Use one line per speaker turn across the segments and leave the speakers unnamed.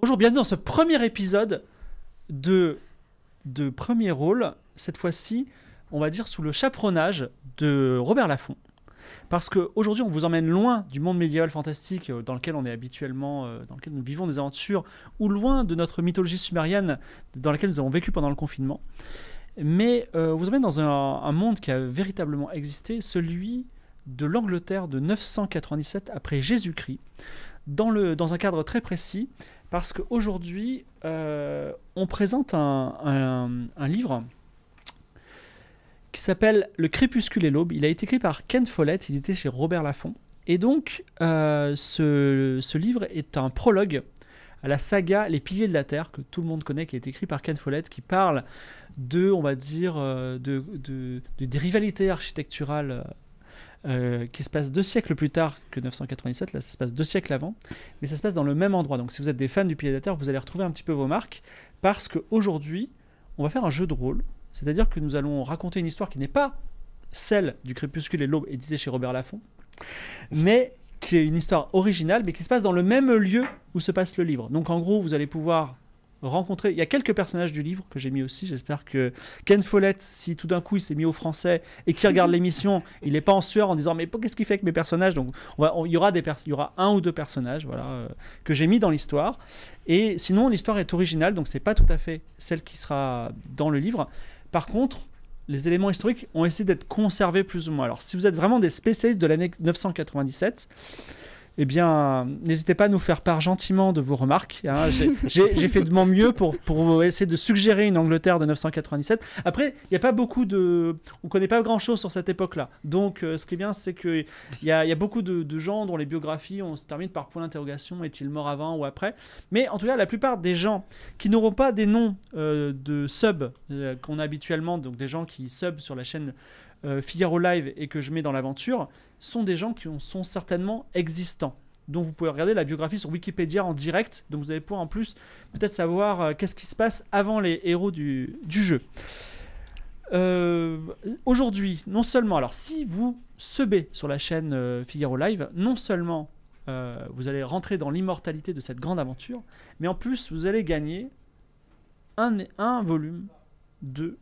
Aujourd'hui, bienvenue dans ce premier épisode de, de Premier Rôle, cette fois-ci, on va dire sous le chaperonnage de Robert Laffont. Parce qu'aujourd'hui, on vous emmène loin du monde médiéval fantastique euh, dans lequel on est habituellement, euh, dans lequel nous vivons des aventures, ou loin de notre mythologie sumérienne dans laquelle nous avons vécu pendant le confinement. Mais euh, on vous emmène dans un, un monde qui a véritablement existé, celui de l'Angleterre de 997 après Jésus-Christ, dans, le- dans un cadre très précis, parce qu'aujourd'hui, euh, on présente un, un- un livre qui s'appelle Le crépuscule et l'aube. Il a été écrit par Ken Follett, il était chez Robert Laffont. Et donc, euh, ce, ce livre est un prologue à la saga Les piliers de la Terre, que tout le monde connaît, qui est écrit par Ken Follett, qui parle de, on va dire, euh, de, de- de- des rivalités architecturales euh, euh, qui se passent deux siècles plus tard que 997, là ça se passe deux siècles avant, mais ça se passe dans le même endroit. Donc si vous êtes des fans du Pilier de la Terre, vous allez retrouver un petit peu vos marques, parce qu'aujourd'hui, on va faire un jeu de rôle, c'est-à-dire que nous allons raconter une histoire qui n'est pas celle du Crépuscule et l'Aube édité chez Robert Laffont, mais qui est une histoire originale, mais qui se passe dans le même lieu où se passe le livre. Donc en gros, vous allez pouvoir rencontrer, il y a quelques personnages du livre que j'ai mis aussi, j'espère que Ken Follett, si tout d'un coup il s'est mis au français et qu'il regarde l'émission, il n'est pas en sueur en disant mais qu'est-ce qu'il fait avec mes personnages Donc on va- on- il y aura des pers- il y aura un ou deux personnages voilà euh, que j'ai mis dans l'histoire. Et sinon l'histoire est originale donc c'est pas tout à fait celle qui sera dans le livre. Par contre les éléments historiques ont essayé d'être conservés plus ou moins. Alors si vous êtes vraiment des spécialistes de l'année 997 eh bien, n'hésitez pas à nous faire part gentiment de vos remarques. hein. J'ai- J'ai j'ai fait de mon mieux pour, pour essayer de suggérer une Angleterre de 997. Après, il n'y a pas beaucoup de. On connaît pas grand chose sur cette époque-là. Donc, euh, ce qui est bien, c'est qu'il y a, il y a beaucoup de, de gens dont les biographies, on se termine par point d'interrogation est-il mort avant ou après Mais en tout cas, la plupart des gens qui n'auront pas des noms euh, de sub euh, qu'on a habituellement, donc des gens qui sub sur la chaîne euh, Figaro Live et que je mets dans l'aventure, sont des gens qui ont- sont certainement existants. Donc vous pouvez regarder la biographie sur Wikipédia en direct. Donc vous allez pouvoir en plus peut-être savoir euh, qu'est-ce qui se passe avant les héros du, du jeu. Euh, Aujourd'hui, non seulement, alors si vous sebez sur la chaîne euh, Figaro Live, non seulement euh, vous allez rentrer dans l'immortalité de cette grande aventure, mais en plus vous allez gagner un, un volume de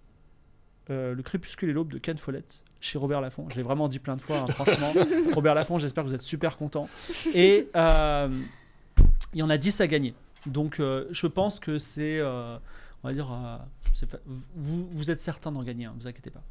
euh, Le Crépuscule et l'Aube de Ken Follett chez Robert Laffont. Je l'ai vraiment dit plein de fois, hein, franchement. Robert Laffont, j'espère que vous êtes super content. Et euh, il y en a 10 à gagner. Donc euh, je pense que c'est, euh, on va dire, euh, c'est fa- vous, vous êtes certain d'en gagner, hein, vous inquiétez pas.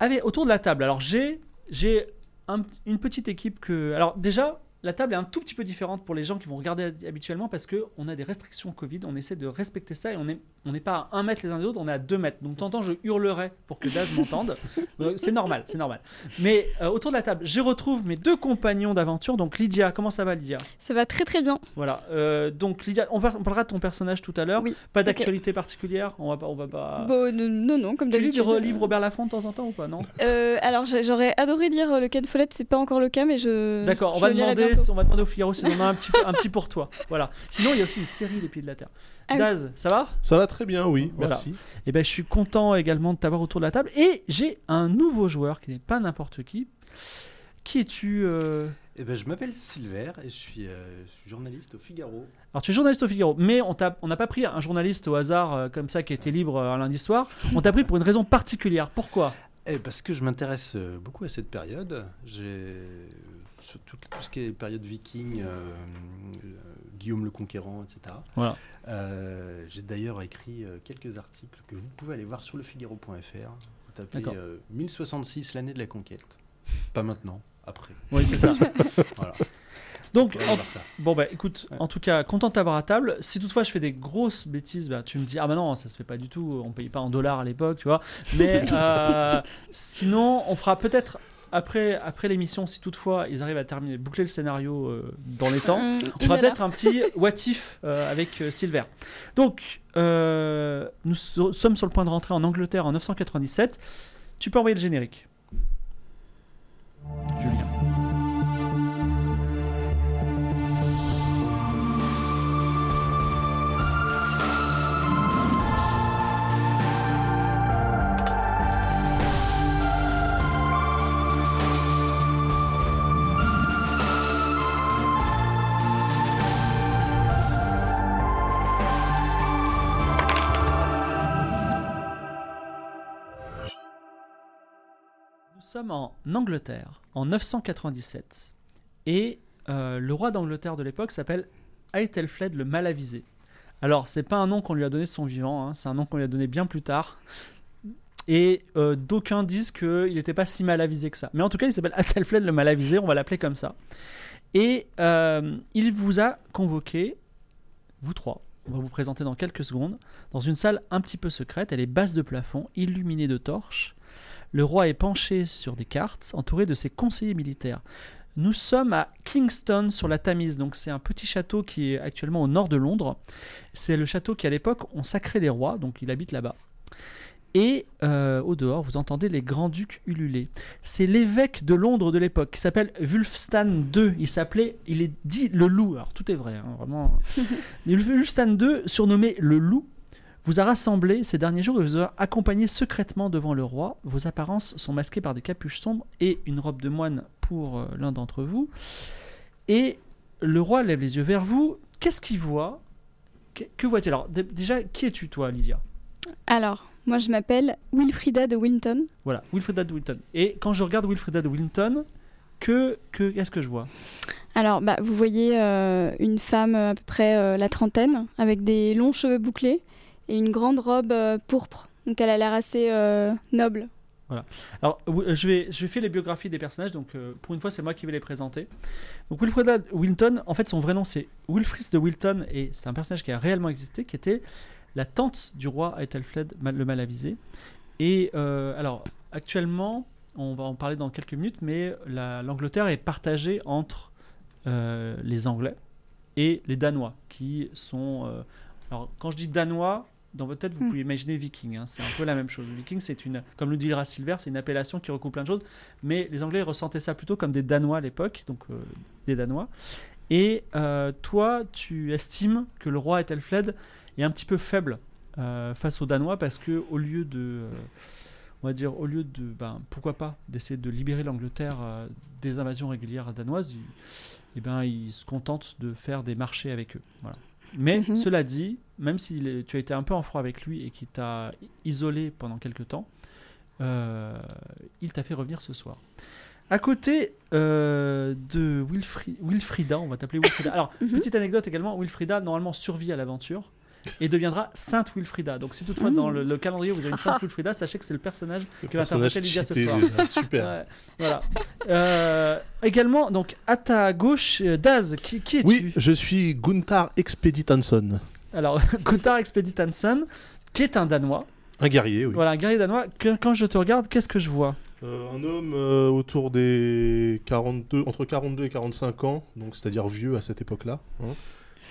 Allez, Ah, autour de la table, alors j'ai, j'ai un- une petite équipe que... Alors déjà, la table est un tout petit peu différente pour les gens qui vont regarder habituellement parce qu'on a des restrictions Covid, on essaie de respecter ça et on n'est on n'est pas à un mètre les uns des autres, on est à deux mètres. Donc t'entends, je hurlerai pour que Daz m'entende. Euh, C'est normal, c'est normal. Mais euh, autour de la table, je retrouve mes deux compagnons d'aventure. Donc Lydia, comment ça va Lydia
Ça va très très bien.
Voilà. euh, donc Lydia, on, va- on parlera de ton personnage tout à l'heure.
Oui,
Pas d'actualité particulière. On va pas, on va pas.
Bon, non, non, non, comme
Ah. tu lis
d'habitude.
du re- livre Robert Laffont de temps en temps ou pas Non.
Euh, alors j'ai- j'aurais adoré lire euh, le Ken Follett, c'est pas encore le cas, mais je.
D'accord. On
Euh, je
va
le lirai
demander,
bientôt.
on va demander au Figaro s'ils en ont un petit, un petit pour toi. Voilà. Sinon, il y a aussi une série Les Pieds de la Terre.
Ah oui.
Daz, ça va
Ça va très bien, oui,
Voilà.
merci.
Eh ben, je suis content également de t'avoir autour de la table. Et j'ai un nouveau joueur qui n'est pas n'importe qui. Qui es-tu euh
Eh ben, je m'appelle Silver et je suis, euh, je suis journaliste au Figaro.
Alors, tu es journaliste au Figaro, mais on t'a- on n'a pas pris un journaliste au hasard euh, comme ça qui était libre euh, un lundi soir. On t'a pris pour une raison particulière. Pourquoi
Eh, parce que je m'intéresse euh, beaucoup à cette période. J'ai sur tout, tout ce qui est période viking, euh, euh, Guillaume le Conquérant, etc.
Voilà.
Euh, J'ai d'ailleurs écrit euh, quelques articles que vous pouvez aller voir sur lefigaro.fr. Vous tapez
D'accord.
euh, 1066, l'année de la conquête. Pas maintenant, après.
Oui, c'est ça.
Voilà.
Donc,
Vous allez
en-
voir ça.
bon, bah écoute, en tout cas, content de t'avoir à table. Si toutefois je fais des grosses bêtises, bah, tu me dis, ah bah non, ça se fait pas du tout, on payait pas en dollars à l'époque, tu vois. Mais euh, sinon, on fera peut-être après, après l'émission, si toutefois ils arrivent à terminer, boucler le scénario euh, dans les temps.
Hum,
On fera
voilà.
peut-être un petit what if euh, avec euh, Silver. Donc, euh, nous so- sommes sur le point de rentrer en Angleterre en 997. Tu peux envoyer le générique. Julien. sommes en Angleterre, en 997, et euh, le roi d'Angleterre de l'époque s'appelle Aethelflaed le Malavisé. Alors, c'est pas un nom qu'on lui a donné de son vivant, hein, c'est un nom qu'on lui a donné bien plus tard. Et euh, d'aucuns disent qu'il n'était pas si mal avisé que ça. Mais en tout cas, il s'appelle Aethelflaed le Malavisé, on va l'appeler comme ça. Et euh, il vous a convoqué, vous trois, on va vous présenter dans quelques secondes, dans une salle un petit peu secrète. Elle est basse de plafond, illuminée de torches. Le roi est penché sur des cartes, entouré de ses conseillers militaires. Nous sommes à Kingston sur la Tamise, donc c'est un petit château qui est actuellement au nord de Londres. C'est le château qui à l'époque on sacrait les rois, donc il habite là-bas. Et euh, au dehors, vous entendez les grands-ducs ululer. C'est l'évêque de Londres de l'époque qui s'appelle Wulfstan II. Il s'appelait, il est dit le loup. Alors tout est vrai, hein, vraiment. Wulfstan II, surnommé le loup, vous a rassemblé ces derniers jours et vous a accompagné secrètement devant le roi. Vos apparences sont masquées par des capuches sombres et une robe de moine pour euh, l'un d'entre vous. Et le roi lève les yeux vers vous. Qu'est-ce qu'il voit Que, que voit-il Alors dé- déjà, qui es-tu toi, Lydia
Alors, moi je m'appelle Wilfrida de Winton.
Voilà, Wilfreda de Wilton. Et quand je regarde Wilfreda de Wilton, que, que qu'est-ce que je vois
Alors, bah, vous voyez euh, une femme euh, à peu près euh, la trentaine, avec des longs cheveux bouclés et une grande robe euh, pourpre. Donc elle a l'air assez euh, noble.
Alors, Wi- euh, je vais, je fais les biographies des personnages, donc euh, pour une fois, c'est moi qui vais les présenter. Donc, Wilfreda Wilton, en fait, son vrai nom, c'est Wilfrid de Wilton, et c'est un personnage qui a réellement existé, qui était la tante du roi Aethelflaed mal- le Malavisé. Et euh, alors, actuellement, on va en parler dans quelques minutes, mais la- l'Angleterre est partagée entre euh, les Anglais et les Danois, qui sont. euh, alors, quand je dis Danois, dans votre tête, vous
Hmm.
pouvez imaginer Viking. hein, c'est un peu la même chose. Viking, c'est une. Comme le dira Silver, c'est une appellation qui recoupe plein de choses. Mais les Anglais ressentaient ça plutôt comme des Danois à l'époque, donc euh, des Danois. Et euh, toi, tu estimes que le roi Ethelfled est un petit peu faible euh, face aux Danois parce que au lieu de. euh, on va dire, au lieu de, ben, pourquoi pas, d'essayer de libérer l'Angleterre euh, des invasions régulières danoises, il- eh ben, ils se contentent de faire des marchés avec eux. Voilà. Mais
Mhm.
cela dit, même si tu as été un peu en froid avec lui et qu'il t'a i- isolé pendant quelques temps, euh, il t'a fait revenir ce soir. À côté euh, de Wilfri- Wilfrida, on va t'appeler Wilfrida. Alors,
Mhm.
petite anecdote également, Wilfrida normalement survit à l'aventure et deviendra Sainte Wilfrida. Donc si toutefois dans le, le calendrier vous avez une Sainte Wilfrida, sachez que c'est le personnage
Le
qui va faire
personnage
passer Lydia ce
cheaté
soir.
déjà. Super.
Ouais, voilà. Euh, également, donc à ta gauche, euh, Daz, qui, qui es-tu
Oui, je suis Gunther Expedit Hansen,
Alors, Gunther Expedit Hansen, qui est un Danois.
un guerrier, oui.
Voilà, un guerrier danois. Que- quand je te regarde, qu'est-ce que je vois
Euh, un homme euh, autour des 42, entre 42 et 45 ans, donc c'est-à-dire vieux à cette époque-là, hein.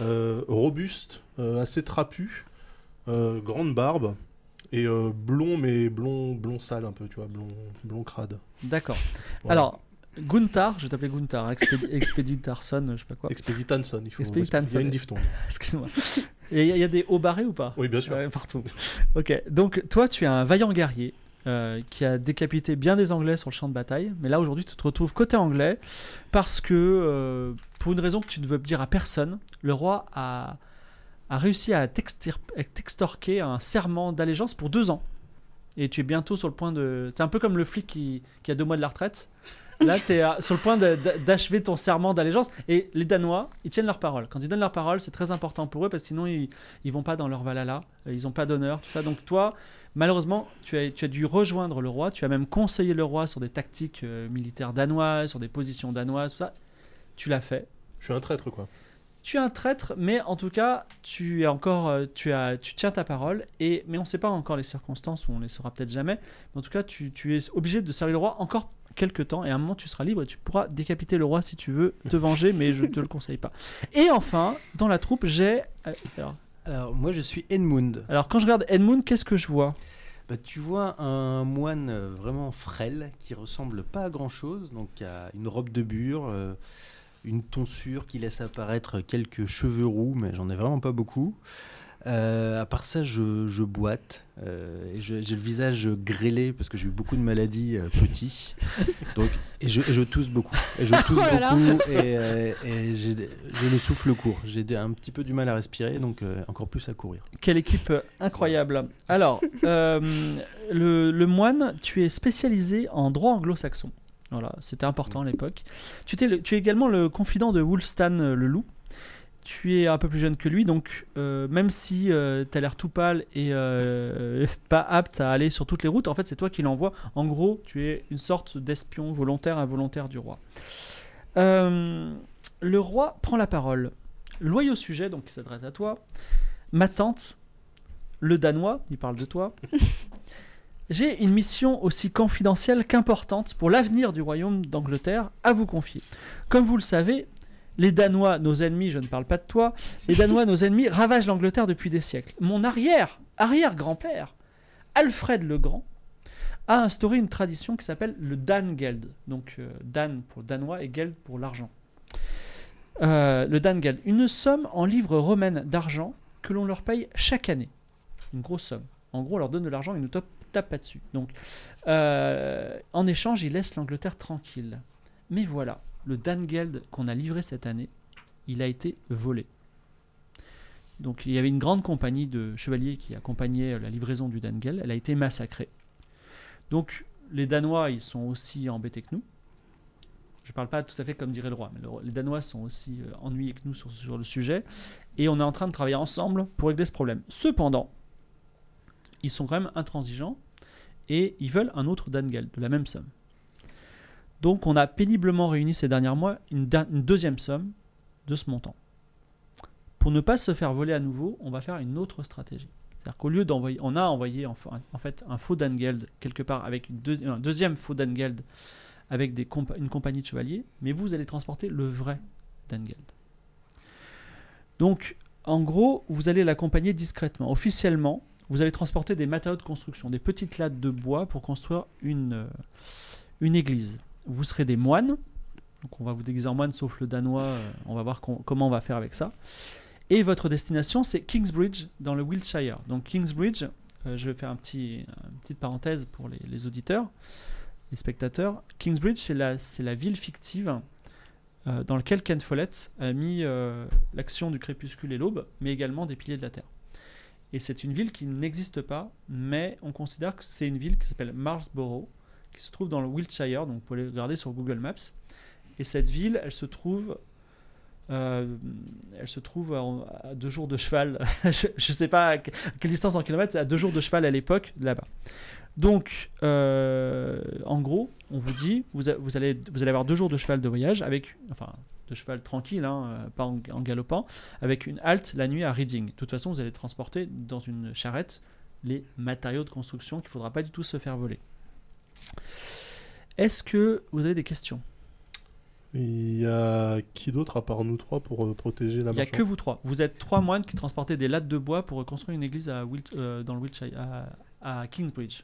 Euh, robuste, euh, assez trapu, euh, grande barbe et euh, blond mais blond blond sale un peu, tu vois, blond blond crade.
D'accord.
Voilà.
Alors, Gunther, je t'appelais Gunther, Expedi- Expedit Hansen, je sais pas quoi.
Expedit Hansen, il faut
Expedit
il y a
Hansen.
une diphtongue.
Excuse-moi. Et Il y, a- il y a des hauts barrés ou pas
Oui, bien sûr.
Ouais, partout. Ok, donc toi, tu es un vaillant guerrier euh, qui a décapité bien des Anglais sur le champ de bataille, mais là aujourd'hui, tu te retrouves côté anglais parce que, euh, pour une raison que tu ne veux dire à personne, le roi a, a réussi à t'extir- à t'extorquer un serment d'allégeance pour deux ans. Et tu es bientôt sur le point de. T'es un peu comme le flic qui, qui a deux mois de la retraite. Là, tu es sur le point de- d'a- d'achever ton serment d'allégeance. Et les Danois, ils tiennent leur parole. Quand ils donnent leur parole, c'est très important pour eux parce que sinon, ils, ils vont pas dans leur Valhalla, euh, ils ont pas d'honneur, tout ça. Donc toi, malheureusement, tu as, tu as dû rejoindre le roi, tu as même conseillé le roi sur des tactiques euh, militaires danoises, sur des positions danoises, tout ça. Tu l'as fait.
Je suis un traître quoi.
Tu es un traître, mais en tout cas, tu es encore, euh, tu as, tu tiens ta parole. Et mais on ne sait pas encore les circonstances, ou on les saura peut-être jamais. Mais en tout cas, tu, tu es obligé de servir le roi encore quelques temps. Et à un moment, tu seras libre et tu pourras décapiter le roi si tu veux te venger, mais je te le conseille pas. Et enfin, dans la troupe, j'ai. euh, alors,
Alors, moi, je suis Edmund.
alors, quand je regarde Edmund, qu'est-ce que je vois
Bah, tu vois un moine euh, vraiment frêle qui ressemble pas à grand chose, donc à une robe de bure, euh, une tonsure qui laisse apparaître quelques cheveux roux, mais j'en ai vraiment pas beaucoup. Euh, à part ça, je, je boite. euh, et je- j'ai le visage grêlé parce que j'ai eu beaucoup de maladies euh, petit. Donc, et, je, et je tousse beaucoup. Et je tousse
Oh là là.
beaucoup et, euh, et j'ai des- j'ai le souffle court. J'ai des- un petit peu du mal à respirer, donc euh, encore plus à courir.
Quelle équipe euh, incroyable. Alors, euh, le, le moine, tu es spécialisé en droit anglo-saxon. Voilà, c'était important à l'époque. Tu, t'es le- tu es également le confident de Wulstan euh, le loup. Tu es un peu plus jeune que lui, donc euh, même si tu as l'air tout pâle et euh, pas apte à aller sur toutes les routes, en fait c'est toi qui l'envoie. En gros, tu es une sorte d'espion volontaire involontaire du roi. Euh, le roi prend la parole. Loyaux sujet, donc qui s'adresse à toi. Ma tante, le Danois, il parle de toi. J'ai une mission aussi confidentielle qu'importante pour l'avenir du royaume d'Angleterre à vous confier. Comme vous le savez, les Danois, nos ennemis, je ne parle pas de toi, les Danois, nos ennemis, ravagent l'Angleterre depuis des siècles. Mon arrière, arrière-grand-père, Alfred le Grand, a instauré une tradition qui s'appelle le Dan-Geld. Donc euh, Dan pour Danois et Geld pour l'argent. Euh, le Dan-Geld, une somme en livres romaines d'argent que l'on leur paye chaque année. Une grosse somme. En gros, on leur donne de l'argent et nous top, tapent pas dessus. Donc, euh, en échange, ils laissent l'Angleterre tranquille. Mais voilà, le Dangeld qu'on a livré cette année, il a été volé. Donc, il y avait une grande compagnie de chevaliers qui accompagnait la livraison du Dangeld. Elle a été massacrée. Donc, les Danois, ils sont aussi embêtés que nous. Je ne parle pas tout à fait comme dirait le roi, mais le roi- les Danois sont aussi euh, ennuyés que nous sur- sur le sujet et on est en train de travailler ensemble pour régler ce problème. Cependant, ils sont quand même intransigeants et ils veulent un autre Dangeld de la même somme. Donc on a péniblement réuni ces derniers mois une, da- une deuxième somme de ce montant. Pour ne pas se faire voler à nouveau, on va faire une autre stratégie. C'est-à-dire qu'au lieu d'envoyer, on a envoyé en, fa- en fait un faux Dangeld quelque part avec une deux- un deuxième faux Dangeld avec des compa- une compagnie de chevaliers, mais vous allez transporter le vrai Dangeld. Donc, en gros, vous allez l'accompagner discrètement. Officiellement, vous allez transporter des matériaux de construction, des petites lattes de bois pour construire une, euh, une église. Vous serez des moines. Donc, on va vous déguiser en moine, sauf le danois. euh, On va voir com- comment on va faire avec ça. Et votre destination, c'est Kingsbridge, dans le Wiltshire. Donc, Kingsbridge, euh, je vais faire un petit, une petite parenthèse pour les, les auditeurs, les spectateurs. Kingsbridge, c'est la, c'est la ville fictive euh, dans lequel Ken Follett a mis euh, l'action du crépuscule et l'aube, mais également des piliers de la Terre. Et c'est une ville qui n'existe pas, mais on considère que c'est une ville qui s'appelle Marsborough, qui se trouve dans le Wiltshire, donc vous pouvez le regarder sur Google Maps. Et cette ville, elle se trouve, euh, elle se trouve à, à deux jours de cheval, je ne sais pas à que- à quelle distance en kilomètres, à deux jours de cheval à l'époque, là-bas. Donc, euh, en gros, on vous dit, vous, a- vous allez, vous allez avoir deux jours de cheval de voyage, avec, enfin, de cheval tranquille, hein, euh, pas en, en galopant, avec une halte la nuit à Reading. De toute façon, vous allez transporter dans une charrette les matériaux de construction qu'il ne faudra pas du tout se faire voler. Est-ce que vous avez des questions
Ah, Il y a qui d'autre à part nous trois pour euh, protéger la
Il n'y a
marche
que vous trois. Vous êtes trois moines qui transportez des lattes de bois pour reconstruire une église à Wilt- euh, dans le Wiltshire, à, à Kingsbridge.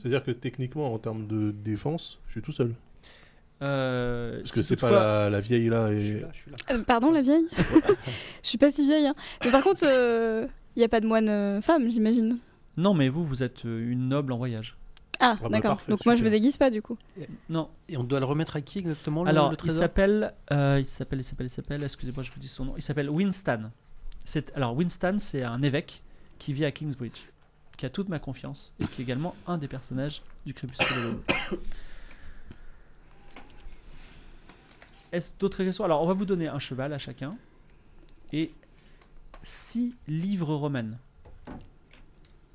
C'est-à-dire que techniquement, en termes de défense, je suis tout seul.
Euh,
Parce
si
que c'est pas
toutefois-
la, la vieille là
Je suis
et.
là, je suis là.
Euh, pardon, la vieille Je suis pas si vieille. Hein. Mais par contre, il n'y a pas de moine euh, femme, j'imagine.
Non, mais vous, vous êtes euh, une noble en voyage.
Ah,
bah,
d'accord.
parfait,
Donc moi, je me
super.
déguise pas du coup.
Non,
Et on doit le remettre à qui exactement le,
Alors,
le
il
trésor
s'appelle, euh, il s'appelle, il s'appelle, il s'appelle. Excusez-moi, je vous dis son nom. Il s'appelle Winston. C'est alors Winston, c'est un évêque qui vit à Kingsbridge, qui a toute ma confiance et qui est également un des personnages du Crépuscule. de l'aube. Est-ce d'autres questions Alors, on va vous donner un cheval à chacun et six livres romaines.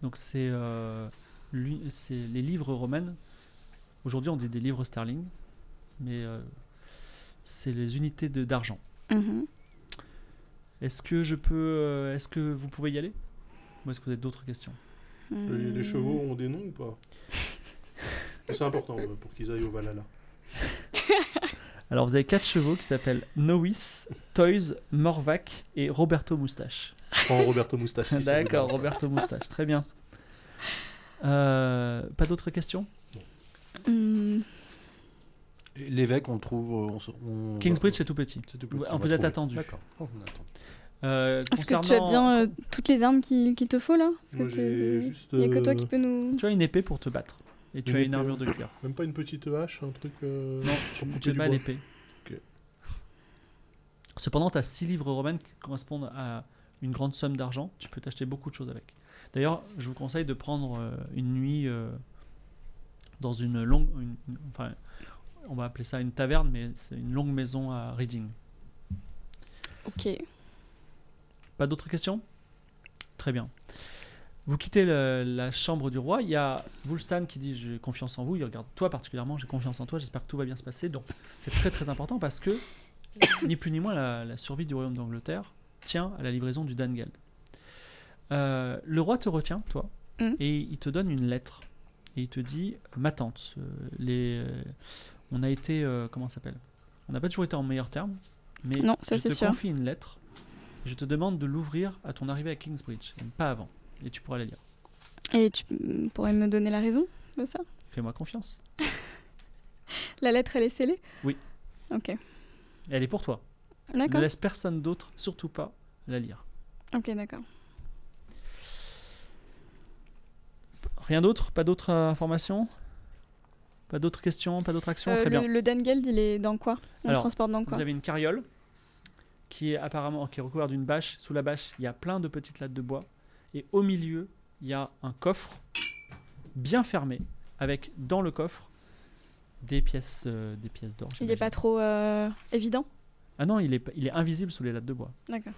Donc c'est euh, l'u- c'est les livres romaines. Aujourd'hui, on dit des livres sterling, mais euh, c'est les unités de- d'argent.
Mhm.
Est-ce que je peux, euh, est-ce que vous pouvez y aller Ou est-ce que vous avez d'autres questions
Les, les
Mm.
chevaux ont des noms ou pas C'est important euh, pour qu'ils aillent au Valhalla.
Alors vous avez quatre chevaux qui s'appellent Nois, Toys, Morvac et Roberto Moustache.
Je prends Roberto Moustache. si ça vous
D'accord,
va.
Roberto Moustache, très bien. Euh, pas d'autres questions
Mm.
Et L'évêque, on le trouve. euh, On, se- on-
Kingsbridge c'est tout petit.
C'est tout
Ouais,
petit,
on
on
vous
va
êtes
trouver.
attendu.
D'accord. Oh, on attend.
Euh,
Est-ce que tu as
concernant-
bien euh, toutes les armes qu'il qu'il te faut là Parce
Moi,
que
j'ai
tu-
juste,
il n'y a que toi
euh,
qui peux nous.
Tu as une épée pour te battre. Et tu
Une
as une
épée,
armure de cuir.
Même pas une petite hache, un truc. euh,
Non,
pour couper
Tu
du
pas
bois.
l'épée.
Ok.
Cependant, tu as 6 livres romaines qui correspondent à une grande somme d'argent. Tu peux t'acheter beaucoup de choses avec. D'ailleurs, je vous conseille de prendre euh, une nuit euh, dans une longue. une- une- enfin, on va appeler ça une taverne, mais c'est une longue maison à Reading.
Ok.
Pas d'autres questions Très bien. Vous quittez le- la chambre du roi. Il y a Wulstan qui dit J'ai confiance en vous. Il regarde toi particulièrement. J'ai confiance en toi. J'espère que tout va bien se passer. Donc, c'est très très important parce que, ni plus ni moins, la, la survie du royaume d'Angleterre tient à la livraison du Dangeld. Euh, le roi te retient, toi,
Mhm.
et il te donne une lettre. Et il te dit Ma tante, euh, les, euh, on a été. euh, comment ça s'appelle On n'a pas toujours été en meilleurs termes. Mais
Non, ça,
je
c'est
te
sûr.
confie une lettre. Je te demande de l'ouvrir à ton arrivée à Kingsbridge, et pas avant. Et tu pourras la lire.
Et tu mm, pourrais me donner la raison de ça
Fais-moi confiance.
La lettre, elle est scellée
Oui.
Ok.
Et elle est pour toi. Ne
D'accord.
laisse personne d'autre, surtout pas, la lire.
Ok, d'accord.
Rien d'autre Pas d'autres euh, informations Pas d'autres questions Pas d'autres actions
Euh,
Très bien.
le, le Dangeld, il est dans quoi On
Alors,
le transporte dans quoi
Vous avez une carriole qui est apparemment qui est recouverte d'une bâche. Sous la bâche, il y a plein de petites lattes de bois. Et au milieu, il y a un coffre bien fermé, avec dans le coffre des pièces, euh, des pièces d'or.
Il n'est
j'imagine.
pas trop euh, évident
Ah non, il est, il est invisible sous les lattes de bois.
D'accord.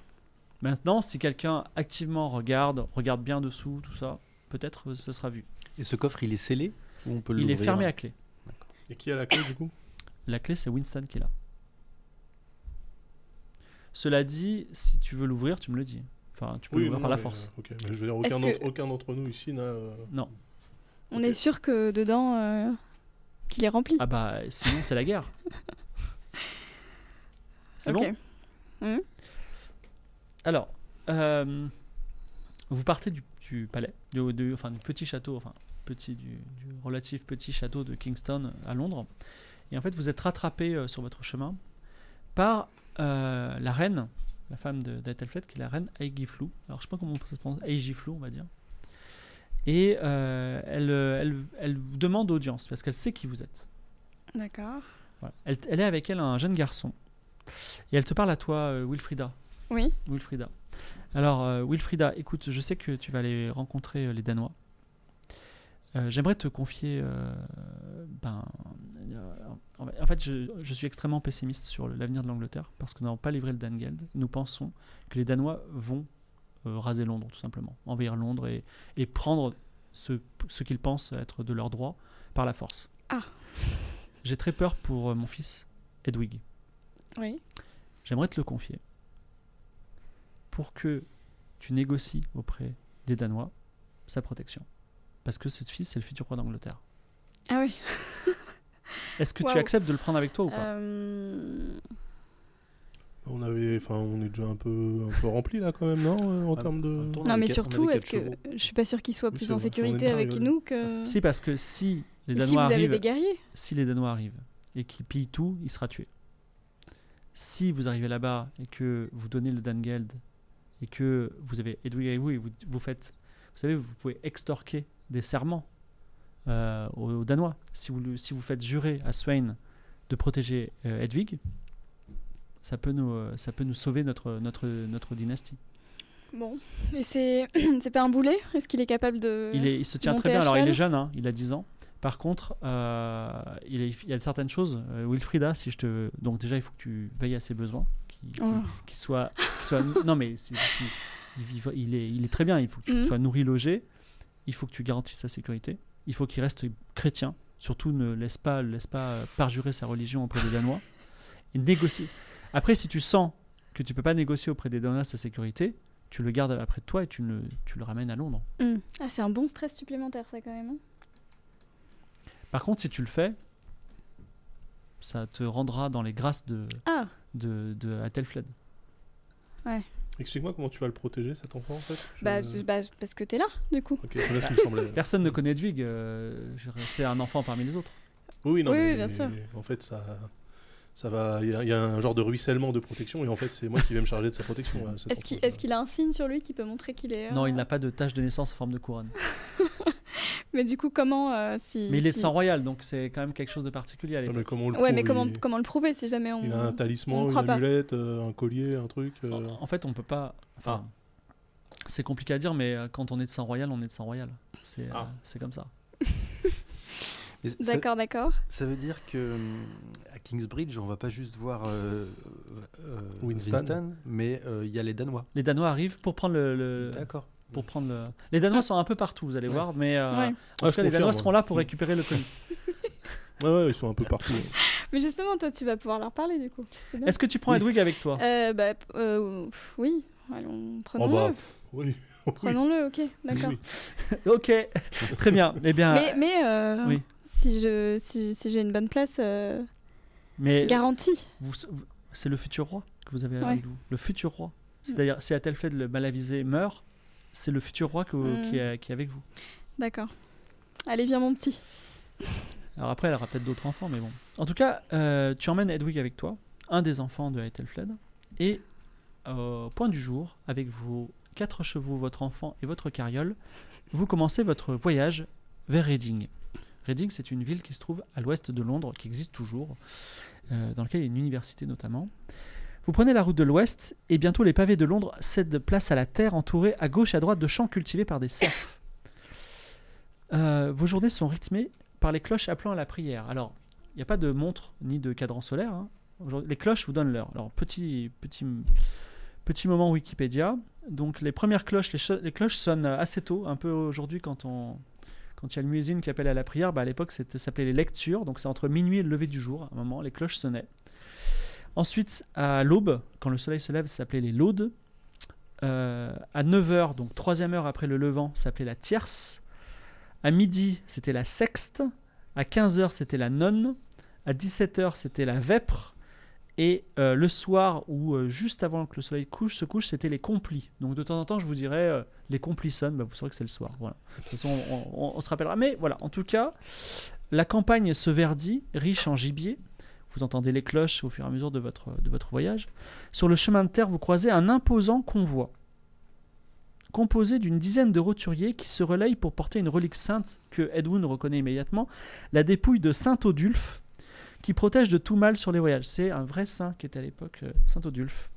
Maintenant, si quelqu'un activement regarde, regarde bien dessous, tout ça, peut-être euh, ce sera vu.
Et ce coffre, il est scellé ou on peut
Il est
l'ouvrir
fermé à clé.
Et qui a la clé du coup
La clé, c'est Winston qui est là. Cela dit, si tu veux l'ouvrir, tu me le dis. Enfin, tu peux l'ouvrir
non,
par la
mais,
force.
euh, ok, mais je veux dire,
Est-ce
aucun
que-
d'entre- aucun d'entre nous ici n'a. euh,
Non.
On
Ok.
est sûr que dedans, euh, qu'il est rempli.
Ah bah, sinon, c'est la guerre. C'est
Ok.
bon Alors, euh, vous partez du, du palais, du, du- enfin du petit château, enfin petit, du, du relatif petit château de Kingston à Londres. Et en fait, vous êtes rattrapé euh, sur votre chemin par euh, la reine, la femme de- d'Ethelflaed, qui est la reine Aegiflou. Alors, je sais pas comment on se prononce, Aegiflou, on va dire. Et euh, elle, euh, elle, elle vous demande audience parce qu'elle sait qui vous êtes.
D'accord.
Voilà. Elle, elle est avec elle un jeune garçon. Et elle te parle à toi, euh, Wilfrida.
Oui.
Wilfrida. Alors, euh, Wilfrida, écoute, je sais que tu vas aller rencontrer euh, les Danois. Euh, J'aimerais te confier. euh, ben, euh, en en fait, je, je suis extrêmement pessimiste sur le- l'avenir de l'Angleterre parce que nous n'avons pas livré le Dangeld. Nous pensons que les Danois vont euh, raser Londres, tout simplement, envahir Londres et, et prendre ce, ce qu'ils pensent être de leurs droits par la force.
Ah.
J'ai très peur pour euh, mon fils, Edwig.
Oui.
J'aimerais te le confier. Pour que tu négocies auprès des Danois sa protection. Parce que ce fils, c'est le futur roi d'Angleterre.
Ah oui.
Est-ce que tu
Waouh.
acceptes de le prendre avec toi ou pas
Euh,
On avait, enfin, on est déjà un peu, un peu rempli là quand même, non euh, En
Ah,
termes de.
attends,
Non, mais
quatre- on
surtout,
avait
est-ce
quatre
que
chevaux.
je suis pas sûre qu'il soit
Oui,
plus
c'est
en
vrai.
sécurité
On est
avec
pas
nous que
Si, parce que si les
Euh, si vous
Danois
avez
arrivent,
des guerriers.
si les Danois arrivent et qu'ils pillent tout, il sera tué. Si vous arrivez là-bas et que vous donnez le Dangeld et que vous avez Edwig avec vous et vous, vous faites, vous savez, vous pouvez extorquer des serments euh, aux, aux Danois. Si vous, le- si vous faites jurer à Swain de protéger euh, Edwig, ça peut nous, euh, ça peut nous sauver notre, notre, notre dynastie.
Bon. Et c'est c'est pas un boulet Est-ce qu'il est capable de
Il, est- il se tient très
monter à
bien. Alors, il
cheval.
est jeune, hein, il a 10 ans. Par contre, euh, il, est- il y a certaines choses. Euh, Wilfrida, si je te. Donc, déjà, il faut que tu veilles à ses besoins. Qu'il qu'il-
Oh.
qu'il soit, qu'il soit. non, mais c'est- il, il- il est, il est très bien. Il faut que tu
Mhm.
sois nourri, logé. Il faut que tu garantisses sa sécurité. Il faut qu'il reste chrétien. Surtout, ne laisse pas, laisse pas euh, parjurer sa religion auprès des Danois. Et négocie. Après, si tu sens que tu peux pas négocier auprès des Danois sa sécurité, tu le gardes après toi et tu le, tu le ramènes à Londres.
Hmm. Ah, c'est un bon stress supplémentaire, ça quand même. hein.
Par contre, si tu le fais, ça te rendra dans les grâces de,
Ah.
de, de Athelflaed.
Explique-moi comment tu vas le protéger cet enfant en fait. Je-
Bah, je- bah, parce que t'es là, du coup.
Ok, c'est là ce qui me semblait.
Personne ne connaît Edwig, euh, je dirais, c'est un enfant parmi les autres.
Oui, non,
Oui, oui,
mais
bien sûr.
En fait, ça, ça va, il y, a- il y a un genre de ruissellement de protection et en fait c'est moi qui vais me charger de sa protection. euh, à cette
Est-ce qu'il
protection.
est-ce qu'il a un signe sur lui qui peut montrer qu'il est. euh,
Non, il n'a pas de tache de naissance en forme de couronne.
Mais du coup, comment. euh, si,
Mais il est de
si-
sang royal, donc c'est quand même quelque chose de particulier à
Non,
l'époque.
mais comment on le
Ouais, mais
prouve,
comment,
il-
comment le prouver si jamais on.
Il a un
on
talisman, une
croit pas.
amulette, euh, un collier, un truc. euh, ah.
En- En fait, on peut pas. Enfin, c'est compliqué à dire, mais euh, quand on est de sang royal, on est de sang royal. C'est euh,
Ah.
c'est comme ça.
Mais ça-
D'accord, d'accord.
Ça veut dire que hum, à Kingsbridge, on va pas juste voir euh, euh,
Winston.
mais euh, il y a les Danois.
Les Danois arrivent pour prendre le. le-
D'accord.
pour prendre le- Les Danois sont un peu partout, vous allez voir, mais euh,
Ah. Ouais.
en tout
Ah, je
cas, les
confirme,
Danois
ouais.
seront là pour récupérer le colis.
Ouais, ouais, ils sont un peu partout.
Mais justement, toi, tu vas pouvoir leur parler du coup. C'est bien.
Est-ce que tu prends
Oui.
Edwig avec toi
Euh, bah, p- euh, pff, oui, allons,
Oh,
prenons-le.
bah, pff, oui. Oui,
Prenons-le, ok,
oui,
d'accord.
oui.
Ok, très bien. Eh bien,
Mais,
mais,
mais euh,
Oui.
si je si, si j'ai une bonne place euh, garantie.
vous- vous- c'est le futur roi que vous avez
Ouais. Mm.
avec vous. Le futur roi. C'est-à-dire, si Atel fait de le malaviser meurt, c'est le futur roi que-
Mm.
qui, est, qui est avec vous.
D'accord. Allez, viens mon petit.
Alors après, elle aura peut-être d'autres enfants, mais bon. En tout cas, euh, tu emmènes Edwig avec toi, un des enfants de Æthelflaed, et euh, au point du jour, avec vos quatre chevaux, votre enfant et votre carriole, vous commencez votre voyage vers Reading. Reading, c'est une ville qui se trouve à l'ouest de Londres, qui existe toujours, euh, dans laquelle il y a une université notamment. Vous prenez la route de l'ouest, et bientôt les pavés de Londres cèdent place à la terre, entourée à gauche et à droite de champs cultivés par des cerfs. Euh, vos journées sont rythmées par les cloches appelant à la prière. Alors, il n'y a pas de montre ni de cadran solaire. hein. Aujourd'hui, Les cloches vous donnent l'heure. Alors, petit, petit, petit moment Wikipédia. Donc, les premières cloches, les, cho- les cloches sonnent assez tôt, un peu aujourd'hui quand on. Quand il y a le muezzin qui appelle à la prière, bah, à l'époque c'était ça s'appelait les lectures, donc c'est entre minuit et le lever du jour, à un moment, les cloches sonnaient. Ensuite, à l'aube, quand le soleil se lève, ça s'appelait les laudes. Euh, à 9h, donc troisième heure après le levant, ça s'appelait la tierce. À midi, c'était la sexte. À 15h, c'était la nonne. À 17h, c'était la vêpre. Et euh, le soir, ou euh, juste avant que le soleil couche, se couche, c'était les complis. Donc de temps en temps, je vous dirais, euh, les complis sonnent, bah, vous saurez que c'est le soir. Voilà. De toute façon, on, on- on se rappellera. Mais voilà, en tout cas, la campagne se verdit, riche en gibier. Vous entendez les cloches au fur et à mesure de votre, de votre voyage. Sur le chemin de terre, vous croisez un imposant convoi, composé d'une dizaine de roturiers qui se relayent pour porter une relique sainte que Edwin reconnaît immédiatement la dépouille de Saint Odulphe, qui protège de tout mal sur les voyages. C'est un vrai saint qui était à l'époque, euh, Saint Odulphe.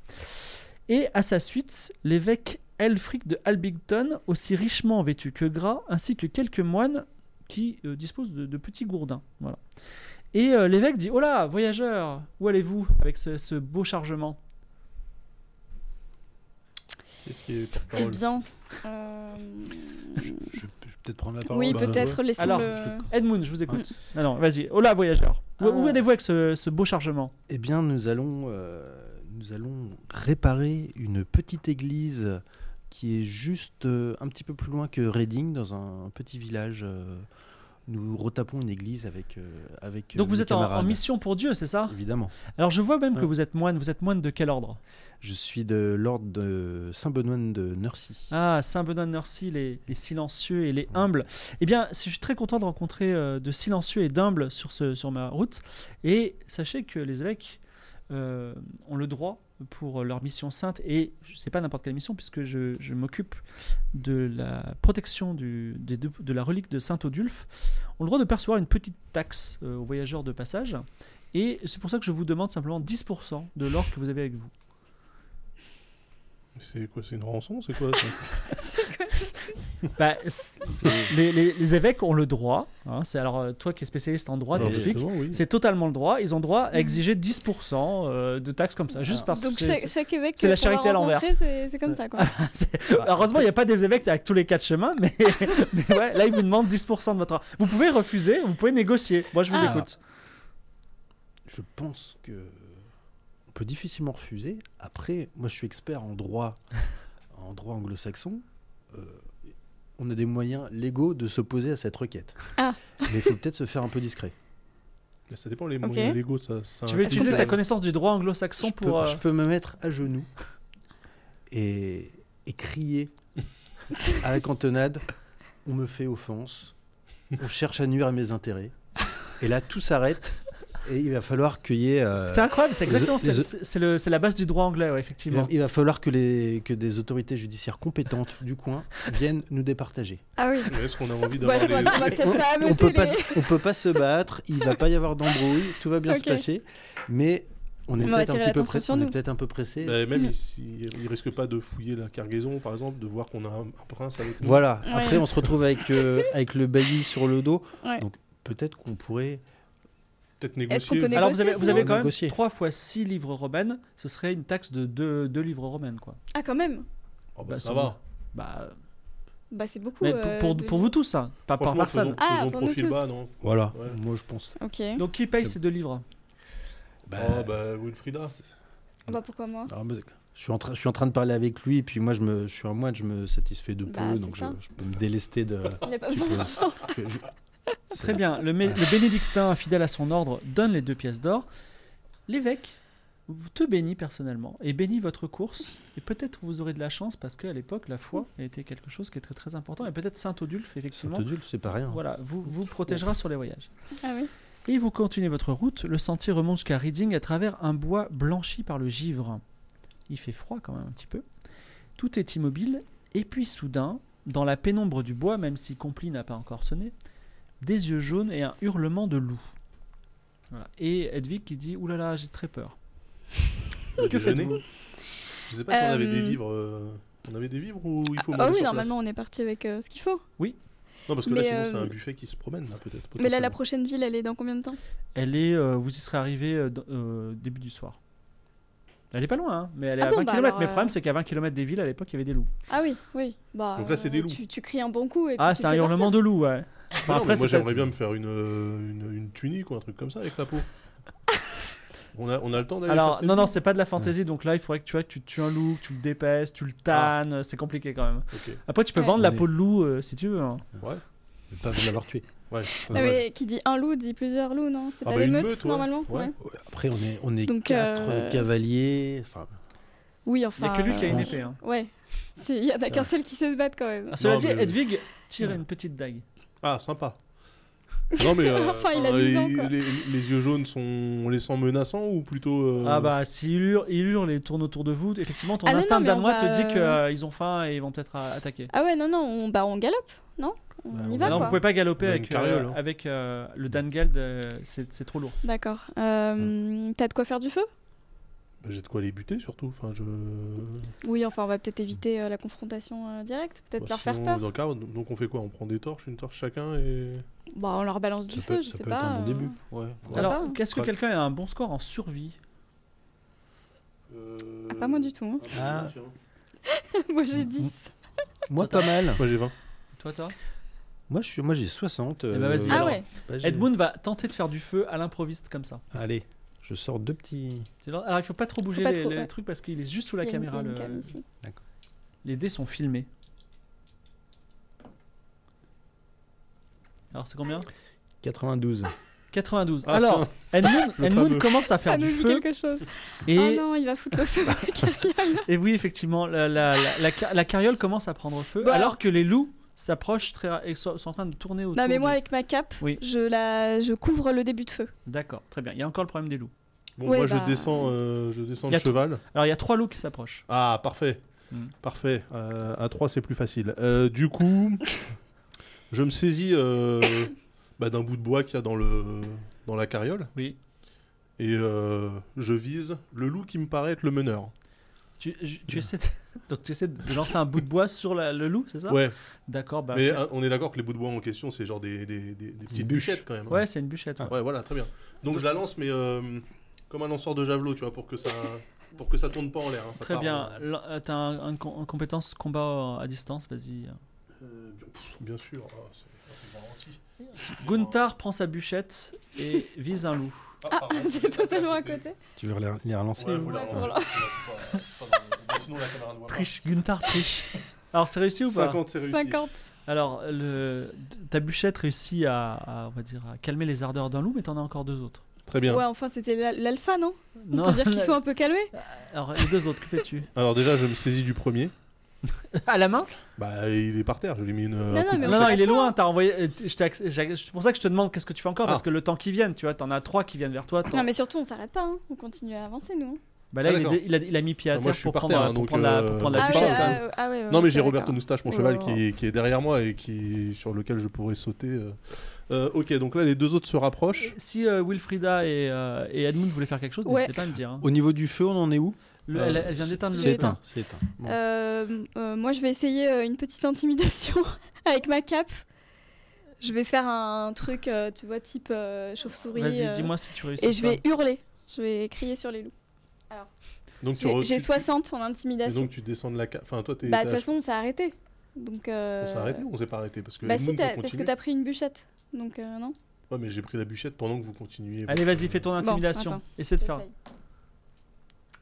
Et à sa suite, l'évêque Elfric de Albington, aussi richement vêtu que gras, ainsi que quelques moines qui euh, disposent de, de petits gourdins. Voilà. Et euh, l'évêque dit Oh là, voyageurs, où allez-vous avec ce, ce beau chargement
Qu'est-ce qui est
Eh
porte-parole
bien. euh,
Je, je- je vais peut-être prendre la parole.
oui,
bah,
peut-être laissons
Alors,
le.
Edmund, je vous écoute. Non, non, vas-y. Oh là, voyageurs, où, où
Ah.
allez-vous avec ce, ce beau chargement
Eh bien, nous allons, euh, nous allons réparer une petite église qui est juste euh, un petit peu plus loin que Reading, dans un, petit village. euh, nous retapons une église avec euh, avec.
Donc
euh,
vous
mes
êtes en- en,
camarades.
mission pour Dieu, c'est ça
Évidemment.
Alors je vois même que
Ouais.
vous êtes moine. Vous êtes moine de quel ordre
Je suis de l'ordre de Saint-Benoît de Nursie.
Ah, Saint-Benoît de Nursie, les, les silencieux et les humbles. Eh bien, je suis très content de rencontrer euh, de silencieux et d'humbles sur, ce- sur ma route. Et sachez que les évêques euh, ont le droit pour leur mission sainte, et je sais pas n'importe quelle mission, puisque je, je m'occupe de la protection du, des deux- de la relique de Saint-Odulphe, ont le droit de percevoir une petite taxe euh, aux voyageurs de passage. Et c'est pour ça que je vous demande simplement 10% de l'or que vous avez avec vous.
C'est quoi C'est une rançon C'est quoi ça
Bah, c- les, les- les évêques ont le droit. hein, c'est alors euh, toi qui es spécialiste en droit,
Bah,
Alors,
t'es flic,
justement, oui.
c'est totalement le droit. Ils ont droit à exiger 10% euh, de taxes comme ça, juste parce
Ah, Donc
que. c'est-
chaque, chaque évêque.
c'est la
qu'on va
charité à l'envers.
rencontrer, C'est c'est comme ça quoi.
c'est-
Bah,
Heureusement, il n'y a pas des évêques avec tous les quatre chemins, mais, mais ouais, là ils vous demandent 10% de votre. Vous pouvez refuser, vous pouvez négocier. Moi, je vous
Ah.
écoute.
Je pense que on peut difficilement refuser. Après, moi, je suis expert en droit, en droit anglo-saxon. Euh, on a des moyens légaux de s'opposer à cette requête.
Ah.
Mais il faut peut-être se faire un peu discret.
Mais Ça dépend les moyens légaux. Ça, ça
Tu veux
implique-
utiliser
peut-
ta connaissance du droit anglo-saxon
Je peux,
pour. euh,
je peux me mettre à genoux et, et crier à la cantonade on me fait offense, on cherche à nuire à mes intérêts. Et là, tout s'arrête. Et il va falloir qu'il y ait. euh,
C'est incroyable, c'est
les-
exactement.
les-
c'est- C'est c'est le- c'est la base du droit anglais, ouais,
il va,
effectivement.
il va falloir que, les, que des autorités judiciaires compétentes du coin viennent nous départager.
Ah oui.
Mais Est-ce qu'on a envie
Ouais,
d'avoir
c'est
les...
pas- on va
on,
peut-être pas me
on peut
télé.
pas, se- on peut pas se battre, il va pas y avoir d'embrouille, tout va bien
Ok.
se passer, mais on est
On va
peut-être un
attirer
petit peu
l'attention
pressé.
sur
on est
nous.
peut-être un peu pressé.
Bah, même s'ils ils risquent pas de fouiller la cargaison, par exemple, de voir qu'on a un, un prince avec nous.
Voilà.
Ouais.
Après, on se retrouve avec euh, avec le bailli sur le dos.
Ouais.
Donc peut-être qu'on pourrait.
Peut-être
Est-ce qu'on
négocier.
peut
Ah
négocier
Alors vous avez, vous
sinon
avez
On
quand même
négocie.
3 fois 6 livres romaines, ce serait une taxe de 2, livres romaines, quoi.
Ah, quand même
Ah bah,
Bah,
ça
c'est
va.
Bah,
Bah, c'est beaucoup.
mais
euh,
pour,
de
pour, pour vous tous, ça, pas par
Franchement,
personne.
faisons,
Ah,
faisons
pour nous
profil
tous.
bas, non
Voilà.
Ouais.
Moi, je pense.
livres. Ok.
Ah,
Donc qui paye
C'est-
ces deux livres
Bah,
Oh bah Wilfrida.
bah, pourquoi moi
alors, mais- je suis, en train, je suis en train de parler avec lui, et puis moi, je, me, je suis un moine, je me satisfais de peu,
Bah, c'est
donc je,
ça.
je peux me délester de.
Il n'y a pas
tu
besoin
peux-
d'argent.
tu- je-
Très bien. Le, mé- le bénédictin, fidèle à son ordre, donne les deux pièces d'or. L'évêque vous- te bénit personnellement et bénit votre course. Et peut-être vous aurez de la chance parce qu'à l'époque, la foi a été quelque chose qui est très très important. Et peut-être Saint Odulphe,
Saint
effectivement,
Odulphe, c'est pas rien.
voilà, vous, vous protégera sur les voyages.
Ah oui.
Et vous continuez votre route. Le sentier remonte jusqu'à Reading à travers un bois blanchi par le givre. Il fait froid quand même un petit peu. Tout est immobile. Et puis soudain, dans la pénombre du bois, même si Compline n'a pas encore sonné, des yeux jaunes et un hurlement de loup. Voilà. Et Hedwig qui dit Ouh là là, j'ai très peur.
Le
Que
déjeuner.
faites-vous
Je sais pas si on avait des
Euh,
vivres. euh, On avait des vivres ou il faut
Ah
manger
oui,
sur
normalement, on est parti avec euh, ce qu'il faut.
place Non parce que là
Mais,
sinon
euh,
c'est un buffet qui se promène là peut-être.
Mais là, la
potentiellement.
prochaine ville, elle est dans combien de temps
Elle est, euh, vous y serez arrivé euh, dans- euh, début du soir. Elle est pas loin, hein, mais elle est
Ah
à
bon,
20
bah
km.
alors,
Mais le
euh,
problème, c'est qu'à 20 km des villes, à l'époque, il y avait des loups.
Ah oui, oui. Bah,
Donc là, c'est des
euh,
loups.
Tu, tu cries un bon coup et puis
Ah,
tu
c'est un
fais
hurlement
partir.
de loup, ouais. Enfin,
Non, mais
après,
moi
c'est
j'aimerais
peut-être-
bien me faire une, euh, une, une tunique ou un truc comme ça avec la peau. on, a, on a le temps d'aller faire
Alors,
ces
non, non,
films
c'est pas de la fantaisie, donc là, il faudrait que tu, vois, que tu tues un loup, que tu le dépèces, tu le
Ah.
tannes, c'est compliqué quand même.
Ok.
Après, tu peux
Ouais.
vendre la
Mais-
peau de loup euh, si tu veux. hein.
Ne pas vous l'avoir tué.
Ouais.
Ah oui, qui dit un loup dit plusieurs loups, non C'est
Ah
pas
bah,
des
une
meutes,
meute, ouais.
normalement
Ouais.
Ouais, Après, on est, on est
Donc,
quatre
euh,
cavaliers. Enfin,
Oui,
Il y
enfin.
a que lui qui a une
euh,
épée. hein.
Ouais. C'est- Il y en a qu'un seul qui sait se battre quand même.
Ah, cela
Non,
dit,
mais-
Hedwig tire
Ouais.
une petite dague.
Ah, sympa. Non mais euh,
Enfin, il a 10 ans, quoi.
les, les yeux jaunes sont on les sent menaçants ou plutôt euh,
Ah bah, s'il hurle, il hurle et tourne autour de vous, effectivement, ton
Ah non,
instinct
non, mais on
danois
va,
te dit qu'ils
euh,
ont faim et ils vont peut-être euh, attaquer.
Ah ouais, non, non, on, bah, on galope, non On
Bah,
y
on
va
non,
galope.
vous
quoi.
pouvez pas galoper
Même
avec, euh,
carriole, hein.
avec euh, le Dangeld, c'est c'est trop lourd.
D'accord. Euh, T'as de quoi faire du feu
bah, j'ai de quoi les buter surtout. Enfin je
Oui, enfin, on va peut-être éviter euh, la confrontation euh, directe, peut-être
bah,
leur faire
sinon,
peur.
dans le cas, donc on fait quoi On prend des torches, une torche chacun et
Bah, on leur balance du
ça
feu,
peut,
je
ça
sais
peut
pas.
être un bon
euh,
début. Ouais.
Ouais.
Alors,
pas, hein.
qu'est-ce que
Croc.
quelqu'un a un bon score en survie
ah, pas moi du tout. hein.
Ah.
Moi, j'ai 10.
Moi, pas mal.
Moi j'ai
Ah,
20.
Toi, toi
Moi, je suis, moi, j'ai 60.
Eh ben, vas-y,
Ah
alors.
ouais
bah, j'ai-
Edmund va tenter de faire du feu à l'improviste comme ça.
Allez, je sors deux petits.
C'est là- Alors il faut pas trop bouger
pas
les,
trop,
les
ouais.
trucs parce qu'il est juste sous la
il y a une-
caméra.
il y a
le-
une cam ici.
Les dés sont filmés. Alors c'est combien
92.
92.
Ah,
Alors Edmund,
Le
Edmund
fameux.
commence à faire
Ça nous
du
dit
feu
quelque chose.
et,
Oh non, il va foutre le feu.
et oui effectivement la, la- la- la ca- la carriole commence à prendre feu
Bon,
alors que les loups s'approchent très ra- et sont, sont en train de tourner autour.
non, Bah, mais moi,
de-
avec ma cape,
Oui.
je, la... je couvre le début de feu.
D'accord, très bien. Il y a encore le problème des loups.
Bon
Ouais,
moi
bah.
je descends euh, je descends
Il y a
le
trop-
cheval.
Alors il y a trois loups qui s'approchent.
Ah, parfait.
Mm.
Parfait. Euh, à 3, c'est plus facile. Euh, du coup, je me saisis euh, bah, d'un bout de bois qu'il y a dans, le, dans la carriole
Oui.
et euh, je vise le loup qui me paraît être le meneur.
Tu, je- tu essaies de... Donc tu essaies de lancer un bout de bois sur la- le loup, c'est
Ah.
ça
Ouais,
D'accord. Bah,
mais hein, on est d'accord que les bouts de bois en question, c'est genre des, des, des- des petites
bûches.
bûchettes quand même.
ouais, c'est une bûchette. ouais.
Ouais, voilà, très bien. Donc je la lance, mais euh, comme un lanceur de javelot, tu vois, pour que ça, pour que ça tourne pas en l'air. hein, ça
Très
part,
bien.
euh,
L- euh, T'as un- un com- une compétence combat euh, à distance, vas-y.
euh, bien- pff, bien sûr, ah, c'est ah, c'est garanti.
Gunther prend sa bûchette et vise un loup.
Ah,
pardon,
c'est totalement à côté.
Tu veux les les relancer
Ouais,
vous
faut la
Ouais,
relancer.
faut la-
C'est pas- c'est pas dans le- bah, Sinon, la caméra ne voit pas.
Triche, Gunther triche. Alors c'est réussi ou pas
50, c'est réussi.
50.
Alors le, ta bûchette réussit à, à, on va dire, à calmer les ardeurs d'un loup, mais t'en as encore deux autres.
Très bien.
Ouais, enfin, c'était l'al- l'alpha, non On
Non,
peut dire qu'ils sont un peu calmés
Alors les deux autres, que fais-tu
Alors déjà, je me saisis du premier.
à la main
Bah, il est par terre, je lui mets une. euh,
Non, non, mais
coupe-
Non,
on
non,
s'arrête
il est
là.
loin. T'as envoyé. euh, t- je t'ai acc- j'ai- C'est pour ça que je te demande qu'est-ce que tu fais encore,
Ah.
parce que le temps qu'ils viennent, tu vois, t'en as trois qui viennent vers toi. t'en-
Non, mais surtout, on s'arrête pas, hein. on continue à avancer, nous. hein.
Bah là,
Ah,
il, est
d'accord.
dé- il a, il a mis pied à
Ah, moi,
terre
je suis
pour
par
prendre,
terre,
la- pour
donc,
prendre la, pour
euh,
prendre la
Ah,
petite
ouais,
chance,
ah,
hein.
euh, ah ouais, ouais,
Non, mais
ok,
j'ai Roberto
d'accord.
Moustache, mon
Oh
cheval,
là là.
qui, qui est derrière moi et qui sur lequel je pourrais sauter. euh. Euh, ok, donc là, les deux autres se rapprochent.
Si euh, Wilfrida et, euh, et Edmund voulaient faire quelque chose,
Ouais.
n'hésitez pas à me dire. hein.
Au niveau du feu, on en est où
Le-
Euh,
elle, elle vient d'éteindre
C'est
le.
éteint, c'est éteint. Bon.
Euh, euh, moi, je vais essayer euh, une petite intimidation avec ma cape. Je vais faire un truc, euh, tu vois, type euh, chauve-souris.
Vas-y,
euh,
dis-moi hein. si tu réussis.
Et je
ça.
vais hurler. Je vais crier sur les loups.
Donc tu
J'ai
re-
j'ai
tu-
60 en
et
intimidation.
donc tu descends de la. ca- Enfin, toi, t'es.
bah, de
t'es
toute
à-
façon, on s'est arrêté. Donc. euh,
On s'est arrêté ou on s'est pas arrêté Parce que
Bah,
Edmund
si, t'as- parce que
continue.
t'as pris une bûchette. Donc, euh, non
Ouais, mais j'ai pris la bûchette pendant que vous continuez.
Allez, vas-y, fais ton intimidation.
attends.
Essaie de faire.
J'essaye.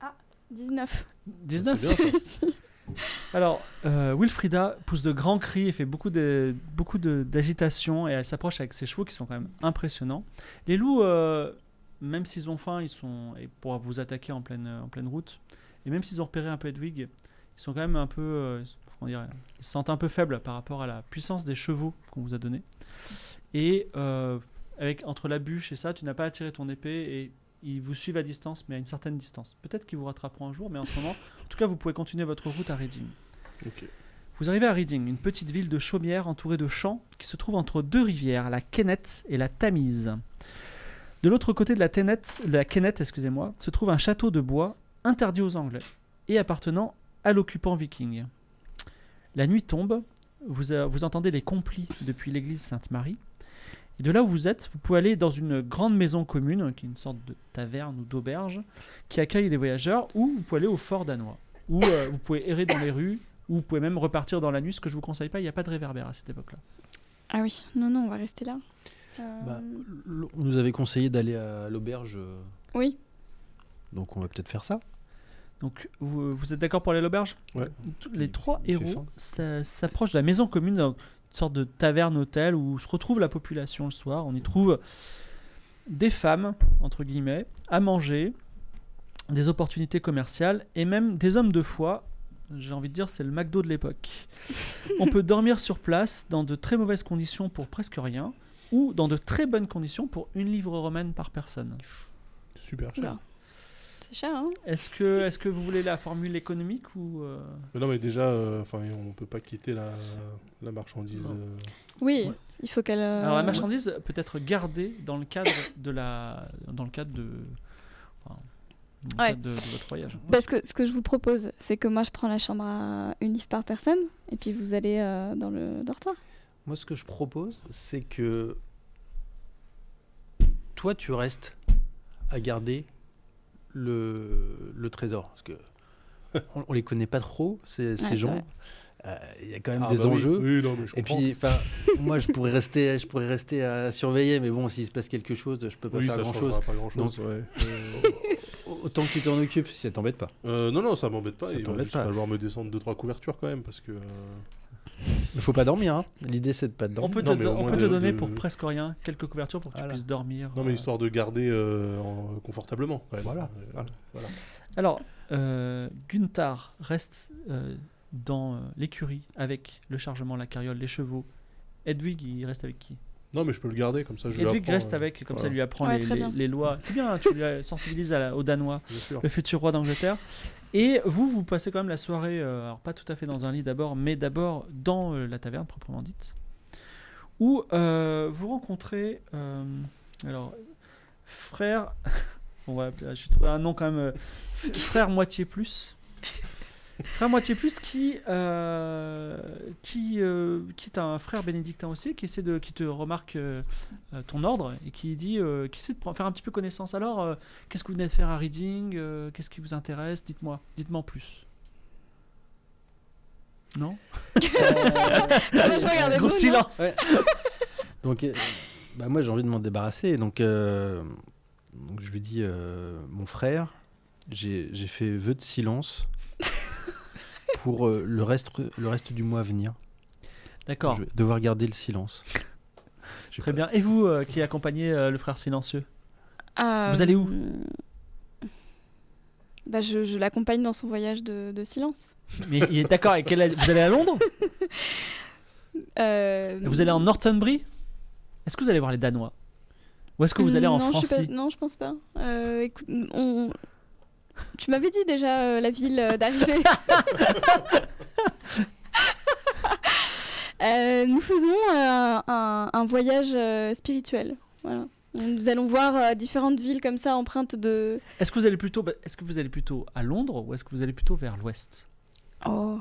Ah, 19.
19.
C'est bien,
Si.
Alors, euh, Wilfrida pousse de grands cris et fait beaucoup de beaucoup de- d'agitation et elle s'approche avec ses chevaux qui sont quand même impressionnants. Les loups, euh, même s'ils ont faim, ils sont et pour vous attaquer en pleine en pleine route et même s'ils ont repéré un peu Edwig, ils sont quand même un peu euh, comment dire, ils se sentent un peu faibles par rapport à la puissance des chevaux qu'on vous a donné. Et euh, avec entre la bûche et ça, tu n'as pas attiré ton épée et ils vous suivent à distance, mais à une certaine distance. Peut-être qu'ils vous rattraperont un jour, mais en ce moment, en tout cas, vous pouvez continuer votre route à Reading.
Ok.
Vous arrivez à Reading, une petite ville de chaumières entourée de champs qui se trouve entre deux rivières, la Kennett et la Tamise. De l'autre côté de la, Tennett- de la Kennett excusez-moi, se trouve un château de bois interdit aux Anglais et appartenant à l'occupant viking. La nuit tombe, vous, euh, vous entendez les complis depuis l'église Sainte-Marie. Et de là où vous êtes, vous pouvez aller dans une grande maison commune, qui est une sorte de taverne ou d'auberge, qui accueille des voyageurs, ou vous pouvez aller au fort danois, où euh, vous pouvez errer dans les rues, ou vous pouvez même repartir dans la nuit, ce que je vous conseille pas, il n'y a pas de réverbère à cette époque-là.
Ah oui, non, non, on va rester là. Euh,
Bah, l- on nous avait conseillé d'aller à l'auberge, euh,
Oui,
donc on va peut-être faire ça.
Donc vous, vous êtes d'accord pour aller à l'auberge
Ouais.
Tous- Les
Il-
trois
il fait
héros s'a- s'approchent de la maison commune, dans une sorte de taverne-hôtel où se retrouve la population le soir. On y trouve des femmes, entre guillemets, à manger, des opportunités commerciales et même des hommes de foi. J'ai envie de dire, c'est le McDo de l'époque. On peut dormir sur place dans de très mauvaises conditions pour presque rien ou dans de très bonnes conditions pour une livre romaine par personne.
Super cher.
oula. C'est cher, hein
Est-ce que, est que vous voulez la formule économique ou... euh,
Mais non, mais déjà, euh, enfin, on peut pas quitter la, la marchandise.
Non.
euh,
Oui,
Ouais.
il faut qu'elle. euh,
Alors la marchandise peut être gardée dans le cadre de la dans le cadre de enfin, dans le
Ouais.
cadre de, de votre voyage.
Parce que ce que je vous propose, c'est que moi je prends la chambre à une livre par personne, et puis vous allez euh, dans le dortoir.
Moi, ce que je propose, c'est que toi, tu restes à garder le, le trésor. Parce que on, on les connaît pas trop, ces, ces
c'est
gens.
vrai.
Euh, Il y a quand même
Ah,
des
bah oui.
enjeux.
Oui, non, mais je
Et
comprends.
puis, enfin, moi, je pourrais rester, je pourrais rester à surveiller, mais bon, s'il se passe quelque chose, je peux pas
oui,
faire
ça
grand
changera
chose.
Pas grand chose.
Autant que tu t'en occupes, si ça t'embête pas.
Euh, non, non, ça m'embête pas.
Ça
il va
t'embête
juste
pas.
falloir me descendre deux trois couvertures quand même parce que. euh,
Il faut pas dormir. hein. L'idée, c'est de pas dormir.
On peut
Non,
te,
mais au
on
moins
peut te
de-
donner
de-
pour presque rien quelques couvertures pour que tu
Voilà.
puisses dormir.
Non, mais
euh.
histoire de garder euh, en- confortablement. quand même.
Voilà,
Euh,
voilà.
Alors euh, Gunther reste euh, dans euh, l'écurie avec le chargement, la carriole, les chevaux. Edwig, il reste avec qui
Non, mais je peux le garder comme ça. Je lui
Edwig
apprends,
reste
euh,
avec, comme ça,
voilà.
il lui apprend
Ouais,
les,
très
les-
bien.
les lois. C'est bien, tu lui euh, sensibilises à la- aux Danois.
Bien sûr.
le futur roi d'Angleterre. Et vous, vous passez quand même la soirée, euh, alors pas tout à fait dans un lit d'abord, mais d'abord dans euh, la taverne proprement dite, où euh, vous rencontrez, euh, alors, frère, on va appeler, j'ai trouvé un nom quand même, euh, f- frère moitié plus. Frère moitié plus qui, euh, qui, euh, qui est un frère bénédictin aussi, qui, essaie de, qui te remarque euh, euh, ton ordre et qui dit, euh, qui essaie de pr- faire un petit peu connaissance. Alors, euh, Qu'est-ce que vous venez de faire à Reading Euh, Qu'est-ce qui vous intéresse Dites-moi, dites-moi plus. Non
Moi, je regarde
Ah, Gros
Bruno.
silence
Ouais. Donc, euh, bah, moi, j'ai envie de m'en débarrasser. Donc, euh, donc je lui dis, euh, mon frère, j'ai j'ai fait vœu de silence pour euh, le, reste, le reste du mois à venir.
D'accord,
Je vais devoir garder le silence. J'ai
très
pas-
bien. Et vous euh, qui accompagnez euh, le frère silencieux
Euh,
Vous allez où
Bah, je, je l'accompagne dans son voyage de, de silence.
Mais il est d'accord avec elle. Vous allez à Londres
Euh,
Vous allez en Nortonbury Est-ce que vous allez voir les Danois Ou est-ce que vous allez en
non, je suis
France
pas- Non, je pense pas. Euh, écoute, on... Tu m'avais dit déjà euh, la ville euh, d'arrivée. Euh, nous faisons euh, un, un voyage euh, spirituel. Voilà. Nous allons voir euh, différentes villes comme ça empreintes de.
Est-ce que vous allez plutôt, bah, est-ce que vous allez plutôt à Londres ou est-ce que vous allez plutôt vers l'Ouest
Oh.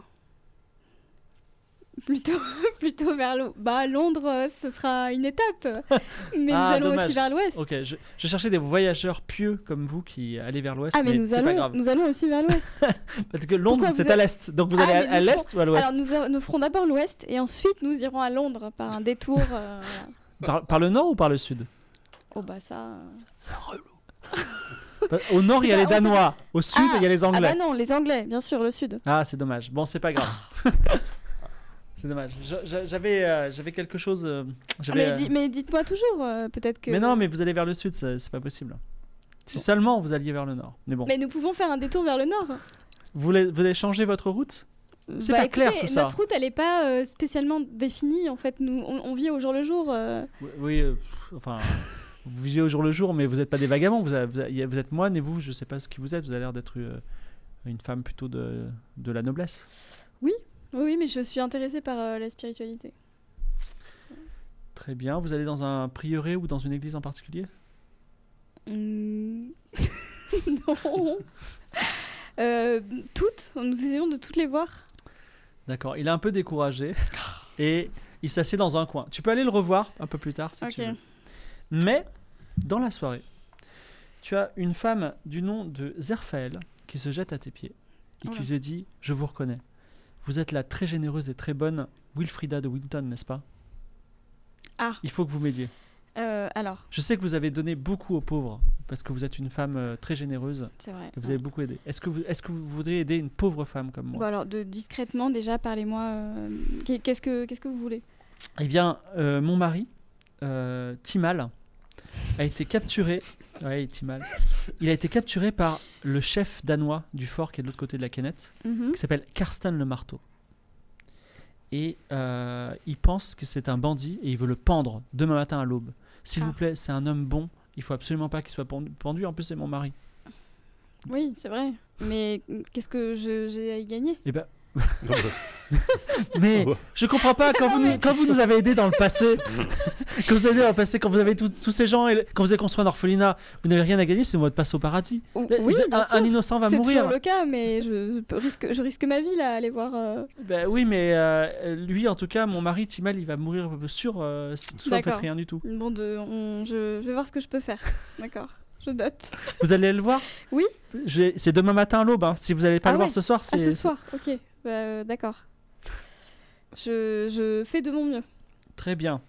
Plutôt, plutôt vers l'eau. Bah, Londres, euh, ce sera une étape. Mais
Ah,
nous allons
dommage.
aussi vers l'ouest.
Ok, je, je cherchais des voyageurs pieux comme vous qui allaient vers l'Ouest.
Ah, mais, nous,
c'est pas
allons,
grave.
nous allons aussi vers l'ouest.
Parce que Londres,
Pourquoi vous
c'est à
allez-
l'Est. Donc vous
Ah,
allez
mais
à, à
nous
l'Est ou à l'Ouest
Alors nous, a- nous ferons d'abord l'ouest et ensuite nous irons à Londres par un détour. euh, voilà.
par, par le Nord ou par le Sud
Oh bah ça. euh.
C'est relou. Au Nord, il y a
C'est
les
pas- on sait
Danois. Au Sud, il y a les
Ah bah
Anglais.
non, les Anglais, bien sûr, le sud.
Ah, c'est dommage. Bon, c'est pas grave. c'est dommage. Je- je- J'avais, euh, j'avais quelque chose. euh,
Ah,
j'avais, euh,
mais, di- mais dites-moi toujours, euh, peut-être que.
mais non, mais vous allez vers le Sud, ça- c'est pas possible. Si seulement vous alliez vers le Nord. Mais bon,
Mais nous pouvons faire un détour vers le nord.
vous voulez, vous voulez changer votre route Euh, C'est
Bah,
pas clair,
écoutez,
tout ça.
Notre route, elle est pas euh, spécialement définie en fait. Nous, on, on vit au jour le jour. euh.
Oui, Oui, euh, pff, enfin, vous vivez au jour le jour, mais vous n'êtes pas des vagabonds. Vous, a- vous a- y a- vous êtes moine et vous, je sais pas ce qui vous êtes. Vous avez l'air d'être euh, une femme plutôt de, de la noblesse.
Oui, oui, mais je suis intéressée par euh, la spiritualité.
Très bien. Vous allez dans un prieuré ou dans une église en particulier
Hmm. non. Euh, toutes, nous essayons de toutes les voir.
D'accord. Il est un peu découragé et il s'assied dans un coin. Tu peux aller le revoir un peu plus tard si tu
Ok.
veux. Mais dans la soirée, tu as une femme du nom de Zerfael qui se jette à tes pieds et qui
Oula.
te dit Je vous reconnais. Vous êtes la très généreuse et très bonne Wilfrida de Winton, n'est-ce pas
Ah.
Il faut que vous m'aidiez.
Euh, alors,
Je sais que vous avez donné beaucoup aux pauvres parce que vous êtes une femme euh, très généreuse
c'est vrai. Euh,
et vous avez beaucoup aidé. Est-ce que, vous- est-ce que vous voudriez aider une pauvre femme comme moi
Bon alors, de, discrètement déjà, parlez-moi. euh, qu'est- qu'est-ce que qu'est-ce que vous voulez
Eh bien, euh, mon mari, euh, Timal, a été capturé. Ouais, Timal. Il a été capturé par le chef danois du fort qui est de l'autre côté de la canette,
Mm-hmm.
qui s'appelle Karsten le Marteau. Et euh, il pense que c'est un bandit et il veut le pendre demain matin à l'aube. S'il
Ah.
vous plaît, c'est un homme bon. Il faut absolument pas qu'il soit pendu- pendu. En plus, c'est mon mari.
Oui, c'est vrai. Mais qu'est-ce que je- j'ai à y gagner
Eh ben,
Non, bah,
mais
Ouais.
je comprends pas quand vous nous, quand vous nous avez aidés dans le passé, quand vous avez aidés dans le passé, quand vous avez tous- tous ces gens et quand vous avez construit un orphelinat, vous n'avez rien à gagner, c'est votre passe au paradis.
O-
Là,
Oui,
vous êtes-
bien
un,
sûr.
un innocent va
c'est
mourir.
toujours le cas, mais je, je peux- risque, je risque ma vie là, à aller voir. euh,
Bah oui, mais euh, lui, en tout cas, mon mari Timal, il va mourir sûr euh, si toutefois vous faites
D'accord.
rien du tout.
Bon, de, on- je, je vais voir ce que je peux faire. D'accord, je note.
Vous allez le voir
Oui.
J'ai- C'est demain matin à l'aube. hein. Si vous n'allez pas
Ah
le voir
ouais.
ce soir, c'est
À ce soir, ok. Bah, euh, D'accord. Je, je fais de mon mieux.
très bien.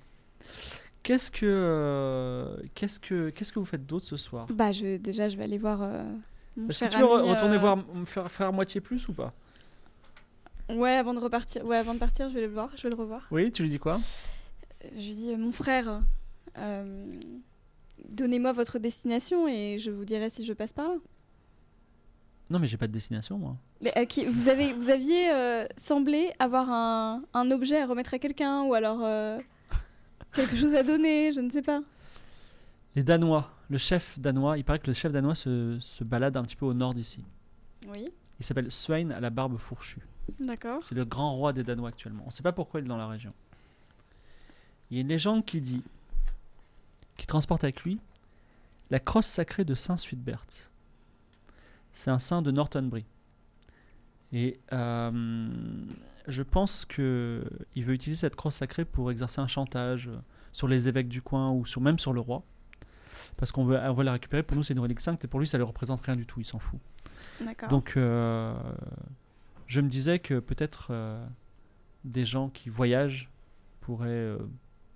Qu'est-ce que euh, qu'est-ce que qu'est-ce que vous faites d'autre ce soir
Bah, je, déjà, je vais aller voir. euh, mon
Est-ce
cher
que tu veux re-
ami, euh,
retourner voir faire, faire moitié plus ou pas
Ouais, avant de repartir. Ouais, avant de partir, je vais le voir, je vais le revoir.
Oui, tu lui dis quoi
Je lui dis, euh, mon frère, euh, donnez-moi votre destination et je vous dirai si je passe par là.
Non, mais j'ai pas de destination, moi.
Mais, euh, qui- vous, avez, vous aviez euh, semblé avoir un, un objet à remettre à quelqu'un ou alors euh, quelque chose à donner, je ne sais pas.
Les Danois, le chef danois, il paraît que le chef danois se, se balade un petit peu au nord d'ici.
Oui,
Il s'appelle Swein à la barbe fourchue.
d'accord.
C'est le grand roi des Danois actuellement. On ne sait pas pourquoi il est dans la région. Il y a une légende qui dit qu'il transporte avec lui la crosse sacrée de Saint Suidbert. C'est un saint de Nortonbury. Et euh, je pense que il veut utiliser cette crosse sacrée pour exercer un chantage euh, sur les évêques du coin ou sur, même sur le roi. Parce qu'on veut, on veut la récupérer. Pour nous, c'est une relique sainte et pour lui, ça ne lui représente rien du tout. Il s'en fout.
D'accord.
Donc, euh, je me disais que peut-être euh, des gens qui voyagent pourraient euh,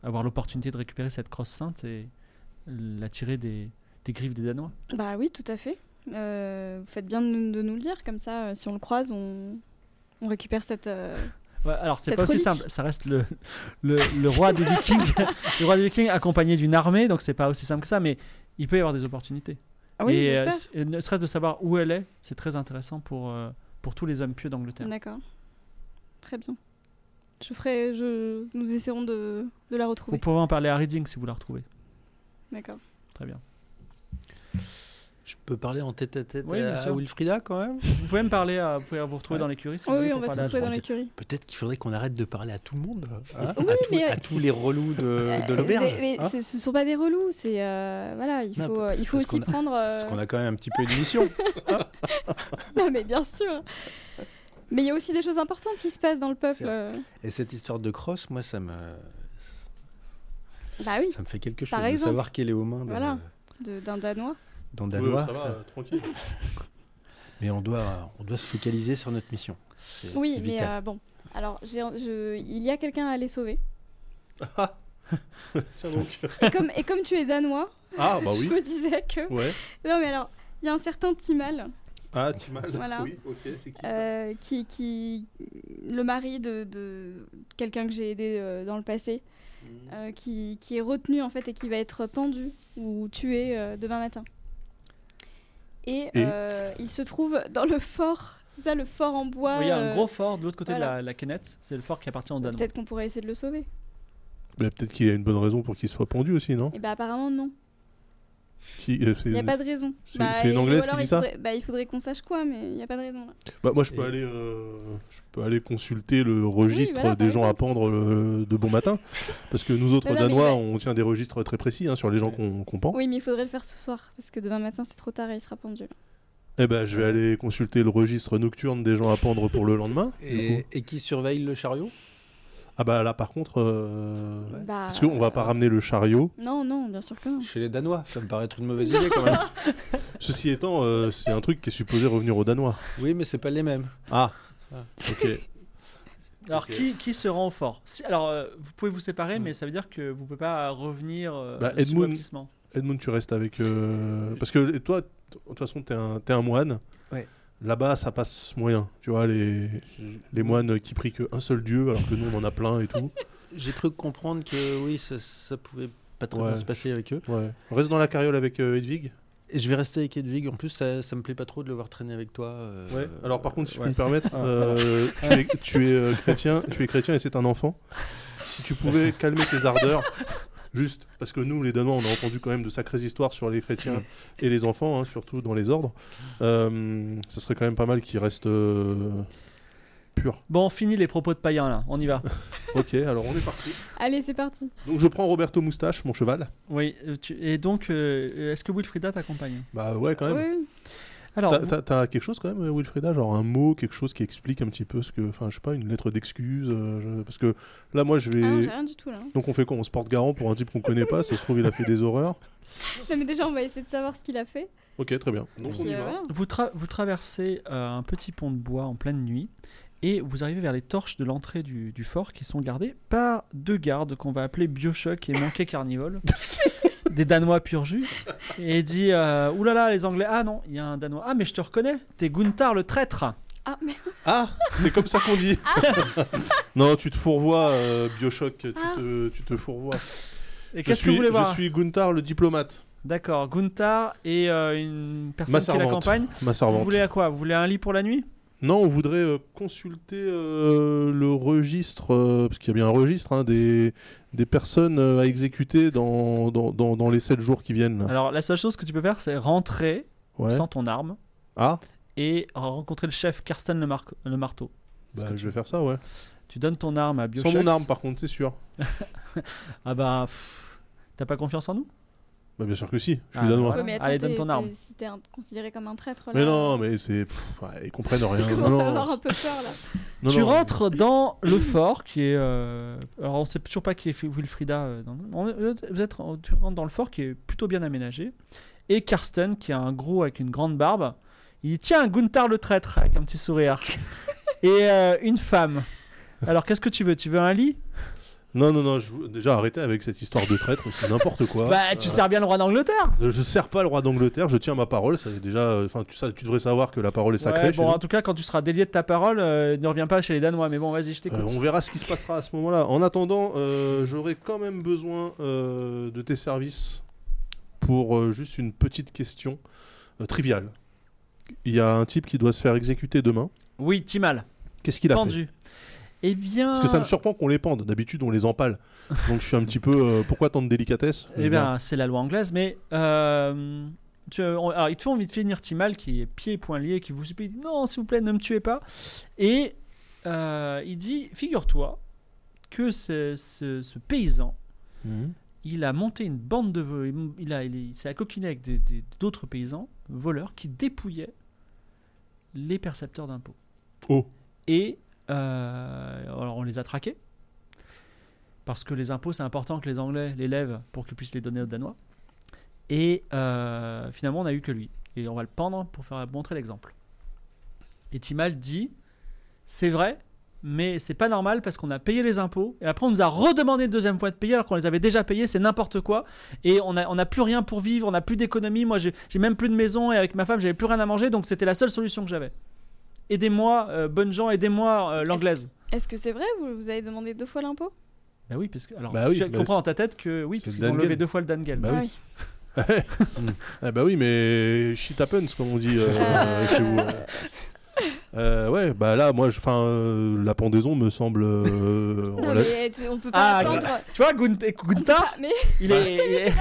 avoir l'opportunité de récupérer cette crosse sainte et la tirer des, des griffes des Danois.
Bah oui, tout à fait. Euh, vous faites bien de nous, de nous le dire, comme ça, euh, si on le croise, on, on récupère cette. euh,
Ouais, alors, c'est
Cette
pas aussi
relique.
simple. Ça reste le, le, le roi des Vikings, le roi des Vikings accompagné d'une armée, donc c'est pas aussi simple que ça, mais il peut y avoir des opportunités.
Ah oui,
et euh,
j'espère.
c- ne serait-ce de savoir où elle est, c'est très intéressant pour, euh, pour tous les hommes pieux d'Angleterre.
D'accord. Très bien. Je ferai, je... Nous essaierons de, de la
Vous
retrouver.
pourrez en parler à Reading si vous la retrouvez.
D'accord.
Très bien.
Je peux parler en tête à tête
Oui, bien
à
sûr.
Wilfrida quand même
Vous pouvez me parler, à- vous pouvez vous retrouver dans l'écurie. si
Oh
vous voulez,
oui, on
Ah bah pour parler à-
va se retrouver dans
Atlantique.
l'écurie.
Peut-être qu'il faudrait qu'on arrête de parler à tout le monde, hein,
Oui,
à, tous-
mais-
à tous les relous de, de
Euh,
l'auberge.
Mais, mais
hein,
ce ne sont pas des relous, c'est euh, voilà, il
Non,
faut, euh, il faut
parce
aussi
qu'on a-
prendre.
Parce
euh,
qu'on a quand même un petit peu une mission.
Non, mais bien sûr. Mais il y a aussi des choses importantes qui se passent dans le peuple.
C'est vrai.
euh.
Et cette histoire de crosse, moi, ça me,
Bah oui,
ça me fait quelque chose
Par
de
exemple.
savoir qu'elle est aux mains d'un-
Voilà. de- d'un Danois.
d'un
Ouais,
Danois.
ça va,
ça.
euh, tranquille.
Mais on doit, on doit se focaliser sur notre mission. C'est-
Oui,
c'est
mais
vital.
euh, bon. Alors, j'ai- je- il y a quelqu'un à les sauver.
Tiens donc.
Et comme, et comme tu es Danois,
Ah, bah oui.
je me disais que.
Ouais.
Non, mais alors, il y a un certain Timal
Ah, Timal.
Voilà.
Oui, ok, c'est qui ça
euh, qui, qui. le mari de, de quelqu'un que j'ai aidé euh, dans le passé,
Mhm.
euh, qui, qui est retenu en fait et qui va être pendu ou tué euh, demain matin. Et,
Et
euh, il se trouve dans le fort, c'est ça, le fort en bois.
Oui, il y a un
euh,
gros fort de l'autre côté de
voilà.
la, la Kenneth, c'est le fort qui appartient aux Danois.
Peut-être qu'on pourrait essayer de le sauver.
Mais peut-être qu'il y a une bonne raison pour qu'il soit pendu aussi, non
Et bah apparemment non.
Qui- euh,
Il n'y a
c'est-
pas de raison. Bah,
c'est- c'est une
et- ou
Anglaise qui
alors,
dit
il
ça
faudrait, bah, il faudrait qu'on sache quoi, mais il n'y a pas de raison. là.
Bah, moi, je peux,
Et-
aller, euh, je peux aller consulter le registre
voilà, par
des gens à pendre euh, de bon matin. Parce que nous autres
Non, non, mais
Danois,
il
on tient des registres très précis hein, sur les gens
Ouais.
qu'on qu'on pend.
Oui, mais il faudrait le faire ce soir, parce que demain matin c'est trop tard et il sera pendu.
Eh ben, je vais aller consulter le registre nocturne des gens à pendre pour le lendemain. du
Et, et qui surveille le chariot
Ah, bah là, par contre. euh,
Bah,
Parce qu'on va pas ramener le chariot.
Non, non, bien sûr que non.
Chez les Danois. Ça me paraît être une mauvaise idée quand même.
Ceci étant, euh, c'est un truc qui est supposé revenir aux Danois.
oui, mais c'est pas les mêmes.
Ah Ok.
Alors,
Ok.
qui, qui se rend au fort Si- Alors, euh, vous pouvez vous séparer, mais ça veut dire que vous ne pouvez pas revenir euh,
Bah,
sous
Edmund-
l'avertissement.
Edmund, tu restes avec. euh, Parce que toi, t- de toute façon, t'es un, t'es un moine.
Ouais.
Là-bas, ça passe moyen. Tu vois, les, les moines qui prient qu'un seul dieu, alors que nous, on en a plein et tout.
J'ai cru comprendre que oui, ça, ça pouvait pas très
Ouais.
bien se passer avec eux.
Ouais. Reste dans la carriole avec euh, Edwig.
Et je vais rester avec Edwig. En plus, ça, ça me plaît pas trop de le voir traîner avec toi. euh,
Ouais. Alors, par contre, si je
ouais. Ah,
peux me permettre, euh, tu es, tu es, euh, chrétien, tu es chrétien et c'est un enfant. Si tu pouvais calmer tes ardeurs. Juste, parce que nous, les Danois, on a entendu quand même de sacrées histoires sur les chrétiens et les enfants, hein, surtout dans les ordres. Euh, ça serait quand même pas mal qu'ils restent euh, purs.
Bon, on finit les propos de païens là, on y va.
Ok, alors on est parti.
Allez, c'est parti.
Donc je prends Roberto Moustache, mon cheval.
oui, euh, tu- et donc, euh, est-ce que Wilfrida t'accompagne
Bah ouais, quand même.
Oui, oui.
Alors,
T'as-
vous-
T'as t'as quelque chose quand même, euh, Wilfrida Genre un mot, quelque chose qui explique un petit peu ce que. Enfin, je sais pas, une lettre d'excuse euh, je- Parce que là, moi, je
Ah non, j'ai
vais.
rien du tout là.
Donc on fait quoi On se porte garant pour un type qu'on connaît pas, ça se trouve, il a fait des horreurs.
Non, mais déjà, on va essayer de savoir ce qu'il a fait.
Ok, très bien. Donc
puis,
on y
euh,
va.
voilà.
Vous, tra- vous traversez euh, un petit pont de bois en pleine nuit et vous arrivez vers les torches de l'entrée du, du fort qui sont gardées par deux gardes qu'on va appeler Bioshock et Monkey Carnival, des Danois pur jus. Et il dit euh, Oulala, les Anglais, ah non, il y a un Danois, ah mais je te reconnais, t'es Gunther le traître.
Ah, mais
Ah C'est comme ça qu'on dit
Ah.
Non, tu te fourvoies, euh, Bioshock, tu
Ah.
te, tu te fourvoies.
Et
Je
qu'est-ce que vous
suis,
voulez
je
voir
suis Gunther le diplomate,
D'accord, Gunther et euh, une personne
Ma
qui
servante.
l'accompagne.
ma
Vous
servante.
voulez à quoi Vous voulez un lit pour la nuit
Non, on voudrait euh, consulter euh, le registre, euh, parce qu'il y a bien un registre, hein, des, des personnes euh, à exécuter dans, dans, dans- dans les 7 jours qui viennent. là.
Alors la seule chose que tu peux faire, c'est rentrer
Ah. Ouais.
sans ton arme
Ah,
et rencontrer le chef Karsten le, Mar- le marteau. Est-ce
bah,
que tu-
je vais faire ça, ouais.
Tu donnes ton arme à Bioshock.
Sans mon arme, par contre, c'est sûr.
Ah bah. pff, T'as pas confiance en nous
Bah, bien sûr que si, je suis
Ah,
danois.
ouais.
Ouais, mais attends,
Allez, donne
t'es-
ton arme.
t'es- Si t'es un- considéré comme un traître là.
Mais non, mais c'est. pff, ouais, ils comprennent rien.
Je
Non,
commence
non,
à avoir un peu peur là.
non,
Tu
non.
rentres dans le fort qui est. euh, Alors on sait toujours pas qui est Fi- Wilfrida. euh, dans... on- euh, vous êtes- Tu rentres dans le fort qui est plutôt bien aménagé. Et Karsten, qui a un gros avec une grande barbe, il dit Tiens, Gunther le traître, avec un petit sourire. Et euh, une femme. Alors qu'est-ce que tu veux Tu veux un lit
Non, non, non, je... vous- déjà arrêtez avec cette histoire de traître, c'est n'importe quoi.
Bah, tu sers bien le roi d'Angleterre
Euh, Je sers pas le roi d'Angleterre, je tiens ma parole, ça, déjà. euh, Enfin, tu, ça, tu devrais savoir que la parole est sacrée.
Ouais,
chez
Bon,
nous.
en tout cas, quand tu seras délié de ta parole, euh, ne reviens pas chez les Danois. Mais bon, vas-y, je t'écoute.
Euh, on verra ce qui se passera à ce moment-là. En attendant, euh, j'aurais quand même besoin euh, de tes services pour euh, juste une petite question euh, triviale. Il y a un type qui doit se faire exécuter demain.
Oui, Timal,
Qu'est-ce qu'il a fait
pendu. Eh bien.
Parce que ça me surprend qu'on les pende. D'habitude, on les empale. Donc je suis un petit peu. euh, pourquoi tant de délicatesse
Eh bien, c'est la loi anglaise, mais. euh, tu, as- on- alors, il te fait envie de finir Timal, qui est pieds et poings liés, qui vous supplie dit, Non, s'il vous plaît, ne me tuez pas. Et euh, il dit Figure-toi que ce, ce- ce paysan,
Mmh.
Mhm.
Euh,
il a monté une bande de. vo- Il, a, il, est- il s'est accoquiné avec des- des- d'autres paysans, voleurs, qui dépouillaient les percepteurs d'impôts.
Oh.
Et euh, alors on les a traqués. Parce que les impôts, c'est important que les Anglais les lèvent pour qu'ils puissent les donner aux Danois. Et euh, finalement, on n'a eu que lui. Et on va le pendre pour faire montrer l'exemple. Et Timal dit C'est vrai, mais c'est pas normal parce qu'on a payé les impôts. Et après, on nous a redemandé une deuxième fois de payer alors qu'on les avait déjà payés. C'est n'importe quoi. Et on n'a on a plus rien pour vivre, on n'a plus d'économie. Moi, j'ai j'ai même plus de maison. Et avec ma femme, j'avais plus rien à manger. Donc, c'était la seule solution que j'avais. Aidez-moi, euh, bonnes gens, aidez-moi, euh, l'anglaise.
Est-ce que c'est vrai vous, vous avez demandé deux fois l'impôt
Bah oui, parce que. Alors,
Bah oui,
tu
bah
comprends
c'est-
dans ta tête que oui,
c'est
parce
le
qu'ils ont
Dangel.
levé deux fois le Dangel.
Bah oui.
Ah
Ah bah oui, mais shit happens, comme on dit euh,
Euh.
chez vous. euh. Euh, ouais, bah là, moi, je- 'fin, euh, la pendaison me semble. euh,
Non,
rela-
mais tu- on peut pas
Ah,
la
gla-
pendre.
Tu vois, Gunt- et
On peut pas-
Gunther,
Ah, mais
il est. il est-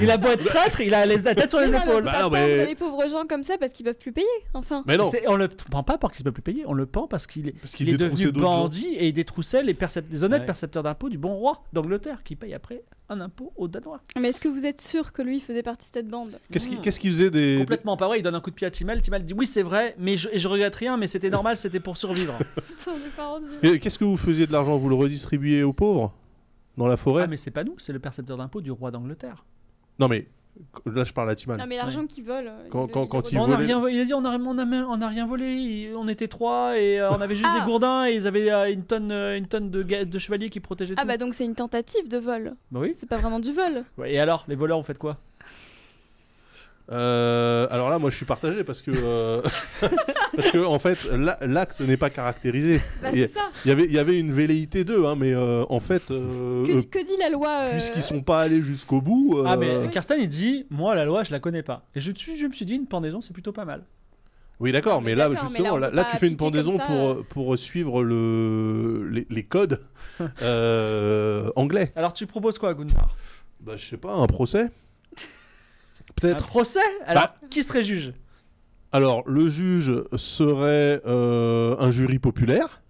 il a beau être traître, il a la la tête sur les
mais non, mais on peut
épaules.
Bah
pas
non,
pendre
mais-
les pauvres gens comme ça parce qu'ils peuvent plus payer. Enfin.
Mais Bah non,
C'est- On le pend pas parce qu'il ne peut plus payer, on le pend parce qu'il est,
parce qu'il
il est devenu
détroussait d'autres gens.
bandit et il détroussait les, percep- les honnêtes
Ouais.
percepteurs d'impôts du bon roi d'Angleterre qui paye après un impôt aux Danois.
Mais est-ce que vous êtes sûr que lui faisait partie de cette bande
Qu'est-ce
Mmh.
qu'il qu'est-ce qu'il faisait des. des-
Complètement pas vrai, il donne un coup de pied à Timal, Timal dit oui c'est vrai, mais je, et je regrette rien, mais c'était normal, c'était pour survivre.
Putain, on est pas rendu.
Et Qu'est-ce que vous faisiez de l'argent Vous le redistribuiez aux pauvres Dans la forêt
Ah mais c'est pas nous, c'est le percepteur d'impôts du roi d'Angleterre.
Non, mais là, je parle à Timal.
Non, mais l'argent qui vole. euh,
Quand-
il-
quand-
il-
quand
il-
Ils
on n'a
volaient-
rien, vo- il a dit on n'a on a, même- on a rien volé, il- on était trois et euh, on avait juste
Ah.
des gourdins et ils avaient euh, une tonne, euh, une tonne de, ga- de chevaliers qui protégeaient
Ah
tout.
bah donc c'est une tentative de vol.
Bah oui.
C'est pas vraiment du vol.
Ouais, et alors, les voleurs, vous faites quoi
Euh, alors là, moi, je suis partagé parce que euh, parce que en fait, la- l'acte n'est pas caractérisé.
Bah
Et-
c'est ça.
Il y avait il y avait une velléité d'eux, hein, mais euh, en fait, euh,
Que,
euh,
que dit la loi euh,
puisqu'ils sont pas allés jusqu'au bout.
Ah
euh,
mais Karsten il dit, moi la loi je la connais pas. Et je, je me suis dit une pendaison c'est plutôt pas mal.
Oui, d'accord, mais,
Mais
là,
d'accord, mais
justement,
là, on
là,
peut
là,
pas
tu fais une
appliquer comme
pendaison
ça,
pour, pour suivre le, les, les codes euh, anglais.
Alors tu proposes quoi Gunnar
Bah, je sais pas, un procès
Un
Peut-être. Bah.
procès Alors qui serait juge
Ah.
Alors, le juge serait euh, un jury populaire,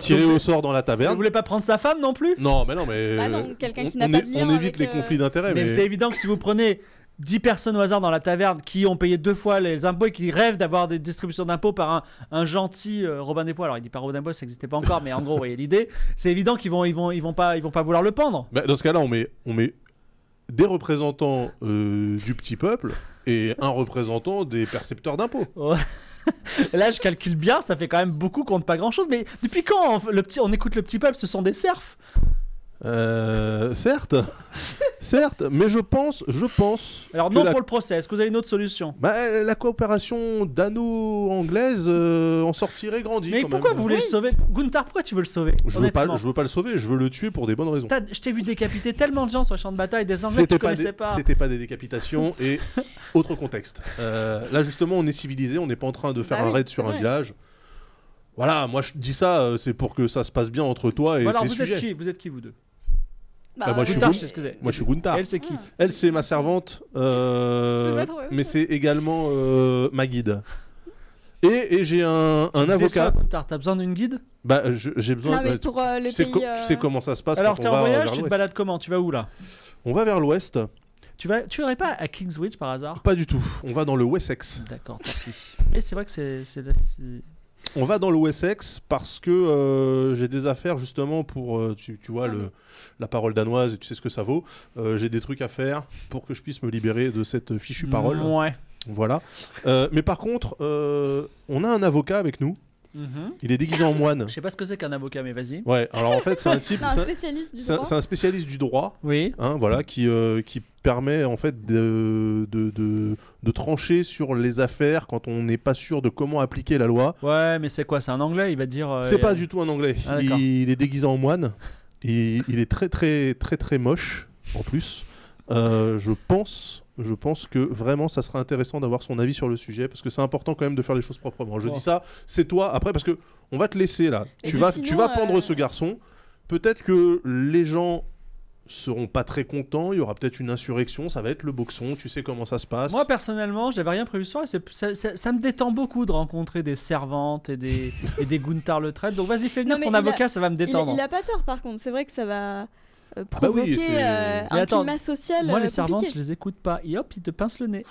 tiré au sort dans la
Vous
taverne.
voulez pas prendre sa femme non plus
Non, mais non, mais. euh,
Bah non, quelqu'un
on-
qui n'a
on
pas
é-
de lien
On
avec
évite
euh,
les
le-
conflits d'intérêts,
Mais
mais.
c'est évident que si vous prenez 10 personnes au hasard dans la taverne qui ont payé deux fois les impôts et qui rêvent d'avoir des distributions d'impôts par un, un gentil euh, Robin des Bois, alors il dit pas Robin des Bois, ça n'existait pas encore, mais en gros, vous voyez l'idée, c'est évident qu'ils vont, ils vont, ils vont, pas, ils vont pas vouloir le pendre.
Bah, dans ce cas-là, on met, on met des représentants euh, du petit peuple et un représentant des percepteurs d'impôts.
Et Là, je calcule bien, ça fait quand même beaucoup qu'on ne pas grand chose, mais depuis quand on, le petit, on écoute le petit peuple, ce sont des serfs
Euh, certes, certes, mais je pense, je pense.
Alors
que
non
la,
pour le procès, est-ce que vous avez une autre solution
Bah, la coopération dano-anglaise euh, en sortirait grandie.
Mais
quand
pourquoi
même.
vous voulez le sauver Gunther, pourquoi tu veux le sauver
je veux, pas,
honnêtement
je veux pas le sauver, je veux le tuer pour des bonnes raisons.
T'as- Je t'ai vu décapiter tellement de gens sur le champ de bataille, des Anglais que tu
pas,
connaissais
des-
pas.
c'était pas des décapitations et autre contexte. Euh, là justement, on est civilisé, on n'est pas en train de faire
Bah
un
oui,
raid sur
c'est
un
vrai.
village. Voilà, moi je dis ça, euh, c'est pour que ça se passe bien entre toi
Bon,
et
Bah alors
tes
vous
sujets.
êtes qui Vous êtes qui vous deux
Bah,
euh,
moi, je suis
Gunther,
Gun-
je sais ce que c'est.
Moi je suis Gunther.
Elle c'est qui
Ah.
Elle, c'est ma servante, euh,
Je peux pas trouver autre
mais c'est également euh, ma guide. Et, et j'ai un, un avocat.
Descends, Gunther, T'as besoin d'une guide
Bah, je- j'ai besoin.
Non mais
bah, tu,
pour euh, le
tu sais
pays.
co-
euh,
tu sais comment ça se passe
Alors
quand
t'es
on va
en
euh,
voyage,
vers
tu te
l'ouest.
balades comment Tu vas où là
On va vers l'ouest.
Tu vas, tu irais pas à Kingswich par hasard
Pas du tout. On va dans le Wessex.
D'accord. Turquie. Et c'est vrai que c'est, c'est, c'est-
On va dans le Wessex parce que euh, j'ai des affaires justement pour. euh, tu, tu vois le, la parole danoise et tu sais ce que ça vaut. Euh, j'ai des trucs à faire pour que je puisse me libérer de cette fichue parole.
Ouais.
Voilà. Euh, mais par contre, euh, on a un avocat avec nous.
Mhm.
Il est déguisé en moine.
Je sais pas ce que c'est qu'un avocat, mais vas-y.
Ouais, alors en fait, c'est un type,
Non,
c'est
un
un-
spécialiste du
c'est un,
droit.
c'est un spécialiste du droit,
Oui.
hein, voilà, qui, euh, qui permet en fait de, de, de- de trancher sur les affaires quand on n'est pas sûr de comment appliquer la loi.
Ouais, mais c'est quoi C'est un anglais Il va dire. euh,
c'est pas
euh,
du tout un anglais.
Ah,
il,
d'accord.
il est déguisé en moine. Il, il est très, très, très, très moche, en plus. Euh, je pense, je pense que vraiment, ça sera intéressant d'avoir son avis sur le sujet parce que c'est important quand même de faire les choses proprement. Je
Oh.
dis ça, c'est toi après parce que on va te laisser là.
Et
tu
puis
vas, tu
sinon,
vas pendre
euh,
ce garçon. Peut-être que les gens seront pas très contents. Il y aura peut-être une insurrection. Ça va être le boxon. Tu sais comment ça se passe.
Moi personnellement, j'avais rien prévu ce soir. et c'est- Ça, ça- ça me détend beaucoup de rencontrer des servantes et des, et des Gunther le traître. Donc vas-y, fais venir
Non, mais
ton
il a-
avocat, ça va me
Il,
détendre.
il a pas tort par contre, c'est vrai que ça va euh,
Ah bah oui,
provoquer
c'est-
euh,
Mais
un
attends,
climat social.
Moi,
euh,
les servantes,
compliqué.
je les écoute pas. Et hop, ils te pincent le nez.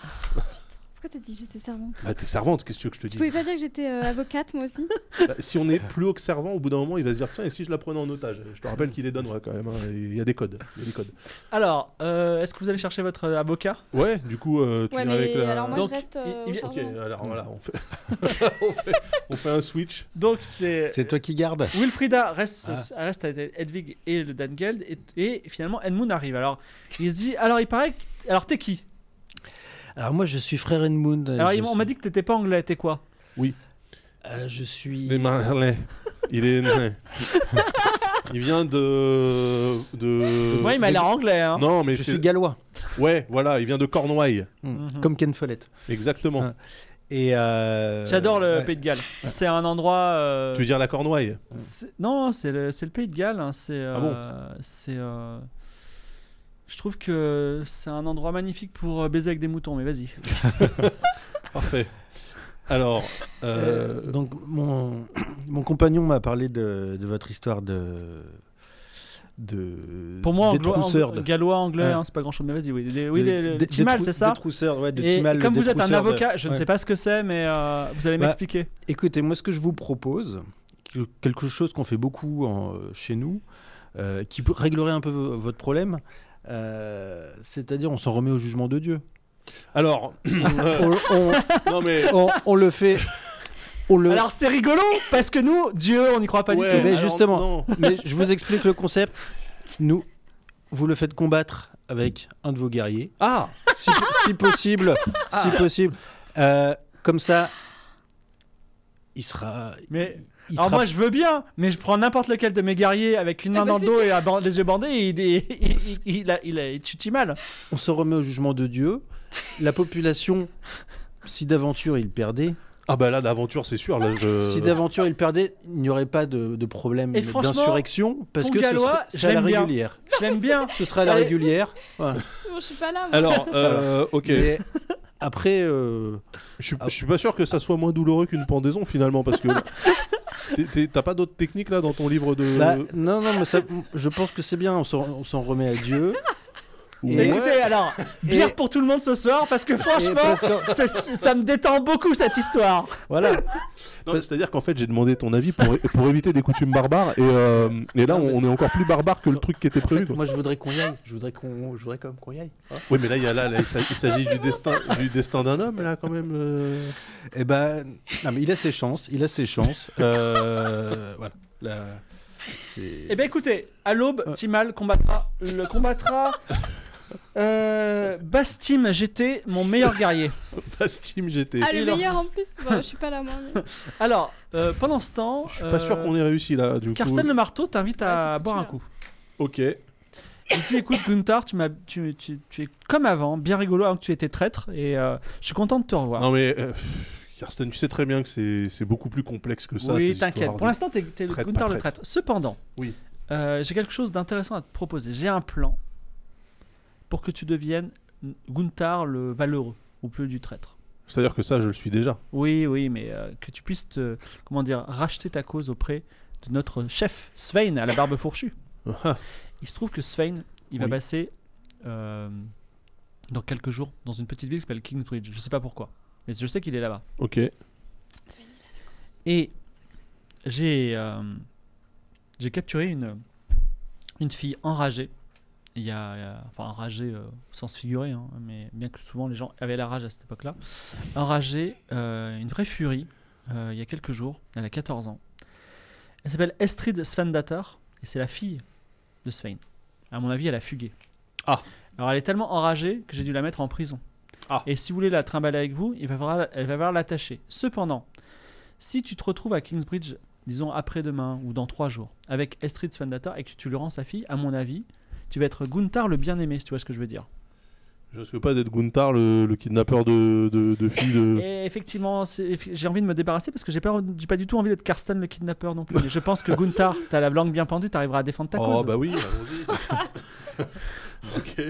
Pourquoi t'as dit j'étais servante
Bah, t'es servante. Qu'est-ce que tu veux que je te
Tu
dise
pouvais pas dire que j'étais euh, avocate moi aussi
Bah, si on est plus haut que servant, au bout d'un moment, il va se dire tiens, et si je la prenais en otage Je te rappelle qu'il est danois quand même. hein, et Il y a des codes. il y a des codes.
Alors, euh, est-ce que vous allez chercher votre avocat
Ouais, du coup, euh, tu
Ouais,
viens
mais
avec la.
alors moi
Donc,
je reste euh,
il- il-
au
Ok,
charbon.
alors voilà, on fait, on fait, on fait un switch.
Donc c'est
C'est toi qui gardes
Wilfrida reste,
Ah.
reste avec euh, Hedwig et le Dangeld et, et finalement Edmund arrive. Alors il se dit alors il paraît que, alors t'es qui
Alors moi je suis frère Edmund. euh,
Alors
je
il- on
suis-
m'a dit que t'étais pas anglais, t'es quoi
Euh, je suis.
Les Marley. Il est. Il vient de. de...
Moi il m'a l'air anglais. Hein.
Euh, Non, mais
je
c'est-
suis gallois,
Ouais, voilà, il vient de Cornouailles.
Hmm.
Mhm.
comme Ken Follett.
Exactement.
Ah. Et euh,
J'adore le
ouais.
Pays de Galles. C'est un endroit. euh,
Tu veux dire la Cornouaille
c'est- Non, c'est le, c'est le Pays de Galles. hein, C'est.
Ah
euh, c'est. euh, Je trouve que c'est un endroit magnifique pour euh, baiser avec des moutons. Mais vas-y.
Parfait. Alors.
Euh,
euh,
donc mon, mon compagnon m'a parlé de, de votre histoire de de
Pour moi,
des
anglo- ang-
trousseurs de-
gallois anglais,
Ouais.
hein, c'est pas grand chose. Mais vas-y, oui. Des- oui,
de-
les- les-
des-
Timal,
des trou-
c'est ça
des trousseurs, ouais, de
Et
Timal,
comme
des
vous êtes un
trousseurs de-
avocat, je ne
ouais.
sais pas ce que c'est, mais euh, vous allez
Bah,
m'expliquer.
Écoutez, moi, ce que je vous propose, que- quelque chose qu'on fait beaucoup en- euh, chez nous, euh, qui peut- réglerait un peu vo- votre problème, euh, c'est-à-dire on s'en remet au jugement de Dieu.
Alors. euh,
On, on-
non, mais.
on- on le fait. On le.
Alors c'est rigolo parce que nous, Dieu, on n'y croit pas
Ouais,
du tout.
Mais
alors,
justement.
non.
Mais je vous explique le concept. Nous, vous le faites combattre avec un de vos guerriers,
Ah
si, si possible,
Ah.
si possible. Euh, comme ça, il sera.
Mais-
il
Alors
sera-
moi, je veux bien, mais je prends n'importe lequel de mes guerriers avec une main
Ah bah,
dans le
c'est
dos et un ban- les yeux bandés et il, il, il, il, il, a- il a- il titille mal.
On se remet au jugement de Dieu. La population, si d'aventure il perdait,
Ah, bah là, d'aventure, c'est sûr. Là, je...
si d'aventure il perdait, il n'y aurait pas de, de problème
Et franchement,
d'insurrection parce
ton
que ce
gallois,
serait-
je
c'est à la
l'aime bien.
régulière.
Je l'aime bien.
Ce sera à la
Allez.
régulière. Voilà.
Bon, je suis pas là. moi.
Alors, euh, ok.
Mais après, euh,
Je suis- je suis pas sûr que ça soit moins douloureux qu'une pendaison finalement parce que T'es- t'es- t'as pas d'autres techniques là dans ton livre de.
bah, non, non, mais ça- je pense que c'est bien. On s'en on s'en remet à Dieu.
Ouais.
Mais
Et-
Bah, Écoutez, alors, bière pour tout le monde ce soir parce que
Et
franchement,
parce que-
ça, ça me détend beaucoup cette histoire.
voilà.
Non, mais C'est-à-dire qu'en fait j'ai demandé ton avis pour, pour éviter des coutumes barbares et, euh, et là
Non, mais-
on, on est encore plus barbare que le truc qui était
En fait,
prévu. quoi.
moi, je voudrais qu'on y aille. Je voudrais qu'on, je voudrais quand même qu'on y aille.
Oui mais là, il y a, là, là, il s'a- il s'agit
Ah,
du destin du destin d'un homme là quand même. euh.
Eh ben, non, mais il a ses chances. Il a ses chances. Euh, voilà. Là, c'est.
Eh bien écoutez, à l'aube,
Ouais.
Timal combattra, le combattra euh, Bastim GT, mon meilleur guerrier.
Bastim GT.
Ah, le
alors-
meilleur en plus Bon, je suis pas là, moi. mais-
Alors, euh, pendant ce temps,
Je suis pas
euh,
sûr qu'on ait réussi là du
Carsten
coup.
le marteau t'invite à
Ouais, c'est
boire un
foutu,
coup.
Ok.
Il dit écoute Gunther, tu, m'as- tu, tu- tu es comme avant, bien rigolo avant que tu étais traître et euh, je suis content de te revoir.
Non mais euh, pff, Carsten tu sais très bien que c'est c'est beaucoup plus complexe que ça.
oui,
ces
t'inquiète.
histoires
Pour
de-
l'instant, t'es t'es le
Traître,
Gunther
pas
le
traître.
traître. Cependant,
Oui.
euh, j'ai quelque chose d'intéressant à te proposer. J'ai un plan pour que tu deviennes Gunther le valeureux ou plus du traître.
C'est-à-dire que ça je le suis déjà.
Oui, oui, mais euh, que tu puisses te- comment dire, racheter ta cause auprès de notre chef, Svein, à la barbe fourchue.
Ah,
Il se trouve que Svein, il va
Oui.
passer euh, dans quelques jours dans une petite ville qui s'appelle Kingsbridge. Je sais pas pourquoi, mais je sais qu'il est là-bas.
ok.
Et j'ai euh, j'ai capturé une, une fille enragée. Il y a, il y a- enfin enragée euh, au sens figuré, hein, mais bien que souvent les gens avaient la rage à cette époque-là. Enragée, euh, une vraie furie, euh, il y a quelques jours, elle a 14 ans. Elle s'appelle Estrid Svendatter, et c'est la fille de Svein. À mon avis, elle a fugué.
Ah.
Alors elle est tellement enragée que j'ai dû la mettre en prison.
Ah.
Et si vous voulez la trimballer avec vous, il va falloir- elle va falloir l'attacher. Cependant, si tu te retrouves à Kingsbridge, disons après-demain ou dans trois jours, avec Estrid Svendatter et que tu lui rends sa fille, à mon avis, tu vas être Gunther le bien-aimé, si tu vois ce que je veux dire.
Je risque pas d'être Gunther, le, le kidnappeur de, de, de filles de.
Et effectivement, c'est- eff- j'ai envie de me débarrasser parce que j'ai pas, j'ai pas du tout envie d'être Karsten le kidnappeur non plus. Mais je pense que Gunther, t'as la langue bien pendue, t'arriveras à défendre ta
oh,
cause.
bah oui, allons-y. ok.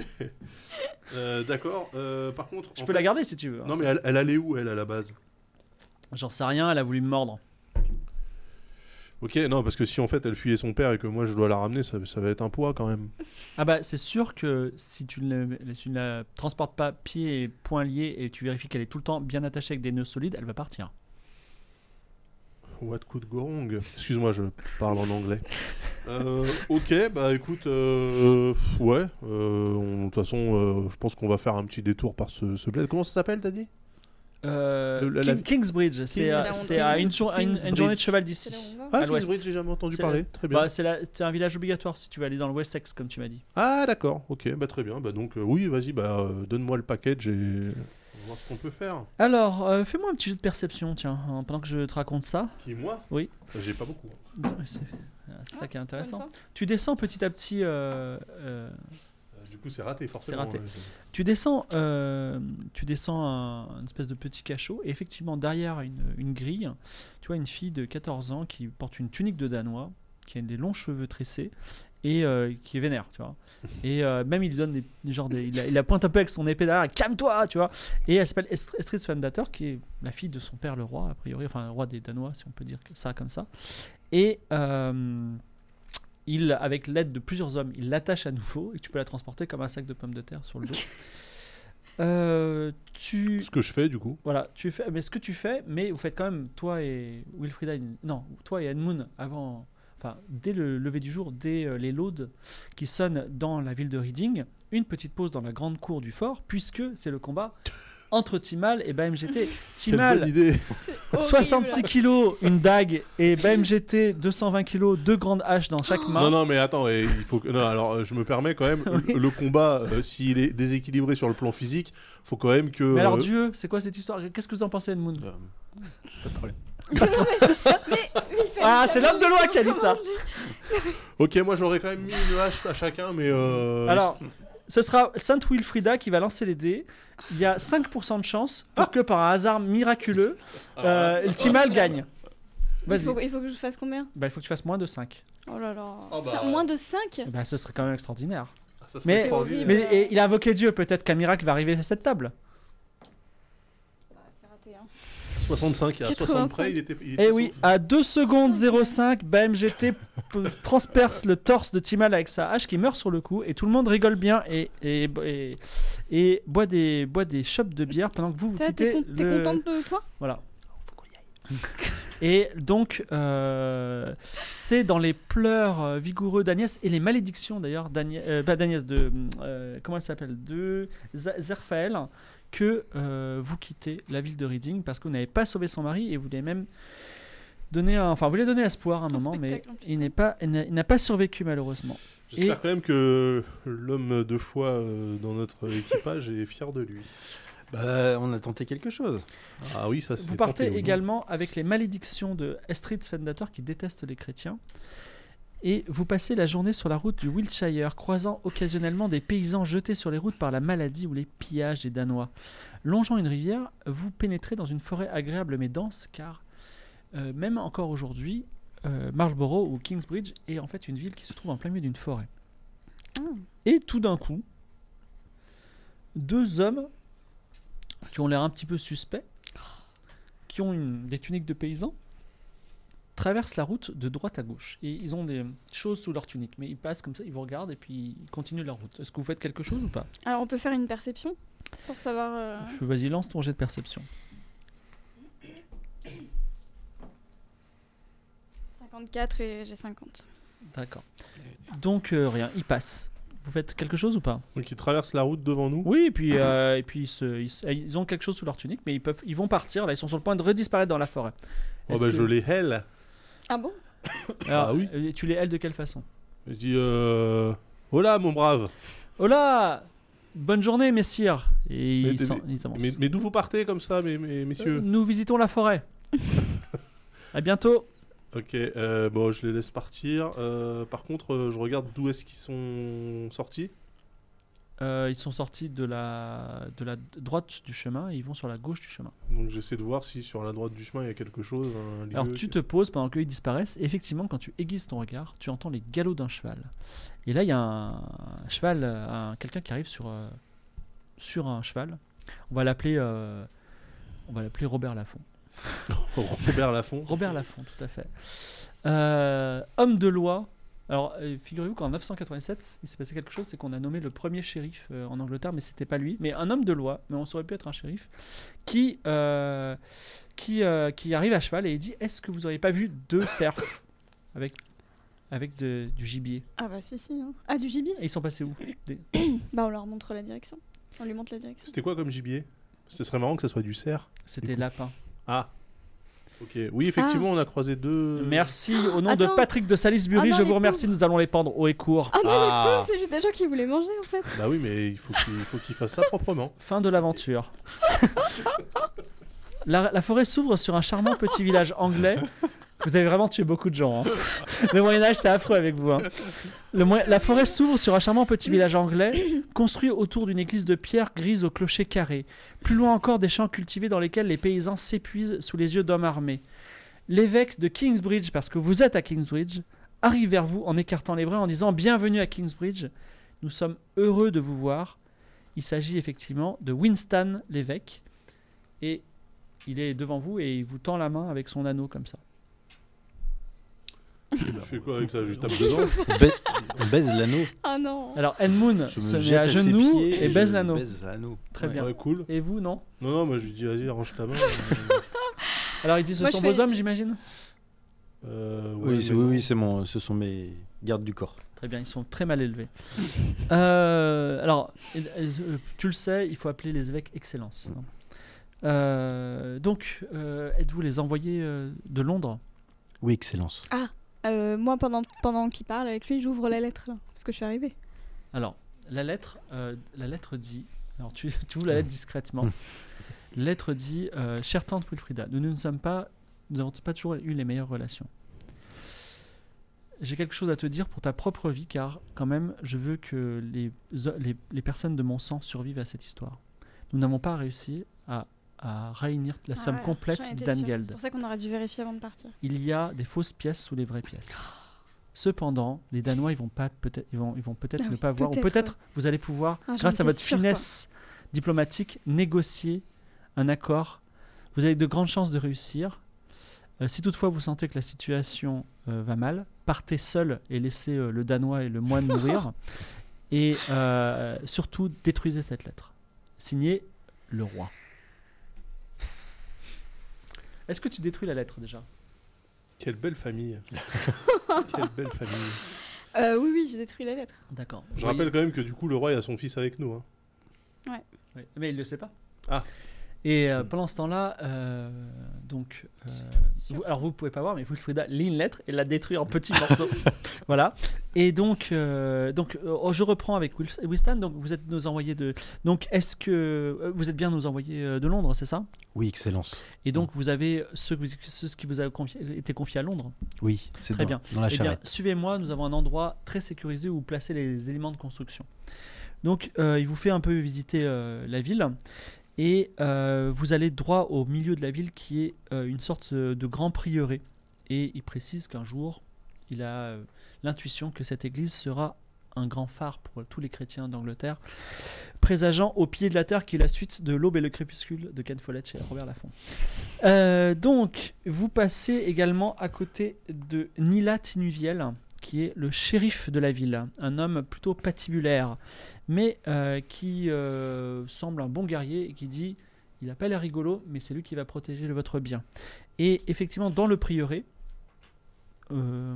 Euh, D'accord. euh, par contre.
je
en
peux
fait-
la garder si tu veux. hein,
Non,
ça.
mais elle, elle allait où, elle, à la base
J'en sais rien, elle a voulu me mordre.
Ok, non, parce que si en fait elle fuyait son père et que moi je dois la ramener, ça, ça va être un poids quand même.
Ah bah c'est sûr que si tu ne, si tu ne la transportes pas pieds et poings liés et tu vérifies qu'elle est tout le temps bien attachée avec des nœuds solides, elle va partir.
What could go wrong Excuse-moi, je parle en anglais. Euh, ok, bah écoute, euh, ouais. euh, on- De toute façon, euh, je pense qu'on va faire un petit détour par ce, ce bled. Comment ça s'appelle, t'as dit
Euh,
Le- la-
King-
la-
Kingsbridge, c'est
Kings-
à,
c'est là où on-
c'est à une,
Kings-
jour- à une- une
Kingsbridge.
journée de cheval
C'est
d'ici.
là où on va
À
Ah,
l'ouest.
Kingsbridge, j'ai jamais entendu
C'est-
parler. Très bien.
Bah, c'est la- c'est un village obligatoire si tu veux aller dans le Wessex comme tu m'as dit.
Ah d'accord, ok, bah très bien. Bah donc euh, oui, vas-y, bah euh, donne-moi le package et on va voir ce qu'on peut faire.
Alors, euh, fais-moi un petit jeu de perception, tiens, hein, pendant que je te raconte ça.
Qui moi
Oui.
Euh, J'ai pas beaucoup.
C'est c'est ça qui est
Ah,
intéressant.
encore une fois.
Tu descends petit à petit. euh, euh,
Euh, du coup, c'est raté forcément.
raté.
ouais.
tu descends, euh, tu descends un, un espèce de petit cachot, et effectivement, derrière une, une grille, tu vois une fille de 14 ans qui porte une tunique de Danois, qui a des longs cheveux tressés, et euh, qui est vénère, tu vois. Et euh, même, il lui donne des, des genres des- il, la, il la pointe un peu avec son épée derrière, calme-toi, tu vois. Et elle s'appelle Est- Estrid Svandater, qui est la fille de son père, le roi, a priori, enfin, le roi des Danois, si on peut dire ça comme ça. Et. euh, il, avec l'aide de plusieurs hommes, il l'attache à nouveau et tu peux la transporter comme un sac de pommes de terre sur le dos. Euh, tu
Ce que je fais du coup.
voilà, tu fais, mais ce que tu fais, mais vous faites quand même, toi et Wilfrida, une- non, toi et Edmund, avant, enfin, dès le lever du jour, dès euh, les laudes qui sonnent dans la ville de Reading, une petite pause dans la grande cour du fort, puisque c'est le combat entre Timal et BMGT.
Quelle
Timal,
bonne idée.
C'est horrible.
66 kilos, une dague, et BMGT, 220 kilos, deux grandes haches dans chaque main.
Non non mais attends, eh, il faut que non alors euh, je me permets quand même le-
Oui.
le combat euh, s'il est déséquilibré sur le plan physique, faut quand même que
Mais alors,
euh,
Dieu, c'est quoi cette histoire Qu'est-ce que vous en pensez, Edmund
Euh,
Il fallait
Ah, c'est
savoir
l'homme de loi qui a dit ça.
comment dire.
OK, moi j'aurais quand même mis une hache à chacun mais euh,
Alors, ce sera Sainte Wilfrida qui va lancer les dés. Il y a 5% de chance pour que par un hasard miraculeux, euh, le Timal gagne.
Il
Vas-y.
faut, il faut que je fasse combien
Bah, il faut que tu fasses moins de 5.
Oh là là.
Oh bah.
Ça- Moins de 5
Bah, ce serait quand même extraordinaire.
ça, c'est
mais-
extraordinaire.
Mais et il a invoqué Dieu, peut-être qu'un miracle va arriver à cette table.
C'est raté.
65 et à 60 près, il était il était
Eh oui, à 2 secondes 05, BMGT p- transperce le torse de Timal avec sa hache qui meurt sur le coup et tout le monde rigole bien et, et, et, et boit des boit des chopes de bière pendant que vous vous
T'es
quittez
con- t'es
le-
contente de toi
Voilà. Et donc, euh, c'est dans les pleurs euh, vigoureux d'Agnès et les malédictions d'ailleurs, d'Agnès, euh, pas d'Agnès, de. euh, comment elle s'appelle De Z- Zerfael, que euh, vous quittez la ville de Reading parce que vous n'avez pas sauvé son mari et vous lui avez même donné. un- Enfin, vous lui avez donné espoir à un,
Un
moment, mais
spectacle, en plus,
il
hein.
n'est pas- il n'a il n'a pas survécu malheureusement.
J'espère
Et-
quand même que l'homme de foi euh, dans notre équipage est fier de lui.
bah, on a tenté quelque chose.
Ah oui, ça c'est
Vous partez
tenté, oui.
également avec les malédictions de Estrid Svendator qui déteste les chrétiens. Et vous passez la journée sur la route du Wiltshire, croisant occasionnellement des paysans jetés sur les routes par la maladie ou les pillages des Danois. Longeant une rivière, vous pénétrez dans une forêt agréable mais dense, car euh, même encore aujourd'hui, euh, Marlborough ou Kingsbridge est en fait une ville qui se trouve en plein milieu d'une forêt. Et tout d'un coup, deux hommes qui ont l'air un petit peu suspects, qui ont une- des tuniques de paysans, traversent la route de droite à gauche. Et ils ont des choses sous leur tunique, mais ils passent comme ça, ils vous regardent et puis ils continuent leur route. Est-ce que vous faites quelque chose ou pas
Alors on peut faire une perception pour savoir. euh,
Ah.
Vas-y, lance ton jet de perception.
54 et j'ai 50.
D'accord. Donc euh, rien, ils passent. Vous faites quelque chose ou pas
Donc il traverse la route devant nous.
Oui, et puis, euh, et puis ils, se- ils se- ils ont quelque chose sous leur tunique, mais ils, peuvent, ils vont partir. Là, ils sont sur le point de redisparaître dans la forêt.
Oh
Est-ce
bah
que-
je les hèle.
Ah bon
Alors,
Ah oui.
euh, Tu les ailes de quelle façon
Je dis euh... Hola mon brave.
Oh là Bonne journée, messire Et
Mais-
ils,
mais-
s'en- ils avancent.
Mais, mais d'où vous partez comme ça, mes, mes-
Euh,
messieurs
nous visitons la forêt. à bientôt.
Ok, euh, bon, je les laisse partir. Euh, par contre, euh, je regarde d'où est-ce qu'ils sont sortis.
Euh, ils sont sortis de la, de la droite du chemin et ils vont sur la gauche du chemin.
Donc j'essaie de voir si sur la droite du chemin il y a quelque chose. un lieu
Alors tu
qui-
te poses pendant qu'ils disparaissent, et effectivement, quand tu aiguises ton regard, tu entends les galops d'un cheval. Et là, il y a un, un cheval, euh, un- quelqu'un qui arrive sur, euh, sur un cheval. On va l'appeler euh, on va l'appeler Robert Laffont.
Robert Laffont.
Robert Laffont, tout à fait. Euh, homme de loi. Alors, euh, figurez-vous qu'en 987, il s'est passé quelque chose, c'est qu'on a nommé le premier shérif euh, en Angleterre, mais c'était pas lui, mais un homme de loi, mais on saurait pu être un shérif, qui, euh, qui, euh, qui arrive à cheval et il dit Est-ce que vous auriez pas vu deux cerfs avec, avec de- du gibier
Ah bah si, si. hein. Ah, du gibier
Et ils sont passés où
Bah on leur montre la direction. On lui montre la direction.
C'était quoi comme gibier Ce serait marrant que ça soit du cerf.
C'était lapin.
Ah. Ok. Oui,
Ah.
effectivement, on a croisé deux.
Merci, au nom de
Attends.
Patrick de Salisbury,
Ah non,
je
les
vous remercie, nous allons les pendre haut et court.
Ah non,
Ah.
les pommes, c'est juste des gens qui voulaient manger en fait.
Bah oui, mais il faut qu'il faut qu'il fasse ça proprement.
Fin de l'aventure. la, la forêt s'ouvre sur un charmant petit village anglais. Vous avez vraiment tué beaucoup de gens. hein. Le Moyen Âge, c'est affreux avec vous. hein. Le Moyen- la forêt s'ouvre sur un charmant petit village anglais, construit autour d'une église de pierre grise au clocher carré. Plus loin encore, des champs cultivés dans lesquels les paysans s'épuisent sous les yeux d'hommes armés. L'évêque de Kingsbridge, parce que vous êtes à Kingsbridge, arrive vers vous en écartant les bras en disant Bienvenue à Kingsbridge. Nous sommes heureux de vous voir. Il s'agit effectivement de Winston l'évêque. Et il est devant vous et il vous tend la main avec son anneau comme ça.
Je fais quoi avec ça Je tape dedans.
On baise- on baise l'anneau.
Ah non.
Alors Edmund se
Je me
met
jette
à
ses
genoux
pieds
et baise
je
l'anneau.
baise l'anneau.
Très
Ouais.
bien.
Ouais, cool.
Et vous, non
Non, non, moi je lui dis, vas-y, arrange ta main.
Alors il dit ce
Moi, je
sont
fais-
vos hommes, j'imagine
Euh, ouais,
Oui, c'est-
mais
oui,
bon.
oui, c'est mon, ce sont mes gardes du corps.
Très bien, ils sont très mal élevés. Euh, alors, euh, euh, tu le sais, il faut appeler les évêques Excellence.
Mm.
hein. Euh, donc, euh, êtes-vous les envoyés euh, de Londres
Oui, Excellence.
Euh, moi, pendant, pendant qu'il parle avec lui, j'ouvre la lettre là. Parce que je suis arrivée.
Alors, la lettre, euh, la lettre dit. Alors, tu, tu ouvres la lettre discrètement. La lettre dit euh, Chère tante Wilfrida, nous ne nous sommes pas. Nous n'avons pas toujours eu les meilleures relations. J'ai quelque chose à te dire pour ta propre vie, car quand même, je veux que les, les, les personnes de mon sang survivent à cette histoire. Nous n'avons pas réussi à, à réunir la
Ah
somme complète
C'est
d'Angeld.
pour ça qu'on aurait dû vérifier avant de partir.
Il y a des fausses pièces sous les vraies pièces. Cependant, les Danois, ils vont pas peut-être, ils vont, ils vont peut-être
Ah
ne
oui,
pas voir, ou
peut-être,
peut-être vous allez pouvoir,
Ah, j'en
grâce à
étais
votre
sûre, quoi.
finesse diplomatique, négocier un accord. Vous avez de grandes chances de réussir. Euh, si toutefois vous sentez que la situation euh, va mal, partez seul et laissez euh, le Danois et le moine mourir. Et euh, surtout, détruisez cette lettre. Signé le roi. Est-ce que tu détruis la lettre déjà
Quelle belle famille. Quelle belle famille.
Euh, oui, oui, j'ai détruit la lettre.
D'accord.
Je rappelle quand même que du coup, le roi il a son fils avec nous. hein.
Oui, Mais il ne le sait pas.
Ah.
Et euh, pendant ce temps-là, euh, donc. euh, vous- alors vous ne pouvez pas voir, mais Wilfrida lit une lettre et la détruit en petits morceaux. voilà. Et donc, euh, donc euh, oh, je reprends avec Wil- Winston. Donc vous êtes nos envoyés de. Donc est-ce que. euh, Vous êtes bien nos envoyés euh, de Londres, c'est ça
Oui, Excellence.
Et
Hmm.
donc vous avez ceux, que vous- ceux qui vous a confié- été confiés à Londres
Oui, c'est
Très
dans,
bien.
dans la
eh bien,
charrette.
suivez-moi, nous avons un endroit très sécurisé où placer les éléments de construction. Donc, euh, il vous fait un peu visiter euh, la ville et euh, vous allez droit au milieu de la ville qui est euh, une sorte euh, de grand prieuré. Et il précise qu'un jour, il a euh, l'intuition que cette église sera un grand phare pour tous les chrétiens d'Angleterre, présageant au pied de la terre qui est la suite de L'aube et le crépuscule de Ken Follett chez Robert Laffont. Euh, donc, vous passez également à côté de Nila Tinuviel, qui est le shérif de la ville, un homme plutôt patibulaire, mais euh, qui euh, semble un bon guerrier et qui dit il n'a pas l'air rigolo, mais c'est lui qui va protéger le- votre bien. Et effectivement, dans le prieuré, euh,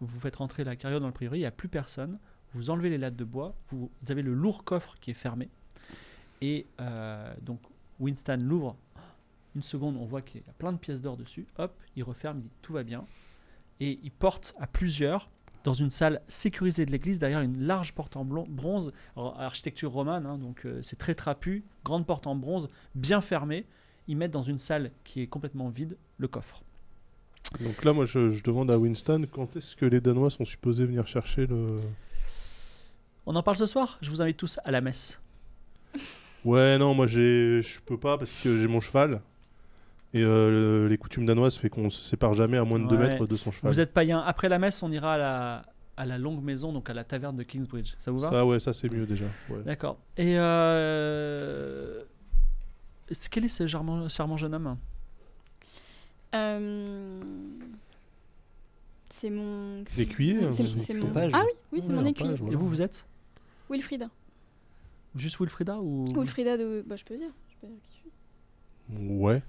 vous faites rentrer la carrière dans le prieuré, il n'y a plus personne. Vous enlevez les lattes de bois, vous, vous avez le lourd coffre qui est fermé. Et euh, donc, Winston l'ouvre une seconde, on voit qu'il y a plein de pièces d'or dessus. Hop, il referme, il dit tout va bien. Et il porte à plusieurs dans une salle sécurisée de l'église, derrière une large porte en blon- bronze, Alors, architecture romane, hein, donc euh, c'est très trapu, grande porte en bronze, bien fermée. Ils mettent dans une salle qui est complètement vide le coffre.
Donc là, moi, je, je demande à Winston quand est-ce que les Danois sont supposés venir chercher le.
On en parle ce soir Je vous invite tous à la messe.
Ouais, non, moi j'ai- je peux pas parce que j'ai mon cheval. Et euh, le- les coutumes danoises fait qu'on se sépare jamais à moins de 2
Ouais.
mètres de son cheval.
Vous êtes païen. Après la messe, on ira à la, à la longue maison, donc à la taverne de Kingsbridge. Ça vous va
Ça, ouais, ça c'est mieux déjà. ouais.
D'accord. Et euh... c'est- quel est ce charmant, charmant jeune homme
Euh, C'est mon.
L'écuyer,
C'est
hein,
c'est
ton
mon.
page.
Ah oui, oui, c'est
Ouais,
mon
un
écuyer.
page, voilà.
Et vous, vous êtes
Wilfrida.
Juste Wilfrida ou...
Wilfrida de. Bah, je peux dire. Je peux dire qui je suis.
Ouais.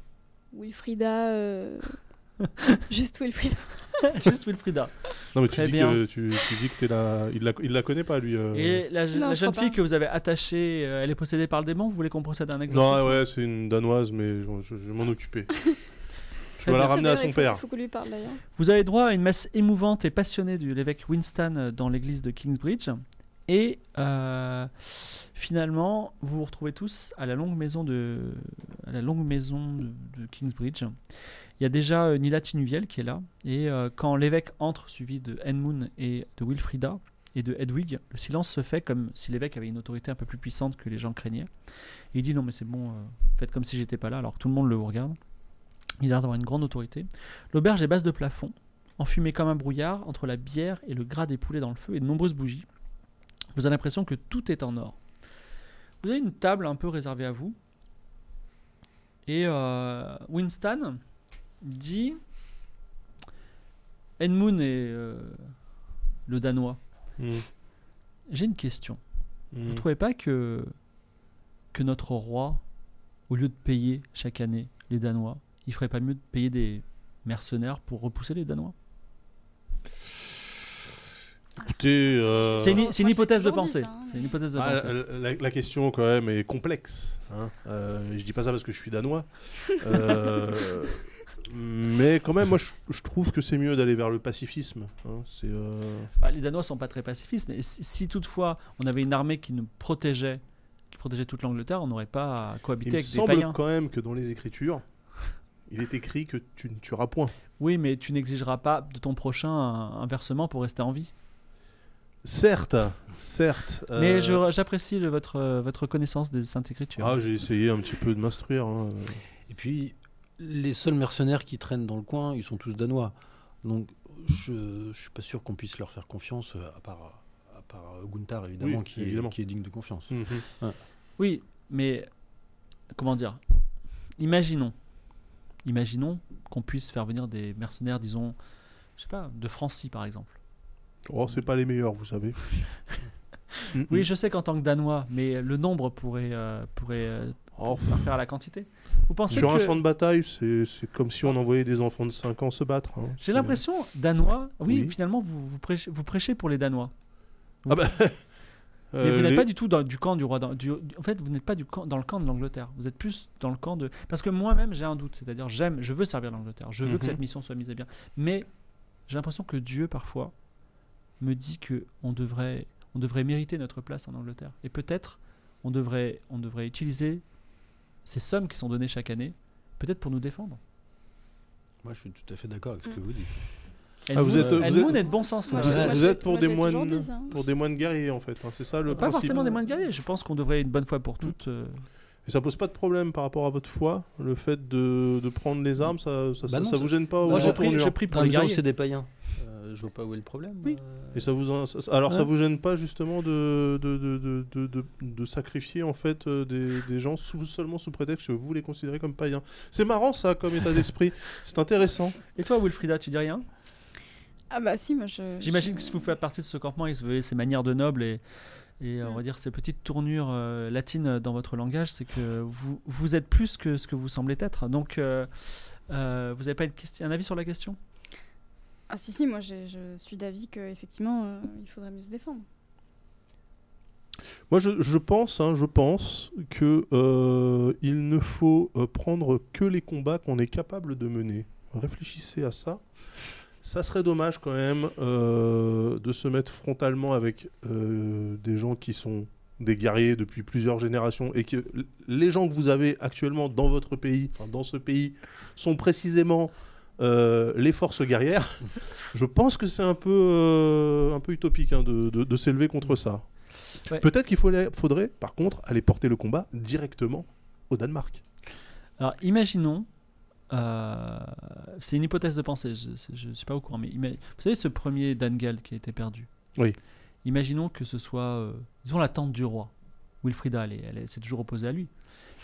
Wilfrida. euh, Juste Wilfrida.
Juste Wilfrida.
Non, mais tu
Très
dis,
bien.
que, tu, tu dis que t'es là. Il la, il la connaît pas, lui. euh.
Et la,
Non,
la
je
jeune
crois
fille
pas.
que vous avez attachée, euh, elle est possédée par le démon Vous voulez qu'on procède à un exorcisme
Non, ouais, c'est une danoise, mais je, je- je vais m'en occuper. je
bien.
dois la ramener à
D'ailleurs,
son
il faut-
père.
Il faut qu'on lui parle d'ailleurs.
Vous avez droit à une messe émouvante et passionnée de l'évêque Winston euh, dans l'église de Kingsbridge. Et euh, finalement, vous vous retrouvez tous à la longue maison de, à la longue maison de, de Kingsbridge. Il y a déjà euh, Nila Tinuviel qui est là. Et euh, quand l'évêque entre, suivi de Edmund et de Wilfrida et de Hedwig, le silence se fait comme si l'évêque avait une autorité un peu plus puissante que les gens craignaient. Il dit non mais c'est bon, euh, faites comme si j'étais pas là alors que tout le monde le regarde. Il a l'air d'avoir une grande autorité. L'auberge est basse de plafond, enfumée comme un brouillard entre la bière et le gras des poulets dans le feu et de nombreuses bougies. Vous avez l'impression que tout est en or. Vous avez une table un peu réservée à vous. Et euh, Winston dit Edmund et euh, le Danois,
Mm,
j'ai une question.
mm.
Vous trouvez pas que, que notre roi, au lieu de payer chaque année les Danois, il ferait pas mieux de payer des mercenaires pour repousser les Danois
Écoutez, euh,
C'est
Moi,
une, c'est une
je l'ai
hypothèse de
toujours dit,
pensée.
ça, hein,
C'est une hypothèse de
ah,
pensée.
la, la- la question quand même est complexe. Hein. Euh, je dis pas ça parce que je suis danois. Euh, mais quand même, moi je, je trouve que c'est mieux d'aller vers le pacifisme. hein. C'est. euh,
Bah, les Danois sont pas très pacifistes, mais si, si toutefois on avait une armée qui nous protégeait, qui protégeait toute l'Angleterre, on n'aurait pas à
Il
cohabiter
me
avec des
semble
païens.
quand même que dans les Écritures, il est écrit que tu ne tueras point.
Oui, mais tu n'exigeras pas de ton prochain un, un versement pour rester en vie.
Certes, certes.
Mais
euh,
je- j'apprécie le- votre, euh, votre connaissance des Saintes Écritures.
Ah, j'ai essayé un petit peu de m'instruire. hein.
Et puis, les seuls mercenaires qui traînent dans le coin, ils sont tous danois. Donc, je ne suis pas sûr qu'on puisse leur faire confiance, euh, à part, à part euh, Gunther, évidemment,
Oui,
qui,
évidemment.
Est, qui est digne de confiance.
Mhm.
Oui, mais comment dire Imaginons, imaginons qu'on puisse faire venir des mercenaires, disons, je sais pas, de Francie par exemple.
Oh, c'est pas les meilleurs, vous savez. Mhm.
Oui, je sais qu'en tant que Danois, mais le nombre pourrait, euh, pourrait euh,
Oh,
par faire la quantité. Vous pensez
Sur un
que-
champ de bataille, c'est c'est comme si on envoyait des enfants de 5 ans se battre. hein.
J'ai l'impression, Danois, oui,
Oui.
finalement, vous, vous, prêchez, vous prêchez pour les Danois.
Ah bah,
mais
euh,
vous n'êtes
les-
pas du tout dans, du camp du roi. Dan- du- en fait, vous n'êtes pas du camp, dans le camp de l'Angleterre. Vous êtes plus dans le camp de. Parce que moi-même, j'ai un doute. C'est-à-dire, j'aime, je veux servir l'Angleterre. Je veux que
Mhm.
cette mission soit mise à bien. Mais j'ai l'impression que Dieu, parfois, me dit que on devrait, on devrait mériter notre place en Angleterre. Et peut-être, on devrait, on devrait utiliser ces sommes qui sont données chaque année, peut-être pour nous défendre.
Moi, je suis tout à fait d'accord avec ce que
Mm.
vous dites.
Elle
Ah, vous êtes- vous êtes-
de bon sens.
Moi,
là.
je-
vous,
moi,
vous
je-
êtes pour
moi,
des
je l'ai toujours
moines,
dit, ça.
pour des moines guerriers en fait. hein. C'est ça le
Euh, Pas
principe.
forcément des moines guerriers. Je pense qu'on devrait une bonne fois pour toutes. euh,
Et ça pose pas de problème par rapport à votre foi, le fait de, de prendre les armes, ça, ça,
Bah
ça-
non,
ça
ça-
vous gêne pas au
Moi, j'ai
je
j'ai pris-
prie,
retournure
je prie
Dans
pour
la
les
mesure où
guerriers.
c'est des païens, euh, je vois pas où est le problème.
Oui.
euh.
Et ça vous en- ça- alors ça
Ouais.
vous gêne pas justement de de, de, de, de- de- de sacrifier en fait euh, des, des gens sous, seulement sous prétexte que vous les considérez comme païens. C'est marrant ça comme état d'esprit. C'est intéressant.
Et toi, Wilfrida, tu dis rien
Ah bah si, moi je.
J'imagine
je-
que si vous faites partie de ce campement, et que vous avez ces manières de noble et, et euh, on
Mm.
va dire ces petites tournures euh, latines dans votre langage, c'est que vous, vous êtes plus que ce que vous semblez être. Donc, euh, euh, vous n'avez pas une question- un avis sur la question
Ah si, si, moi j'ai- je suis d'avis qu'effectivement effectivement euh, il faudrait mieux se défendre.
Moi, je, je pense, hein, je pense que euh, il ne faut euh, prendre que les combats qu'on est capable de mener. Réfléchissez à ça. Ça serait dommage quand même euh, de se mettre frontalement avec euh, des gens qui sont des guerriers depuis plusieurs générations et que l- les gens que vous avez actuellement dans votre pays, enfin, dans ce pays, sont précisément euh, les forces guerrières. je pense que c'est un peu euh, un peu utopique hein, de, de- de s'élever contre ça.
Ouais.
Peut-être qu'il faut aller- faudrait, par contre, aller porter le combat directement au Danemark.
Alors, imaginons, euh, c'est une hypothèse de pensée, je ne suis pas au courant, mais ima- vous savez ce premier Dangal qui a été perdu
Oui.
Imaginons que ce soit, euh, disons, la tante du roi. Wilfrida, elle, est- elle est- s'est toujours opposée à lui.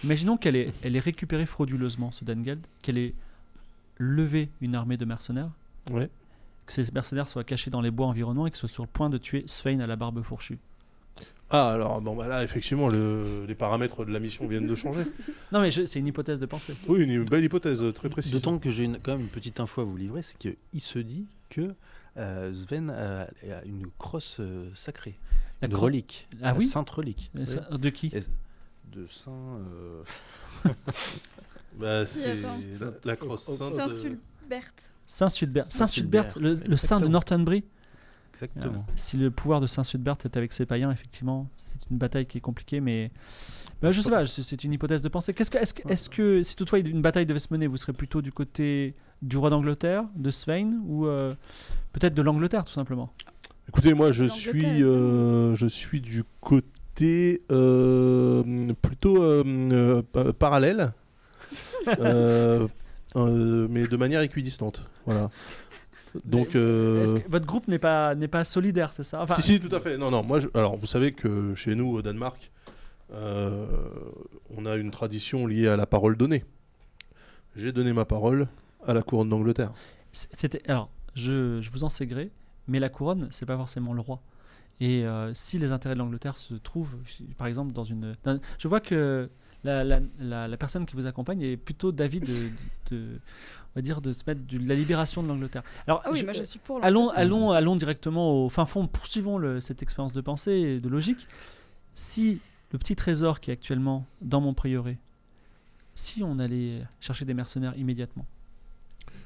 Imaginons qu'elle est, elle est récupérée frauduleusement, ce Dangald, qu'elle ait levé une armée de mercenaires,
Ouais.
que ces mercenaires soient cachés dans les bois environnants et que ce soit sur le point de tuer Svein à la barbe fourchue.
Ah, alors, bon, bah là, effectivement, le- les paramètres de la mission viennent de changer.
Non, mais je- c'est une hypothèse de pensée.
Oui, une belle hypothèse, euh, très précise.
D'autant que j'ai une- quand même une petite info à vous livrer, c'est qu'il se dit que euh, Sven a, a une crosse euh, sacrée,
La
une
cro-
relique,
Ah
la
oui
sainte relique
Euh, ça- Ah. De qui
Et- de saint. euh,
Bah,
Si,
c'est
attends.
la, la crosse sainte.
Saint
euh,
Sulbert.
Saint-Sudbert.
Saint
Saint-Sudbert, le, le saint de
Exactement.
Northumbrie.
exactement.
Voilà. Si le pouvoir de Saint-Sudbert est avec ses païens, effectivement, c'est une bataille qui est compliquée, mais Bah, je sais pas, c'est- c'est une hypothèse de pensée. Qu'est-ce que, est-ce, que, est-ce que si toutefois une bataille devait se mener, vous serez plutôt du côté du roi d'Angleterre, de Svein, ou euh, peut-être de l'Angleterre tout simplement
euh. Écoutez, moi, je
L'Angleterre
suis,
est-
euh, je suis du côté euh, plutôt euh, euh, pa- parallèle, euh, euh, mais de manière équidistante. Voilà. Donc. euh,
Est-ce que Votre groupe n'est pas, n'est pas solidaire, c'est ça Enfin,
Si, si, tout à fait. Non, non, moi, je- alors, vous savez que chez nous, au Danemark, euh, on a une tradition liée à la parole donnée. J'ai donné ma parole à la couronne d'Angleterre.
C'était alors, je, je vous en sais gré, mais la couronne, c'est pas forcément le roi. Et euh, si les intérêts de l'Angleterre se trouvent, par exemple, dans une, dans- je vois que la, la- la- la personne qui vous accompagne est plutôt d'avis de, de- on va dire, de se mettre du- de la libération de l'Angleterre. Alors,
Ah oui,
je-
moi je suis pour.
allons,
l'Angleterre.
allons, allons directement au fin fond. Poursuivons le- cette expérience de pensée et de logique. Si le petit trésor qui est actuellement dans mon prieuré, si on allait chercher des mercenaires immédiatement,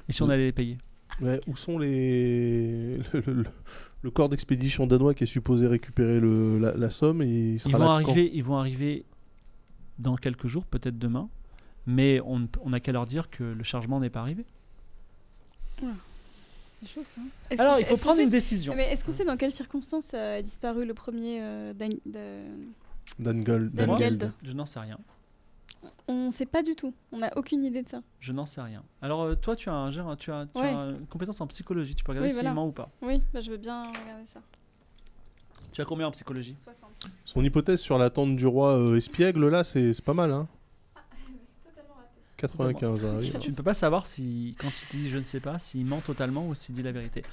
et si on
Vous-
allait les payer.
Ouais, où sont les le, le- le corps d'expédition danois qui est supposé récupérer le, la, la somme et il sera
Ils vont,
là quand
arriver, ils vont arriver dans quelques jours, peut-être demain, mais on ne peut- on n'a qu'à leur dire que le chargement n'est pas arrivé.
C'est chaud, ça. Est-ce
Alors
qu'on-
il faut
est-ce qu'on
prendre
sait-
une décision.
Mais est-ce qu'on sait dans quelles circonstances euh, a disparu le premier euh, Dan- de-
Dangal-
Moi,
Dangeld.
Dangeld.
Je n'en sais rien.
On sait pas du tout. On n'a aucune idée de ça.
Je n'en sais rien. Alors euh, toi, tu as, un, gère- tu as, tu as
Ouais.
une compétence en psychologie. Tu peux regarder
Oui,
s'il
voilà.
ment ou pas.
Oui, bah, je veux bien regarder ça.
Tu as combien en psychologie
60.
Son hypothèse sur la tente du roi euh, espiègle, là, c'est c'est pas mal, hein
C'est totalement raté.
95, hein, oui.
Tu ne peux pas savoir si, quand il dit je ne sais pas, s'il ment totalement ou s'il dit la vérité.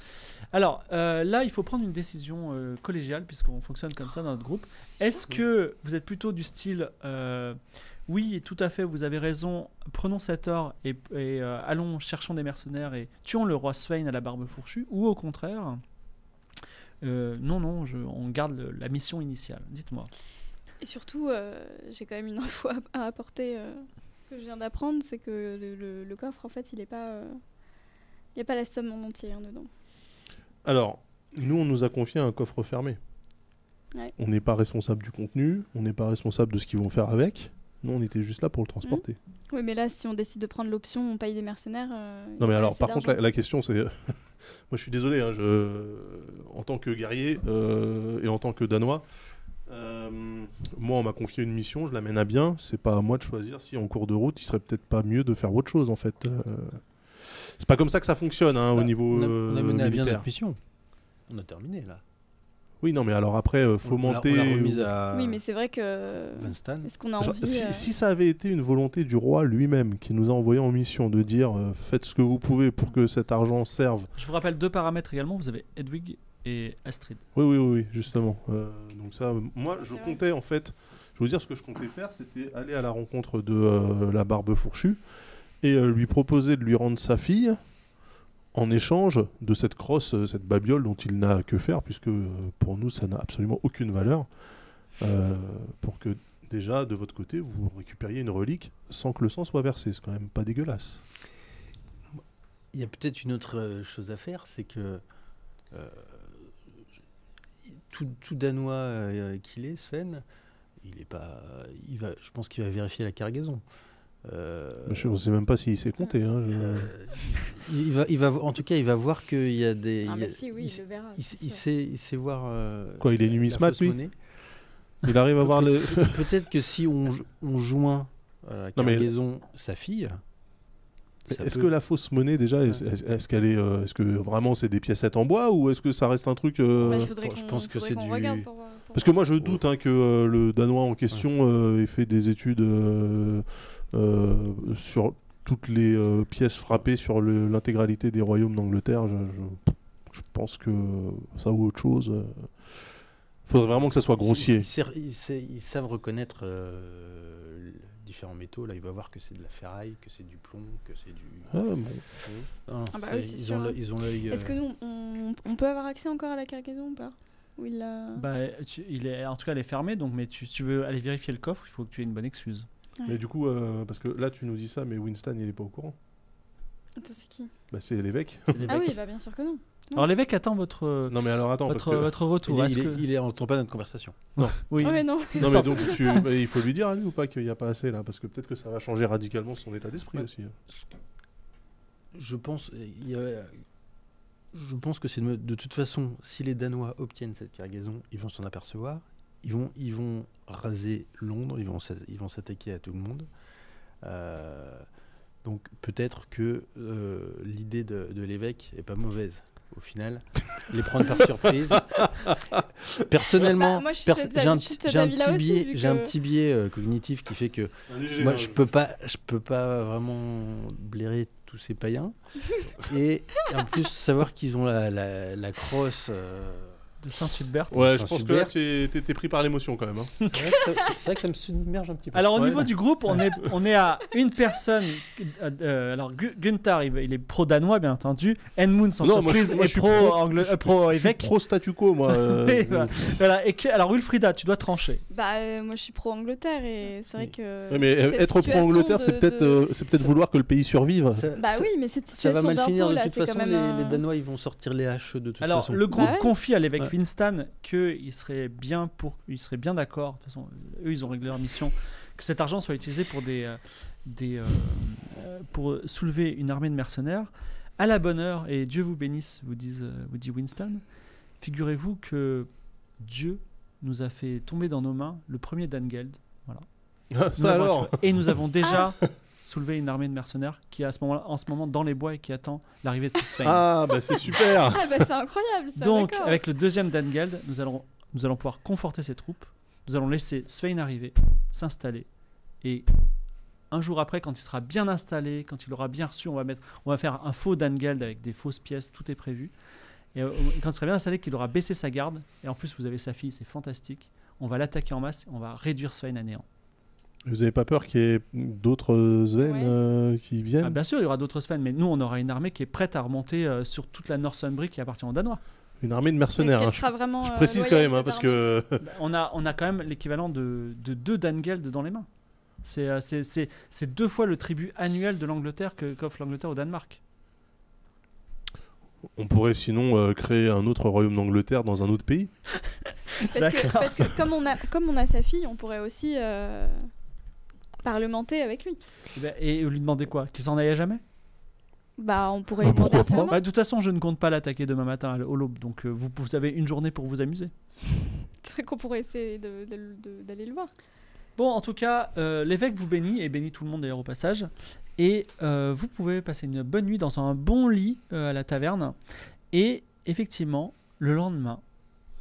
Alors euh, là, il faut prendre une décision euh, collégiale puisqu'on fonctionne comme ça dans notre groupe. Est-ce que vous êtes plutôt du style euh, oui, tout à fait, vous avez raison, prenons cet or et, et, euh, allons, cherchons des mercenaires et tuons le roi Svein à la barbe fourchue ou au contraire euh, non, non, je- on garde le- la mission initiale. Dites-moi.
Et surtout, euh, j'ai quand même une info à, à apporter euh, que je viens d'apprendre, c'est que le, le- le coffre, en fait, il n'est pas... euh, Il n'y a pas la somme en entier hein, dedans.
Alors, nous, on nous a confié un coffre fermé.
Ouais.
On n'est pas responsable du contenu, on n'est pas responsable de ce qu'ils vont faire avec. Nous, on était juste là pour le transporter.
Mmh.
Oui, mais là, si on décide de prendre l'option, on paye des mercenaires. euh, il y
Non,
a
mais
pas
alors,
assez
par contre, la,
d'argent.
la question, c'est. Moi, je suis désolé, hein, je... en tant que guerrier euh, et en tant que Danois, euh, moi, on m'a confié une mission, je la mène à bien. C'est pas à moi de choisir si en cours de route, il serait peut-être pas mieux de faire autre chose, en fait. Euh, C'est pas comme ça que ça fonctionne hein, au
Bah,
niveau.
on a,
euh,
on a mené à bien
militaire.
notre mission. On a terminé là.
Oui, non, mais alors après, euh, faut
On l'a- on l'a
monter.
remise à
Oui, mais c'est vrai que...
Winston.
Est-ce qu'on a
Genre,
envie...
si,
euh,
si ça avait été une volonté du roi lui-même qui nous a envoyés en mission de dire euh, faites ce que vous pouvez pour que cet argent serve.
Je vous rappelle deux paramètres également. Vous avez Edwig et Astrid.
Oui, oui, oui, oui, justement. Euh, donc ça, euh, moi, je
C'est vrai.
comptais en fait. Je vais vous dire ce que je comptais faire, c'était aller à la rencontre de euh, la barbe fourchue et euh, lui proposer de lui rendre sa fille en échange de cette crosse, euh, cette babiole dont il n'a que faire, puisque euh, pour nous ça n'a absolument aucune valeur, euh, pour que déjà de votre côté vous récupériez une relique sans que le sang soit versé. C'est quand même pas dégueulasse.
Il y a peut-être une autre euh, chose à faire, c'est que euh, je- tout, tout Danois euh, qu'il est, Sven, il est pas, il va, je pense qu'il va vérifier la cargaison. Euh,
Bah, Je ne sais même pas s'il sait compter. hein, je-
euh, il, il va, il va, en tout cas, il va voir qu'il y a des.
Ah,
il y a-
mais si, oui,
il
il
s-
le verra.
il,
c'est
s- il
sûr.
sait, il sait voir. euh,
Quoi, il est
la
numismate,
fausse
lui
monnaie.
Il arrive à voir le.
Peut-être que si on, jo- on joint à la
Non, mais-
cargaison sa fille. ça
Est-ce
peut-
que la fausse monnaie déjà, est- est- est-ce qu'elle est, euh, est-ce que vraiment c'est des piécettes en bois ou est-ce que ça reste un truc euh,
Bah, il faudrait
je
qu'on-
pense que
faudrait
c'est
qu'on
du-
regarde pour voir- pour
Parce que
voir.
moi je doute hein, que euh, le Danois en question euh, ait fait des études euh, euh, sur toutes les euh, pièces frappées sur le- l'intégralité des royaumes d'Angleterre. Je, je- je pense que ça ou autre chose. euh, Faudrait vraiment que ça soit grossier.
Ils, ils sa- ils sa- ils savent reconnaître euh, les différents métaux. Là, il va voir que c'est de la ferraille, que c'est du plomb, que c'est du.
Ah, bon.
Non,
Ah bah
ils-
oui, c'est
ils,
sûr,
Ont
hein.
l'œil- ils ont l'œil.
Est-ce
euh,
que nous, on, on peut avoir accès encore à la cargaison ou pas Ou il l'a-
Bah, tu- il est, en tout cas, elle est fermée, donc, mais tu, tu veux aller vérifier le coffre, il faut que tu aies une bonne excuse.
Mais du coup, euh, parce que là tu nous dis ça, mais Winston il est pas au courant.
Attends, c'est qui
Bah, c'est l'évêque.
c'est des
Ah
mecs-
oui, bah bien sûr que non.
Alors, l'évêque attend votre,
Non mais alors attends. parce
votre,
que-
votre
Il,
retour.
est,
Est-ce
il, est,
que-
il est- on entend pas notre conversation.
Oui.
Ah ouais, non.
Non mais donc tu- bah, il faut lui dire à lui ou pas qu'il n'y a pas assez là parce que peut-être que ça va changer radicalement son état d'esprit
Ouais.
aussi.
Je pense, euh, il y a- je pense que c'est de, de toute façon, si les Danois obtiennent cette cargaison, ils vont s'en apercevoir. Ils vont, ils vont raser Londres, ils vont, s'a- ils vont s'attaquer à tout le monde. Euh, donc peut-être que euh, l'idée de, de l'évêque est pas mauvaise. Au final, les prendre par surprise. Personnellement,
Bah, moi, je suis
perso-
cette-
j'ai un,
je suis
petit-
cette
j'ai un
avis-là
petit
aussi,
biais,
vu
j'ai un
que-
petit biais euh, cognitif qui fait que moi, je peux pas, je peux pas vraiment blairer tous ces païens. Et en plus, savoir qu'ils ont la, la, la crosse. euh,
De Saint-Sulbert.
Ouais,
c'est
je
un
pense que
cyber.
là t'es t'es- t'es pris par l'émotion quand même. hein.
ouais, ça- C'est c'est vrai que ça me submerge un petit peu.
Alors, au
Ouais.
niveau du groupe, on est, on est à une personne. euh, alors, Gu- Gunther, il, il est pro-danois, bien entendu. Edmund, sans
Non, moi,
surprise,
je- moi, je
est
suis pro-
pro-angle-
je-
euh,
Je suis
pro-évêque.
pro statu quo moi. euh,
Oui,
je-
bah, voilà. Et que- alors, Wilfrida, tu dois trancher.
Bah, euh, moi, je suis pro-Angleterre et c'est vrai
Mais-
que.
Ouais, mais euh,
cette
être pro
situation
Angleterre, c'est
de-
peut-être
de-
euh, c'est peut-être
Ça-
vouloir que le pays survive.
ça,
Bah
ça-
oui, mais cette
ça
situation.
va mal finir
d'impôt,
de
là,
toute
c'est quand
façon.
même
Les,
un-
les Danois, ils vont sortir les haches de toute
Alors,
façon.
le groupe
Bah ouais.
confie à l'évêque
Ouais.
Winston qu'il serait bien, pour... il serait bien d'accord, de toute façon, eux, ils ont réglé leur mission, que cet argent soit utilisé pour, des, euh, des, euh, euh, pour soulever une armée de mercenaires. À la bonne heure, et Dieu vous bénisse, vous, disent, euh, vous dit Winston, figurez-vous que Dieu nous a fait tomber dans nos mains le premier Dangeld. Nous
ça
l'avons
alors.
attrapé. Et nous avons déjà soulevé une armée de mercenaires qui est à ce moment en ce moment dans les bois et qui attend l'arrivée de Tisfane.
Ah bah c'est super.
Ah, bah, c'est incroyable ça.
Donc,
d'accord.
avec le deuxième Dangeld, nous allons, nous allons pouvoir conforter ses troupes. Nous allons laisser Svein arriver, s'installer. Et un jour après, quand il sera bien installé, quand il aura bien reçu, on va, mettre, on va faire un faux Dangeld avec des fausses pièces, tout est prévu. Et euh, quand il sera bien installé, qu'il aura baissé sa garde, et en plus vous avez sa fille, c'est fantastique, on va l'attaquer en masse, on va réduire Svein à néant.
Vous avez pas peur qu'il y ait d'autres euh, Sven
Ouais.
euh, qui
Ah,
viennent
bien sûr, il y aura d'autres Svein, mais nous, on aura une armée qui est prête à remonter euh, sur toute la Northumbrie qui appartient aux Danois.
Une armée de
Mais est-ce
mercenaires.
qu'elle
hein.
sera vraiment,
Je
euh,
précise quand
loyale,
même hein,
cette
parce
armée
que
Bah, on, a, on a quand même l'équivalent de, de deux Dangeld dans les mains. C'est euh, c'est- c'est- c'est deux fois le tribut annuel de l'Angleterre que- qu'offre l'Angleterre au Danemark.
on pourrait sinon euh, créer un autre royaume d'Angleterre dans un autre pays.
Parce que, parce que comme, on a, comme on a sa fille, on pourrait aussi euh, parlementer avec lui.
Et, bah, et vous lui demandez quoi Qu'il s'en aille à jamais
Bah, on pourrait
Bah,
lui demander
pourquoi
un
pas
serment.
Bah, De toute façon, je ne compte pas l'attaquer demain matin à l- au l'aube, donc euh, vous, vous avez une journée pour vous amuser.
C'est vrai qu'on pourrait essayer de- de- de- d'aller le voir.
Bon, en tout cas, euh, l'évêque vous bénit et bénit tout le monde d'ailleurs au passage. Et euh, vous pouvez passer une bonne nuit dans un bon lit euh, à la taverne. Et effectivement, le lendemain,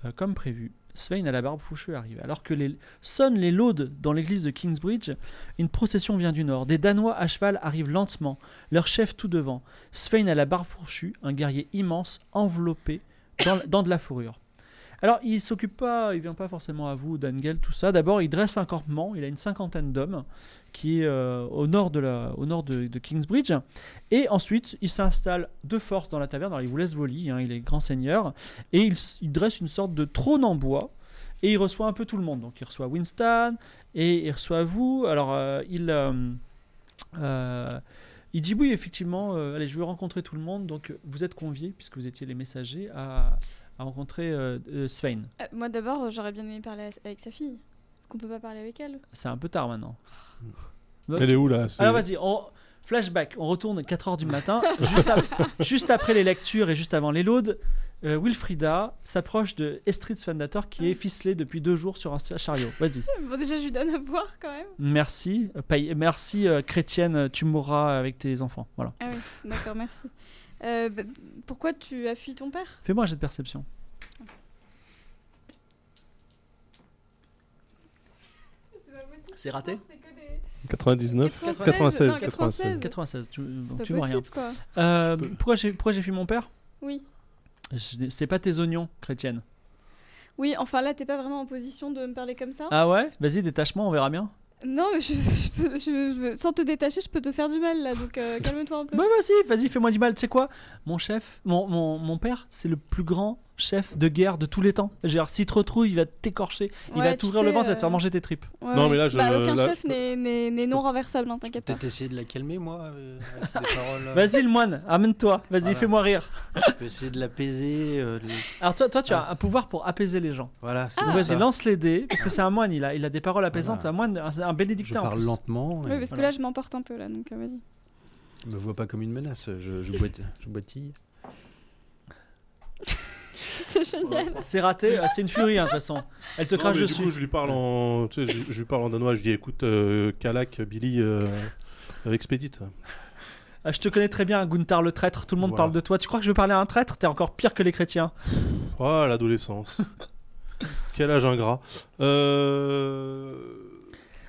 euh, comme prévu, Svein à la barbe fouchue arrive. Alors que les... sonnent les laudes dans l'église de Kingsbridge, une procession vient du nord. Des Danois à cheval arrivent lentement, leur chef tout devant. Svein à la barbe fourchue, un guerrier immense, enveloppé dans, dans de la fourrure. Alors, il s'occupe pas, il vient pas forcément à vous, Dangel, tout ça. D'abord, il dresse un campement, il a une cinquantaine d'hommes, qui est euh, au nord, de, la, au nord de, de Kingsbridge. Et ensuite, il s'installe de force dans la taverne. Alors, il vous laisse vos lits, hein, il est grand seigneur. Et il, s- il dresse une sorte de trône en bois. Et il reçoit un peu tout le monde. Donc, il reçoit Winston, et il reçoit vous. Alors, euh, il. euh, euh, il dit oui, effectivement, euh, allez, je veux rencontrer tout le monde. Donc, vous êtes conviés, puisque vous étiez les messagers, à, à rencontrer euh, euh, Svein.
Euh, moi d'abord, euh, j'aurais bien aimé parler à- avec sa fille. Est-ce qu'on peut pas parler avec elle
C'est un peu tard maintenant.
Mm. Elle est où là C'est-
Alors vas-y, on... flashback, on retourne 4h du matin, juste, ap- juste après les lectures et juste avant les loads. euh, Wilfrida s'approche de Estrid Svandator qui est ficelée depuis deux jours sur un chariot. Vas-y.
Bon, déjà, je lui donne à boire quand même.
Merci, euh, paye- merci euh, chrétienne, tu mourras avec tes enfants. Voilà.
Ah oui, d'accord, merci. Euh, bah, pourquoi tu as fui ton père
Fais-moi un jet de perception. C'est raté
99
96,
96
non, 96.
96, tu,
C'est
bon,
pas
tu vois rien.
possible, quoi.
Euh,
Je peux-
pourquoi j'ai pourquoi j'ai fui mon père
Oui.
Je n'ai- C'est pas tes oignons, chrétienne.
Oui, enfin là, t'es pas vraiment en position de me parler comme ça.
Ah ouais Vas-y, détachement, on verra bien.
Non, mais je, je peux- je- je- sans te détacher, je peux te faire du mal là, donc euh, calme-toi un peu.
Bah vas-y, vas-y, fais-moi du mal. Tu sais quoi Mon chef, mon, mon, mon père, c'est le plus grand chef de guerre de tous les temps. Genre, s'il te retrouve, il va t'écorcher, il
Ouais,
va
tu
t'ouvrir le
sais,
ventre, il va te
euh,
faire manger tes tripes.
ouais,
Non,
ouais.
mais là, je-
Bah, aucun
là,
chef
je-
n'est- n'est n'est non renversable, hein, t'inquiète pas.
Peut-être essayer de la calmer, moi, euh, avec des paroles. euh,
Vas-y, le moine, amène-toi. Vas-y,
Voilà.
fais-moi rire.
je peux essayer de l'apaiser. euh, de-
Alors, toi, toi tu as
Ah.
un pouvoir pour apaiser les gens.
Voilà, c'est
Ah.
Donc,
pour
Ah. vas-y,
ça.
lance les dés, parce que c'est un moine, il a, il a des paroles apaisantes.
Voilà.
C'est un moine, un, un
Je
bénédictin. en
parle
plus.
lentement.
Oui,
et
parce que
Voilà.
là, je m'emporte un peu là, donc euh, vas-y.
Je me vois pas comme une menace. Je, je, boite- je boitille.
C'est génial.
C'est raté, euh, c'est une furie, hein, de toute façon. Elle te
Non,
crache
mais
dessus.
Du coup, je lui parle en, tu sais, je, je lui parle en danois. Je dis, écoute, euh, Kalak, Billy, euh, euh, expédite.
Ah, Je te connais très bien, Gunther le traître, tout le monde
Voilà.
parle de toi. Tu crois que je veux parler à un traître T'es encore pire que les chrétiens.
Oh, l'adolescence. Quel âge ingrat. Euh...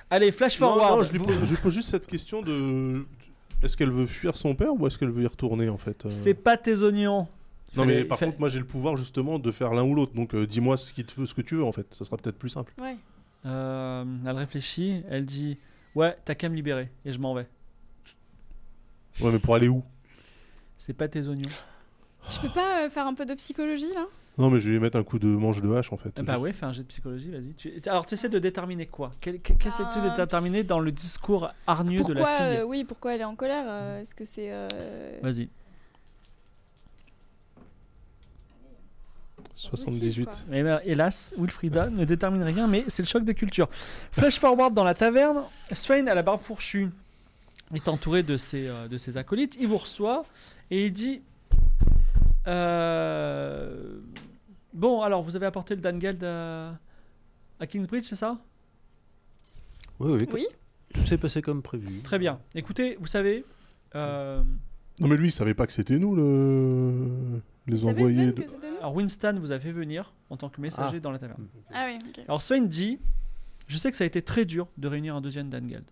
Allez, flash
non,
forward.
non, je lui pose, je lui pose juste cette question de. Est-ce qu'elle veut fuir son père ou est-ce qu'elle veut y retourner en fait euh
C'est pas tes oignons.
Non
Fallait-
mais par
fallait-
contre moi j'ai le pouvoir justement de faire l'un ou l'autre donc euh, dis-moi ce qui te veut ce que tu veux en fait ça sera peut-être plus simple.
Ouais.
Euh, elle réfléchit, elle dit Ouais, t'as qu'à me libérer et je m'en vais.
Ouais mais pour aller où
C'est pas tes oignons.
Je peux pas euh, faire un peu de psychologie là
Non mais je vais lui mettre un coup de manche de hache en fait.
Ah Bah ouais, fais un jet de psychologie, vas-y. Tu- Alors, tu essaies de déterminer quoi Quel- que- Qu'essaies-tu de
Ben,
déterminer dans le discours hargneux de la
Pourquoi
fille
euh, Oui, pourquoi elle est en colère euh, Est-ce que c'est. euh,
Vas-y.
c'est pas possible,
78.
quoi.
Eh ben, hélas, Wilfrida ne détermine rien, mais c'est le choc des cultures. Flash forward dans la taverne, Swain à la barbe fourchue est entouré de ses, euh, de ses acolytes. Il vous reçoit et il dit euh, Bon, alors vous avez apporté le Dangeld à, à Kingsbridge, c'est ça
Oui, oui,
Oui,
tout s'est passé comme prévu.
Très bien. Écoutez, vous savez, euh,
Non mais lui il savait pas que c'était nous le les
Vous savez,
envoyés.
Sven,
De...
que c'était nous
alors Winston vous a fait venir en tant que messager dans la taverne.
Ah oui, ok.
Alors Swain dit Je sais que ça a été très dur de réunir un deuxième Dangald.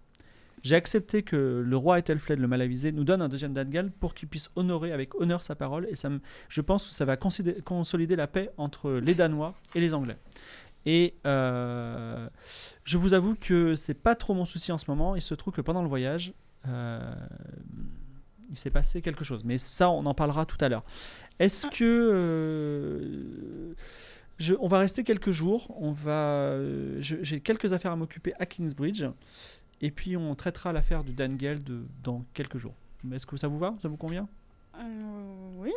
J'ai accepté que le roi Ethelfled, le mal avisé, nous donne un deuxième Dangald pour qu'il puisse honorer avec honneur sa parole et ça me- je pense que ça va considé- consolider la paix entre les Danois et les Anglais. Et euh, je vous avoue que c'est pas trop mon souci en ce moment. Il se trouve que pendant le voyage, euh, il s'est passé quelque chose. Mais ça, on en parlera tout à l'heure. Est-ce que euh, je- on va rester quelques jours. On va, euh, je- j'ai quelques affaires à m'occuper à Kingsbridge, et puis on traitera l'affaire du Dan Geld euh, dans quelques jours. Mais Est-ce que ça vous va Ça vous convient
Euh, oui.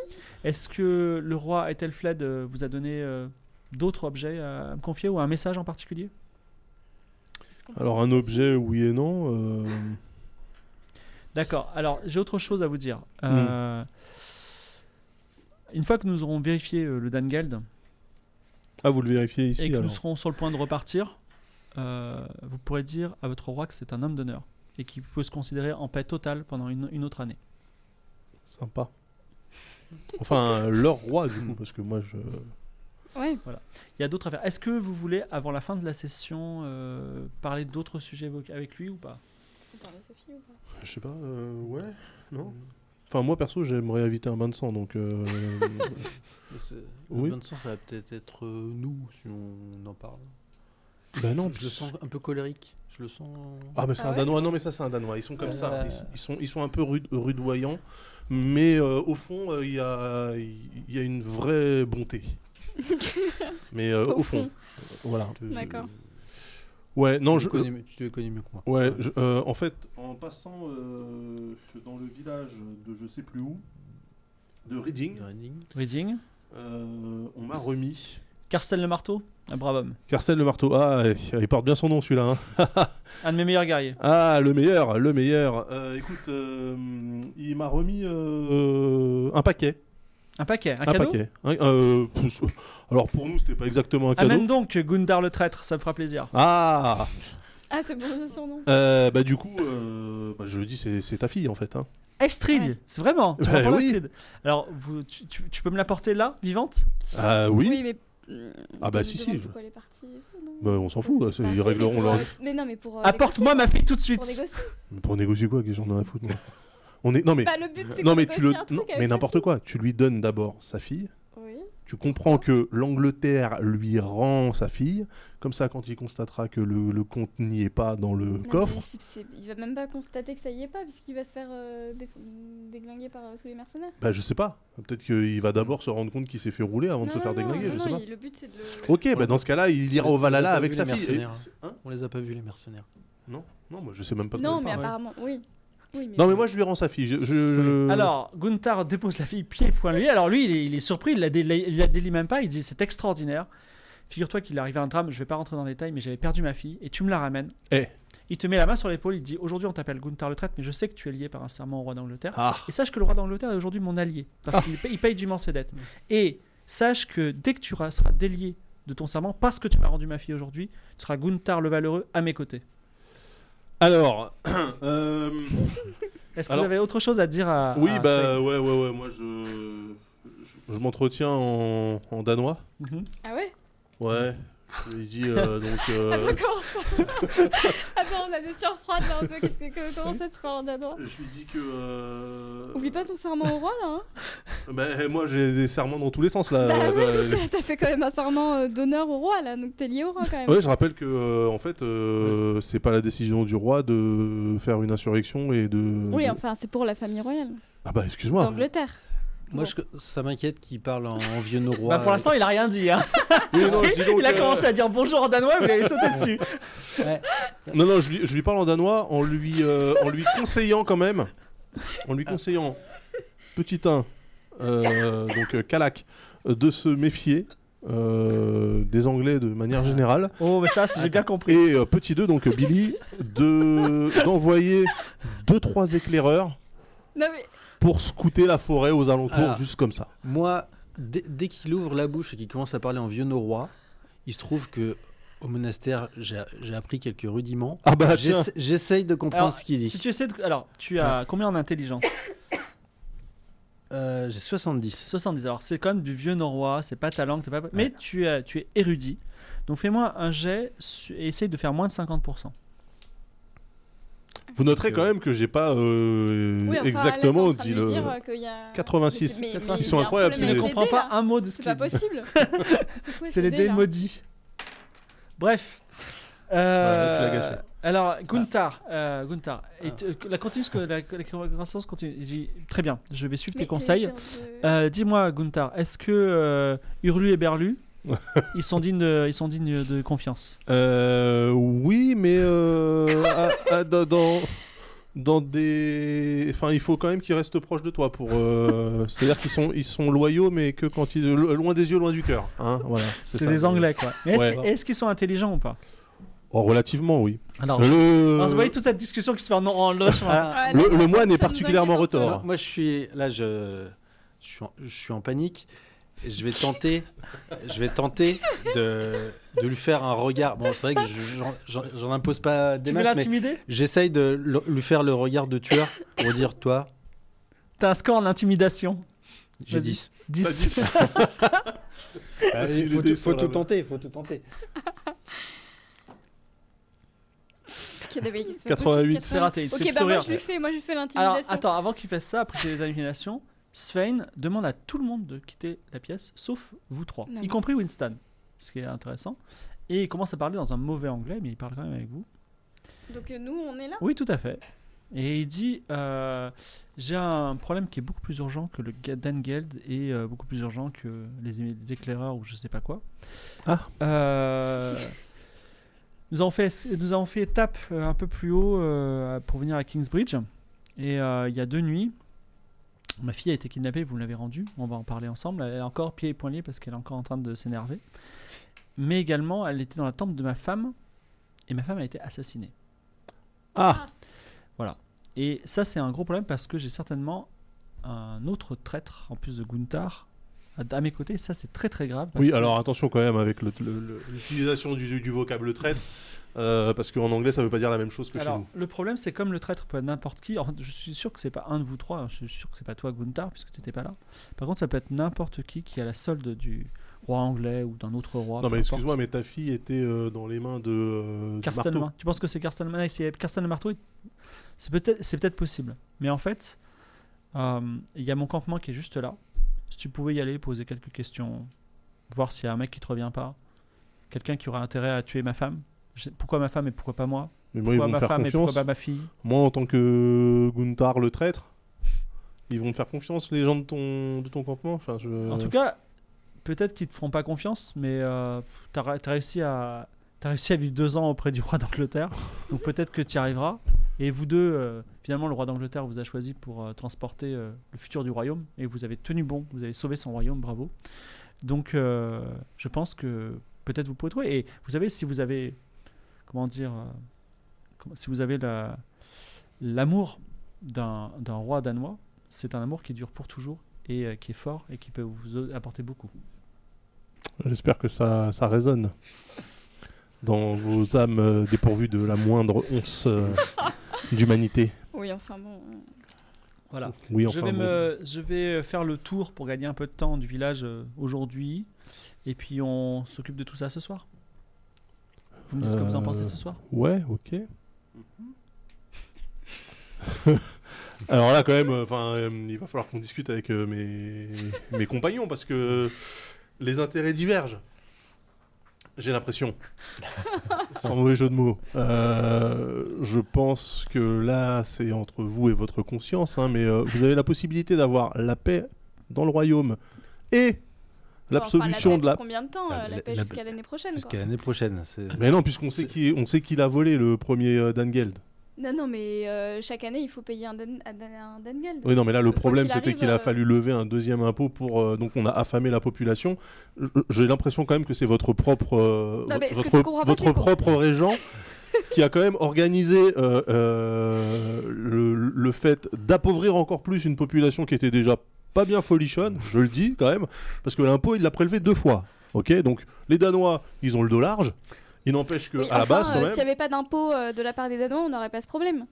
Est-ce que le roi Ethelfled euh, vous a donné euh, d'autres objets à, à me confier ou un message en particulier
Est-ce qu'on peut-
Alors un objet oui et non. euh,
D'accord. Alors j'ai autre chose à vous dire. Euh, Une fois que nous aurons vérifié euh, le Dan Geld
Ah vous le vérifiez ici
et que
alors.
nous serons sur le point de repartir, euh, vous pourrez dire à votre roi que c'est un homme d'honneur et qu'il peut se considérer en paix totale pendant une- une autre année.
Sympa. Enfin, euh, leur roi, du coup, parce que moi, je... Ah.
Ouais.
Il y a d'autres affaires. Est-ce que vous voulez, avant la fin de la session, euh, parler d'autres sujets évoqués avec lui ou pas
Est-ce qu'on parle de Sophie ou pas
Je sais pas, euh, ouais, non Enfin, moi, perso, j'aimerais éviter un bain de sang, donc... euh, Oui.
Le bain de sang, ça va peut-être être euh, nous si on en parle.
bah non,
Je le sens un peu colérique. Je le sens.
Ah, mais c'est
Ah
un
ouais
Danois, non, mais ça, c'est un Danois, ils sont comme
Euh,
ça, ils, sont- ils sont, ils sont un peu rude- rudoyants, mais euh, au fond, euh, il y, a, il y a une vraie bonté. mais euh, au,
Au
fond,
fond.
voilà.
Tu-
D'accord.
Ouais, non,
tu
je...
le connais, mieux- tu le connais mieux que moi.
Ouais, je- euh, en fait, en passant euh, dans le village de je sais plus où, de Reading,
Grinding.
Reading
euh, on m'a remis.
Carcel le marteau Un brave homme.
Carcel le marteau, ah, il il porte bien son nom celui-là. hein.
Un de mes meilleurs guerriers.
Ah, le meilleur, le meilleur. Euh, écoute, euh, il m'a remis euh, un paquet
Un paquet, un, cadeau
paquet. Un- euh, pour- alors pour nous, c'était pas exactement un cadeau.
Amène Ah, donc Gundar le traître, ça me fera plaisir.
Ah
Ah, c'est pour ça son nom.
Euh, Bah du coup, euh, bah, je le dis, c'est c'est ta fille en fait. hein.
Astrid,
Ouais.
c'est vraiment. Tu
Bah
m'en parles,
oui.
Astrid. Alors, vous- tu, tu- tu peux me l'apporter là, vivante
Ah oui,
mais. euh,
Ah bah,
je me
si,
demande
si, je-
Pourquoi elle est partie et tout, non
Bah, on s'en fout, là, c'est-
Bah,
ils
si, mais
régleront
pour,
leur...
euh, Mais non, mais pour. euh,
Apporte-moi ma
négocier,
fille tout de suite.
Pour négocier.
Pour négocier quoi, qu'est-ce qu'on en a à foutre moi On est... Non mais,
Bah, le but, c'est
non,
qu'on
mais tu
négocie
le...
un truc
non,
avec
mais
sa
n'importe quoi, tu lui donnes d'abord sa fille,
fille. Oui.
tu comprends que l'Angleterre lui rend sa fille, comme ça quand il constatera que le, le compte n'y est pas dans le
Non,
coffre,
mais c'est- c'est- Il va même pas constater que ça y est pas, puisqu'il va se faire euh, dé- déglinguer par euh, tous les mercenaires.
bah je sais pas, peut-être qu'il va d'abord se rendre compte qu'il s'est fait rouler avant de se
non,
faire
non,
déglinguer,
non,
je sais
non,
pas.
il- Le but, c'est de le.
Ok, bah dans ce cas-là, il ira au Valhalla avec sa fille. et-
On les a pas vus les mercenaires.
Non, non, moi je sais même pas. de quoi
Non,
elle
mais
parle.
apparemment, oui. Oui, mais.
Non mais moi je lui rends sa fille. Je, je-
Alors, Gunther dépose la fille pied point lui. Alors lui, il est, il est surpris, il la, délie, il la délie même pas, il dit c'est extraordinaire. Figure-toi qu'il est arrivé un drame, je vais pas rentrer dans les détails, mais j'avais perdu ma fille et tu me la ramènes.
Eh.
Il te met la main sur l'épaule, il dit aujourd'hui on t'appelle Gunther le traître, mais je sais que tu es lié par un serment au roi d'Angleterre.
Ah.
Et sache que le roi d'Angleterre est aujourd'hui mon allié, parce qu'il paye, il paye dûment ses dettes. Et sache que dès que tu ra- seras délié de ton serment, parce que tu m'as rendu ma fille aujourd'hui, tu seras Gunther le valeureux à mes côtés.
Alors. euh,
Est-ce que
Alors-
vous avez autre chose à dire à
oui
à
bah ouais ouais ouais moi je je, je m'entretiens en, en danois.
Sven Mhm.
Ah ouais
Ouais. Je lui dis euh, donc. euh,
Attends, comment ça Attends, on a des surfroides là un peu. Qu'est-ce que- que- Comment ça, tu parles en danois
je lui dis que. euh,
Oublie pas ton serment au roi là. Hein.
Bah, moi j'ai des serments dans tous les sens là.
Bah
Euh,
oui, mais
bah,
t'as- t'as fait quand même un serment euh, d'honneur au roi là, donc t'es lié au roi quand même.
Ouais, je rappelle que euh, en fait, euh, c'est pas la décision du roi de faire une insurrection et de.
Oui,
de-
enfin, c'est pour la famille royale
Ah bah excuse-moi.
d'Angleterre.
Moi,
Bon.
je- ça m'inquiète qu'ils parlent en, en vieux norrois.
Bah, pour l'instant, il a rien dit. Hein.
Oui, non, je dis donc,
il a
euh,
commencé à dire bonjour en danois, vous l'avez sauté dessus.
Non, non, je lui, je lui parle en danois en lui, euh, en lui conseillant quand même. En lui conseillant, petit 1, donc euh, Kalak, euh, de se méfier euh, des Anglais de manière générale.
Oh, mais ça, c'est- j'ai bien compris.
Et euh, petit 2, donc euh, Billy, de- d'envoyer deux, trois éclaireurs
Non mais
pour scouter la forêt aux alentours,
Ah.
juste comme ça.
Moi, dès, dès qu'il ouvre la bouche et qu'il commence à parler en vieux norrois, il se trouve que au monastère, j'ai j'ai appris quelques rudiments.
Ah bah tiens,
J'essa- J'essaye de comprendre
Alors,
ce qu'il dit.
Si tu essaies de... Alors, tu as combien en intelligence
Euh, J'ai 70.
70. Alors, c'est quand même du vieux norrois, c'est pas ta langue, t'es pas... mais tu, as- tu es érudit. Donc, fais-moi un jet su- et essaye de faire moins de 50%.
vous noterez quand même que j'ai pas euh,
oui, enfin,
exactement
là, t'es en train de
dit
lui
le.
dire, euh, qu'il y a-
86.
Mais- mais-
Ils
mais
sont
il y a un
incroyables,
Tu ne
problème
les
avec les
comprends
dés,
pas
là.
un mot de ce
C'est
que
pas
dit.
possible. quoi ce
C'est les
dé,
dés
là
maudits. Bref. Euh,
tu l'as gâché.
Alors, Gunther, euh, Gunther, et tu- la, continue ce que, la, la conversation continue. Il dit, Très bien, je vais suivre
Mais
tes conseils.
c'est- c'est-
Euh, Dis-moi, Gunther, est-ce que euh, Hurlu et Berlu, ils sont dignes de, ils sont dignes de confiance
Euh, oui, mais euh, à- à- dans- dans dans des, enfin, il faut quand même qu'ils restent proches de toi pour, euh, c'est-à-dire qu'ils sont ils sont loyaux, mais que quand ils lo- loin des yeux, loin du cœur. Hein, voilà.
C'est
ça.
des Anglais, quoi. Mais est-ce
Ouais.
que- est-ce qu'ils sont intelligents ou pas
Oh, relativement, oui.
Alors,
Le, euh,
alors, vous voyez toute cette discussion qui se fait en, en loche.
Ah,
Ouais,
le-
là,
le
ça-
moine
ça
est
nous hein.
particulièrement
inquiète un peu.
retors.
Moi, moi, je suis là, je, je, suis en, je suis en panique. Je vais tenter, je vais tenter de, de lui faire un regard. Bon, c'est vrai que je- j'en- j'en j'en impose pas des
tu veux
masses, mais
l'intimider
j'essaye de le- lui faire le regard de tueur pour dire toi,
T'as un score en intimidation
j'ai
Vas-y.
10.
10.
Vas-y, le
faut,
dé
tout-
sur
faut
la
tout
main.
tenter, faut tout tenter.
Qu'il y a des mecs qui se font
88,
aussi,
c'est raté, il te fait
Ok,
plutôt
bah moi
rire.
je lui fais, moi je lui fais
Alors,
l'intimidation.
attends, avant qu'il fasse ça, après qu'il y ait les animations, Svein demande à tout le monde de quitter la pièce, sauf vous trois,
Non,
y
mais-
compris Winston, ce qui est intéressant. Et il commence à parler dans un mauvais anglais, mais il parle quand même avec vous.
Donc euh, nous on est là.
Oui, tout à fait. Et il dit euh, J'ai un problème qui est beaucoup plus urgent que le Ga- Dangeld et euh, beaucoup plus urgent que les, é- les éclaireurs ou je sais pas quoi.
Ah.
Euh, nous, avons fait, nous avons fait étape euh, un peu plus haut euh, pour venir à Kingsbridge. Et euh, il y a deux nuits, ma fille a été kidnappée, vous l'avez rendue, on va en parler ensemble. Elle est encore pieds et poings liés parce qu'elle est encore en train de s'énerver. Mais également, elle était dans la tempe de ma femme et ma femme a été assassinée.
Ah.
Voilà. Et ça, c'est un gros problème parce que j'ai certainement un autre traître en plus de Gunther à, à mes côtés. Ça, c'est très très grave. parce
Oui,
que-
alors attention quand même avec le- le- le- l'utilisation du, du vocable traître, euh, parce qu'en anglais ça veut pas dire la même chose que
Alors,
chez nous.
le problème, c'est comme le traître peut être n'importe qui. En fait, je suis sûr que c'est pas un de vous trois. hein. Je suis sûr que c'est pas toi, Gunther, puisque tu n'étais pas là. Par contre, ça peut être n'importe qui qui a la solde du roi anglais ou d'un autre roi.
Non,
peu
mais
importe.
excuse-moi, mais ta fille était euh, dans les mains de. euh, du
Carsten hein.
marteau.
Main. Tu penses que c'est Carsten Main et c'est Carsten le marteau est- C'est peut-être c'est peut-être possible. Mais en fait, euh, il y a mon campement qui est juste là. Si tu pouvais y aller, poser quelques questions, voir s'il y a un mec qui te revient pas, quelqu'un qui aurait intérêt à tuer ma femme. Je sais- Pourquoi ma femme et pourquoi pas moi
Mais moi, ils
Pourquoi
vont me
ma
faire
femme et pourquoi
confiance.
pas ma fille
Moi, en tant que Gunther le traître, ils vont me faire confiance, les gens de ton, de ton campement. Enfin, je...
En tout cas, peut-être qu'ils te feront pas confiance, mais euh, t'as ra- t'as réussi à t'as réussi à vivre deux ans auprès du roi d'Angleterre, donc peut-être que tu y arriveras. Et vous deux, euh, finalement, le roi d'Angleterre vous a choisi pour euh, transporter euh, le futur du royaume, et vous avez tenu bon, vous avez sauvé son royaume, bravo. Donc, euh, je pense que peut-être vous pouvez trouver. Et vous savez, si vous avez, comment dire, euh, comment- si vous avez la- l'amour d'un d'un roi danois, c'est un amour qui dure pour toujours et euh, qui est fort et qui peut vous o- apporter beaucoup.
J'espère que ça, ça résonne dans vos âmes euh, dépourvues de la moindre once euh, d'humanité.
Oui, enfin bon. euh,
Voilà.
Oui, enfin,
je, vais
bon.
me, je vais euh, faire le tour pour gagner un peu de temps du village euh, aujourd'hui et puis on s'occupe de tout ça ce soir. Vous me dites ce que vous en
Euh,
pensez ce soir
Ouais, ok. Alors là, quand même, euh, enfin, il va falloir qu'on discute avec euh, mes, mes compagnons parce que les intérêts divergent. J'ai l'impression. Sans mauvais jeu de mots. Euh, je pense que là, c'est entre vous et votre conscience, hein, mais euh, vous avez la possibilité d'avoir la paix dans le royaume et l'absolution
enfin, la paix,
de la
Combien de temps
Bah,
euh, la,
la-
paix
la-
jusqu'à l'année prochaine
Jusqu'à
quoi.
l'année prochaine. c'est-
Mais non, puisqu'on sait
C'est-
qui, on sait qui l'a volé, le premier euh, Dangeld.
Non, non, mais euh, chaque année, il faut payer un, den, un, un Dengeld.
Oui, non, mais là, le
Quoi
problème,
qu'il
c'était
arrive,
qu'il a
euh,
fallu lever un deuxième impôt pour. euh, donc, on a affamé la population. Je- J'ai l'impression, quand même, que c'est votre propre. euh,
Non, mais ce que tu comprends pas,
votre votre
c'est qu'on-
propre régent qui a quand même organisé euh, euh, le, le fait d'appauvrir encore plus une population qui était déjà pas bien folichonne, je le dis quand même, parce que l'impôt, il l'a prélevé deux fois. Ok Donc, les Danois, ils ont le dos large. Il n'empêche que,
Oui,
à la
enfin,
base, quand
euh,
même.
S'il n'y avait pas d'impôt euh, de la part des Danois, on n'aurait pas ce problème.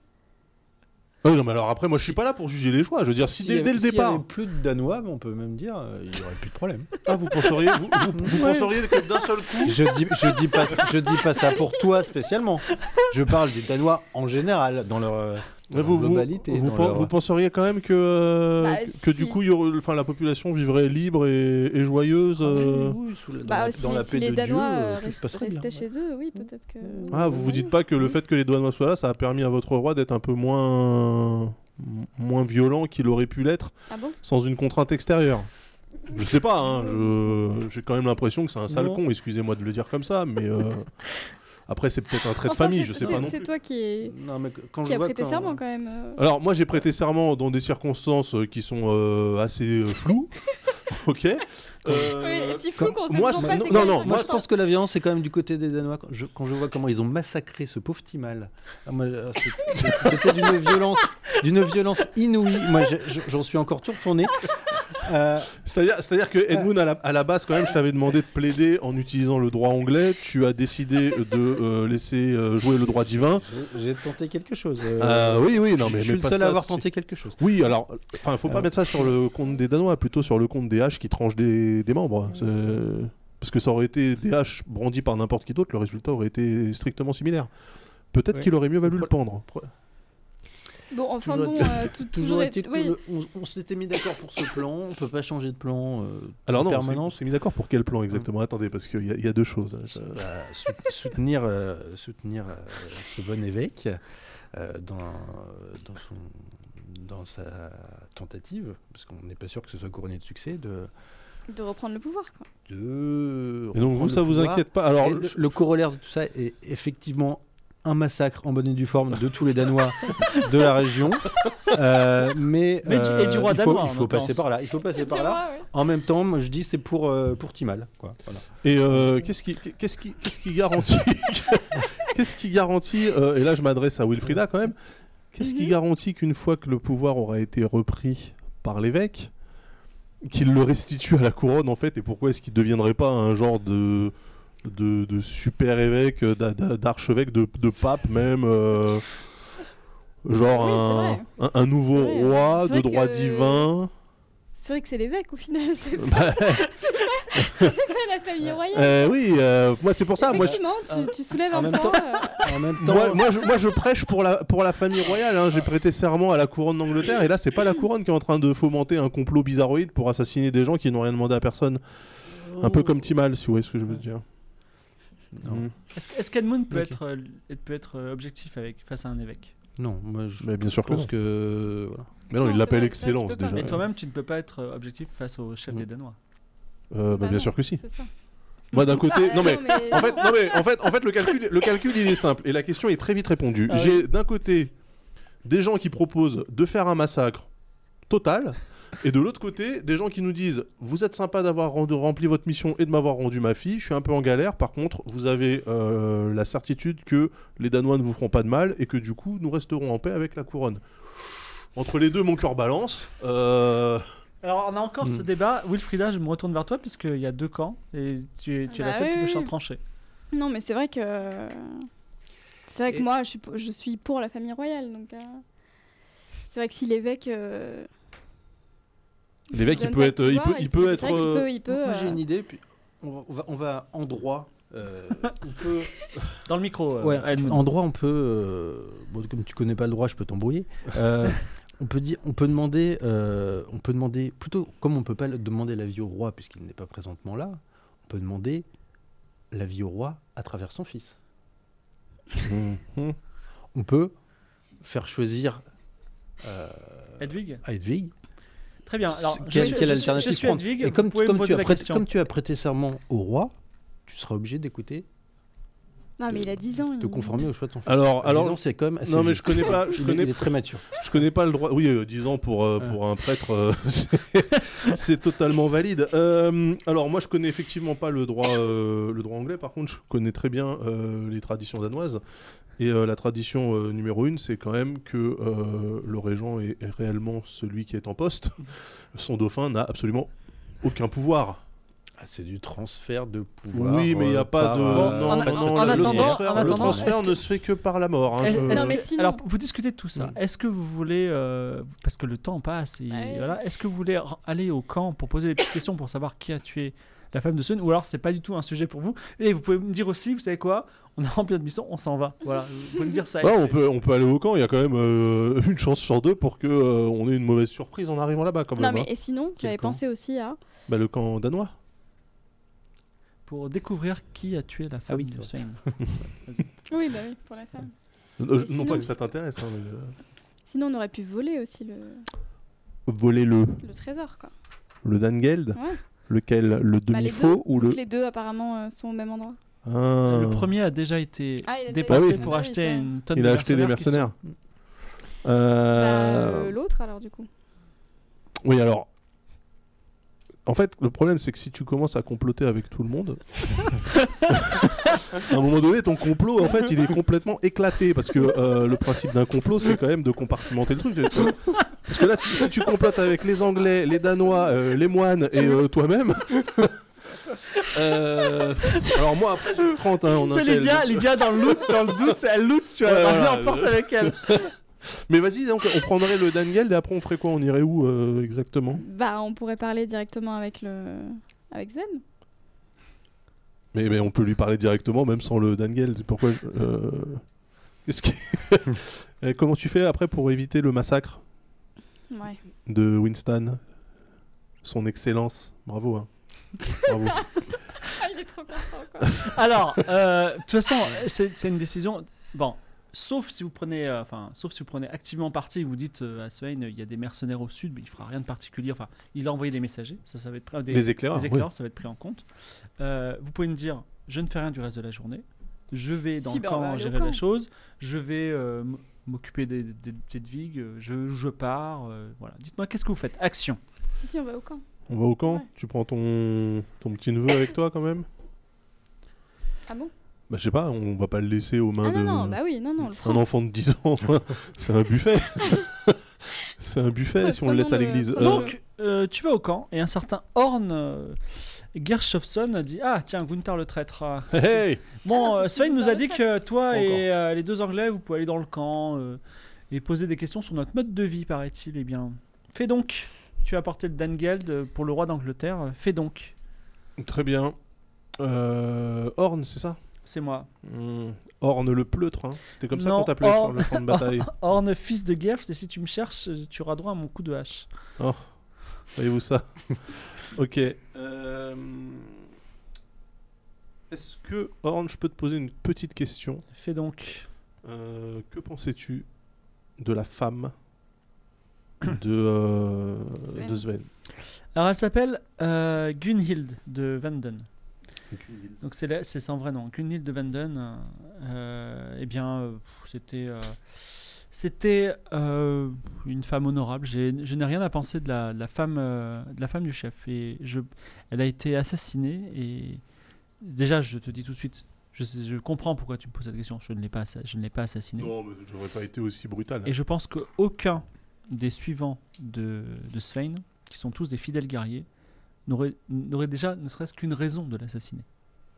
Ah oui, non, mais alors après, moi, je suis pas là pour juger les choix. Je veux dire, si
S'il
dès,
euh,
y avait-
dès le
s'il y
départ.
avait plus de Danois, on peut même dire, euh, il n'y aurait plus de problème.
Ah, vous penseriez, vous, vous- vous
Ouais.
penseriez que d'un seul coup.
je dis, je dis pas, je dis pas ça pour toi spécialement. Je parle des Danois en général, dans leur, euh,
Mais
dans leur
vous, vous,
globalité.
vous
dans
pen-
leur-
vous penseriez quand même que, euh,
Bah,
que, que
si-
du coup, il y aurait- enfin, la population vivrait libre et, et joyeuse euh,
Oui, oui, sous la- dans
Bah,
la-
si,
dans la
si
paix
les
de Dieu,
Danois
euh,
euh,
tout se
restent-
passerait bien.
restaient chez eux, oui, peut-être que.
Ah, vous vous dites pas que le fait que les Danois soient là, ça a permis à votre roi d'être un peu moins. moins violent qu'il aurait pu l'être
Ah bon
sans une contrainte extérieure je sais pas, hein, je- j'ai quand même l'impression que c'est un sale
Non.
con, excusez-moi de le dire comme ça, mais euh, après c'est peut-être un trait de
Enfin,
famille,
c'est-
je sais
c'est-
pas non
C'est toi qui, est...
Non, mais que- quand
qui
je
a
vois
prêté
quand-
serment quand même. euh.
Alors moi j'ai prêté serment dans des circonstances euh, qui sont euh, assez euh, floues, ok. Euh,
Oui, si fou
comme-
qu'on sait
moi,
toujours pas
c'est- non,
c'est
non,
quoi
non,
les
Moi,
Moi,
je pense que la violence, c'est quand même du côté des Danois. Quand je, quand je vois comment ils ont massacré ce pauvre Timal, ah, moi, euh, c'était- c'était d'une violence, d'une violence inouïe. Moi, je- je- j'en suis encore tout retourné. Euh,
C'est-à-dire, c'est-à-dire que Edmund, à la, à la base, quand même, je t'avais demandé de plaider en utilisant le droit anglais. Tu as décidé de euh, laisser euh, jouer le droit divin.
j'ai- j'ai tenté quelque chose. euh,
Euh, oui, oui, non, mais
je suis
mais
le
pas
seul
ça,
à avoir
c'est-
tenté Euh. quelque chose.
Oui, alors, enfin, faut pas
Alors-
mettre ça sur le compte des Danois, plutôt sur le compte des haches qui tranchent des, des membres. C'est-
Euh.
Parce que ça aurait été des haches brandies par n'importe qui d'autre, le résultat aurait été strictement similaire. Peut-être
Ouais.
qu'il aurait mieux valu le pendre.
Bon, enfin
Toujours
bon,
est-il-
euh, tout-
Toujours
toujours
est-il
est.
que
oui.
le- on, on s'était mis d'accord pour ce plan. On peut pas changer de plan. euh,
Alors non, on s'est- on
permanence.
s'est mis d'accord pour quel plan exactement Attendez, parce qu'il y, a- il y a deux choses. hein, ça-
bah, sou- soutenir, euh, soutenir euh, ce bon évêque euh, dans, dans, son, dans sa tentative, parce qu'on n'est pas sûr que ce soit couronné de succès, de.
De reprendre le pouvoir, quoi.
de
Et donc
reprendre
vous,
le
ça vous
pouvoir.
inquiète pas Alors,
Et le, le corollaire de tout ça est effectivement un massacre en bonne et due forme de tous les Danois de la région. Euh, mais euh,
Mais du- et du roi
il faut,
danois, en
il faut passer
l'occurrence.
par là. Il faut passer
Tu
par là.
vois, ouais.
En même temps, moi, je dis c'est pour, euh, pour Timal. Quoi. Voilà.
Et euh, qu'est-ce qui, qu'est-ce qui, qu'est-ce qui garantit, qu'est-ce qui garantit, euh, et là je m'adresse à Wilfrida quand même, qu'est-ce qui
Mhm.
garantit qu'une fois que le pouvoir aura été repris par l'évêque, qu'il le restitue à la couronne en fait, et pourquoi est-ce qu'il ne deviendrait pas un genre de, de, de super évêque, d'a- d'a- d'archevêque, de, de pape même euh, Genre
Oui,
un-
c'est vrai.
un, un nouveau
C'est vrai,
roi
c'est
de
vrai
droit
que-
divin.
C'est vrai que c'est l'évêque au final, c'est pas
Bah,
la famille royale.
euh, oui, euh, moi c'est pour ça. Moi, je-
Effectivement, tu, tu soulèves
en
un
même
point. euh,
En même temps,
Moi, moi, je, moi, je prêche pour la, pour la famille royale. hein. J'ai prêté serment à la couronne d'Angleterre. Et là, c'est pas la couronne qui est en train de fomenter un complot bizarroïde pour assassiner des gens qui n'ont rien demandé à personne. Un
Oh.
peu comme Timal, si vous voyez ce que je veux dire.
Non.
Mm.
Est-ce que- est-ce qu'Edmund peut,
Ok.
être, euh, peut être euh, objectif avec, face à un évêque
non, moi je
Mais bien sûr que
pense
non.
que voilà.
Mais non,
Non,
il
c'est vrai, c'est vrai
l'appelle
que tu
excellence
peux pas.
déjà.
Mais toi-même, tu ne peux pas être euh, objectif face au chef
Mm.
des Danois.
Euh, bah,
bah
bien
non,
sûr que si.
c'est ça.
Moi, d'un côté.
Bah,
Non, mais. En fait,
non.
non, mais, en fait, en fait le, calcul, le calcul, il est simple. Et la question est très vite répondue.
Ah oui.
J'ai d'un côté des gens qui proposent de faire un massacre total. Et de l'autre côté, des gens qui nous disent Vous êtes sympa d'avoir rendu- rempli votre mission et de m'avoir rendu ma fille, je suis un peu en galère. Par contre, vous avez euh, la certitude que les Danois ne vous feront pas de mal et que du coup, nous resterons en paix avec la couronne. Entre les deux, mon cœur balance. Euh,
Alors, on a encore ce
Mm.
débat. Wilfrida, je me retourne vers toi, puisqu'il y a deux camps, et tu es, tu es la
Bah
seule
oui,
qui peut
oui,
s'en
oui.
trancher.
Non, mais c'est vrai que. C'est vrai que
Et-
moi, je suis, je suis pour la famille royale. Donc, euh, c'est vrai que si l'évêque. euh,
L'évêque, il
donne
peut
pas de
être. Il
pouvoir,
peut, il peut
c'est
être.
vrai qu'il
euh,
peut- il peut,
Moi j'ai
euh,
une idée, puis on va, on va, on va en droit. euh, on peut.
Dans le micro, euh,
Ouais,
Edmund.
en droit, on peut. euh, bon, comme tu connais pas le droit, je peux t'embrouiller. Euh, on peut dire, on peut demander, euh, on peut demander plutôt comme on peut pas le- demander l'avis au roi puisqu'il n'est pas présentement là. On peut demander l'avis au roi à travers son fils.
Mhm.
On peut faire choisir euh,
Hedwig
à Hedwig
Très bien. Alors,
ce-
je
quelle,
suis-
quelle
je suis-
alternative
je suis
prendre.
Hedwig,
Et
vous
comme,
pouvez me
comme
poser
tu as
la
prêté,
question.
comme tu as prêté serment au roi, tu seras obligé d'écouter,
Non, mais il a 10 ans. euh,
te
il-
conformer au choix de ton fils.
Alors, alors,
Disons, c'est comme
Non, mais je connais pas. Je
il,
connais,
est, il est très mature.
je connais pas le droit. Oui, euh, 10 ans pour, euh,
Ah.
pour un prêtre, euh, c'est- c'est totalement valide. Euh, alors, moi, je connais effectivement pas le droit, euh, le droit anglais. Par contre, je connais très bien euh, les traditions danoises. Et euh, la tradition euh, numéro une, c'est quand même que euh, le régent est, est réellement celui qui est en poste. Son dauphin n'a absolument aucun pouvoir.
Ah, c'est du transfert de pouvoir.
oui, mais il n'y a
euh,
pas
par,
de.
euh,
non,
en-
non, non,
en
le
attendant-
transfert-
en
le
attendant,
transfert
est-ce
ne se fait que par la mort. hein,
Est-
je-
est-ce
Non, mais
que-
sinon-
Alors, vous discutez de tout ça.
Mm.
Est-ce que vous voulez, euh, parce que le temps passe, et
Ouais.
voilà, est-ce que vous voulez r- aller au camp pour poser les petites questions pour savoir qui a tué la femme de Sun, ou alors c'est pas du tout un sujet pour vous Et vous pouvez me dire aussi, vous savez quoi On a rempli notre mission, on s'en va. Voilà, vous pouvez me dire ça.
Ouais,
et
on
c'est-
peut, on peut aller au camp, il y a quand même euh, une chance sur deux pour que euh, on ait une mauvaise surprise en arrivant là-bas quand
Non,
même.
mais
hein.
et sinon, j'avais
camp
pensé aussi à.
Bah, le camp danois.
Pour découvrir qui a tué la femme
oui,
de
c'est
Sun.
Oui, bah oui, pour la femme.
Euh, non
sinon,
pas que ça
c'est-
t'intéresse. hein, mais, euh,
Sinon, on aurait pu voler aussi le,
Voler le,
le trésor, quoi.
le Dangeld,
Ouais.
lequel Le
Bah, les
demi-faux
deux.
ou
Donc,
le.
Les deux, apparemment, euh, sont au même endroit.
Ah.
Le premier a déjà été
Ah, il a déjà
dépassé
été-
pour
Ah oui,
acheter
ça.
une tonne
Il
de
a acheté des
qui sont-
mercenaires.
Bah,
Euh,
euh, L'autre, alors, du coup.
Oui, alors. En fait, le problème, c'est que si tu commences à comploter avec tout le monde, à un moment donné, ton complot, en fait, il est complètement éclaté. Parce que euh, le principe d'un complot, c'est quand même de compartimenter le truc. Parce que là, tu- si tu complotes avec les Anglais, les Danois, euh, les moines et euh, toi-même. euh, Alors, moi, après, j'ai 30 hein, en
Tu sais,
intel,
Lydia, Lydia dans, le loot, dans le doute, elle loot sur
Ouais,
la
voilà,
porte
je-
avec elle.
Mais vas-y, donc, on prendrait le Daniel et après, on ferait quoi On irait où euh, exactement
Bah, on pourrait parler directement avec le. Avec Sven.
Mais, mais on peut lui parler directement, même sans le Dangel. Pourquoi je- euh, qu'est-ce qui- Euh, Comment tu fais après pour éviter le massacre
Ouais.
de Winston Son excellence. Bravo. hein. Bravo.
Ah, il est trop content, quoi.
Alors, euh, de toute façon, c'est c'est une décision. Bon, sauf si vous prenez, euh, enfin, sauf si vous prenez activement parti et vous dites euh, à Swain, il y a des mercenaires au sud, mais il fera rien de particulier. Enfin, il a envoyé des messagers, ça, ça va être pris, des,
Les éclaireurs.
des
oui.
éclaireurs, ça va être pris en compte. Euh, vous pouvez me dire, je ne fais rien du reste de la journée. Je vais dans
Si,
le
ben, on va
camp
aller au
gérer
camp.
la chose. Je vais euh, m- m'occuper des, des, petites vigues. euh, Je, je pars. euh, voilà. Dites-moi, qu'est-ce que vous faites Action.
Si, si, on va au camp.
On va au camp
Ouais.
Tu prends ton, ton petit neveu avec toi quand même
Ah bon
Bah, je sais pas, on va pas le laisser aux mains
Ah non,
de.
non, bah oui, non, non, on le prend.
Un enfant de 10 ans, c'est un buffet. c'est un buffet
Ouais,
si on le laisse à
prenons le-
l'église.
prenons
Euh,
le-
Donc, euh, tu vas au camp et un certain Horn euh, Gershofsson dit Ah, tiens, Gunther le traître. euh.
hey,
Bon,
Ah,
euh,
c'est
Svein nous a
Gunther
dit que
le
toi
Pas
et euh, les deux Anglais, vous pouvez aller dans le camp euh, et poser des questions sur notre mode de vie, paraît-il. Eh bien, fais donc. Tu as apporté le Dangeld euh, pour le roi d'Angleterre. euh, Fais donc.
hey. Très bien. Euh, Horn, c'est ça
C'est moi.
Hmm, Horn le pleutre, hein. c'était comme ça
Non,
qu'on t'appelait sur
Horn.
le champ de bataille.
Horn, fils de Gersh, et si tu me cherches, euh, tu auras droit à mon coup de hache.
Voyez-vous ça Ok. Euh, Est-ce que, Horn, je peux te poser une petite question
Fais donc.
Euh, que pensais-tu de la femme de, euh,
Sven.
de Sven
Alors, elle s'appelle euh, Gunhild de Vanden. Donc c'est la- c'est son vrai nom, Gunhild de Vanden. euh, euh, eh bien, euh, pff, c'était euh, c'était euh, une femme honorable. J'ai- Je n'ai rien à penser de la, de la femme euh, de la femme du chef. Et je, elle a été assassinée. Et déjà, je te dis tout de suite, je, sais- je comprends pourquoi tu me poses cette question. Je ne l'ai pas, assa- je ne l'ai pas assassinée.
Non, mais j'aurais pas été aussi brutal.
Et je pense qu'aucun des suivants de, de Svein, qui sont tous des fidèles guerriers, n'aurait n'aurait déjà ne serait-ce qu'une raison de l'assassiner.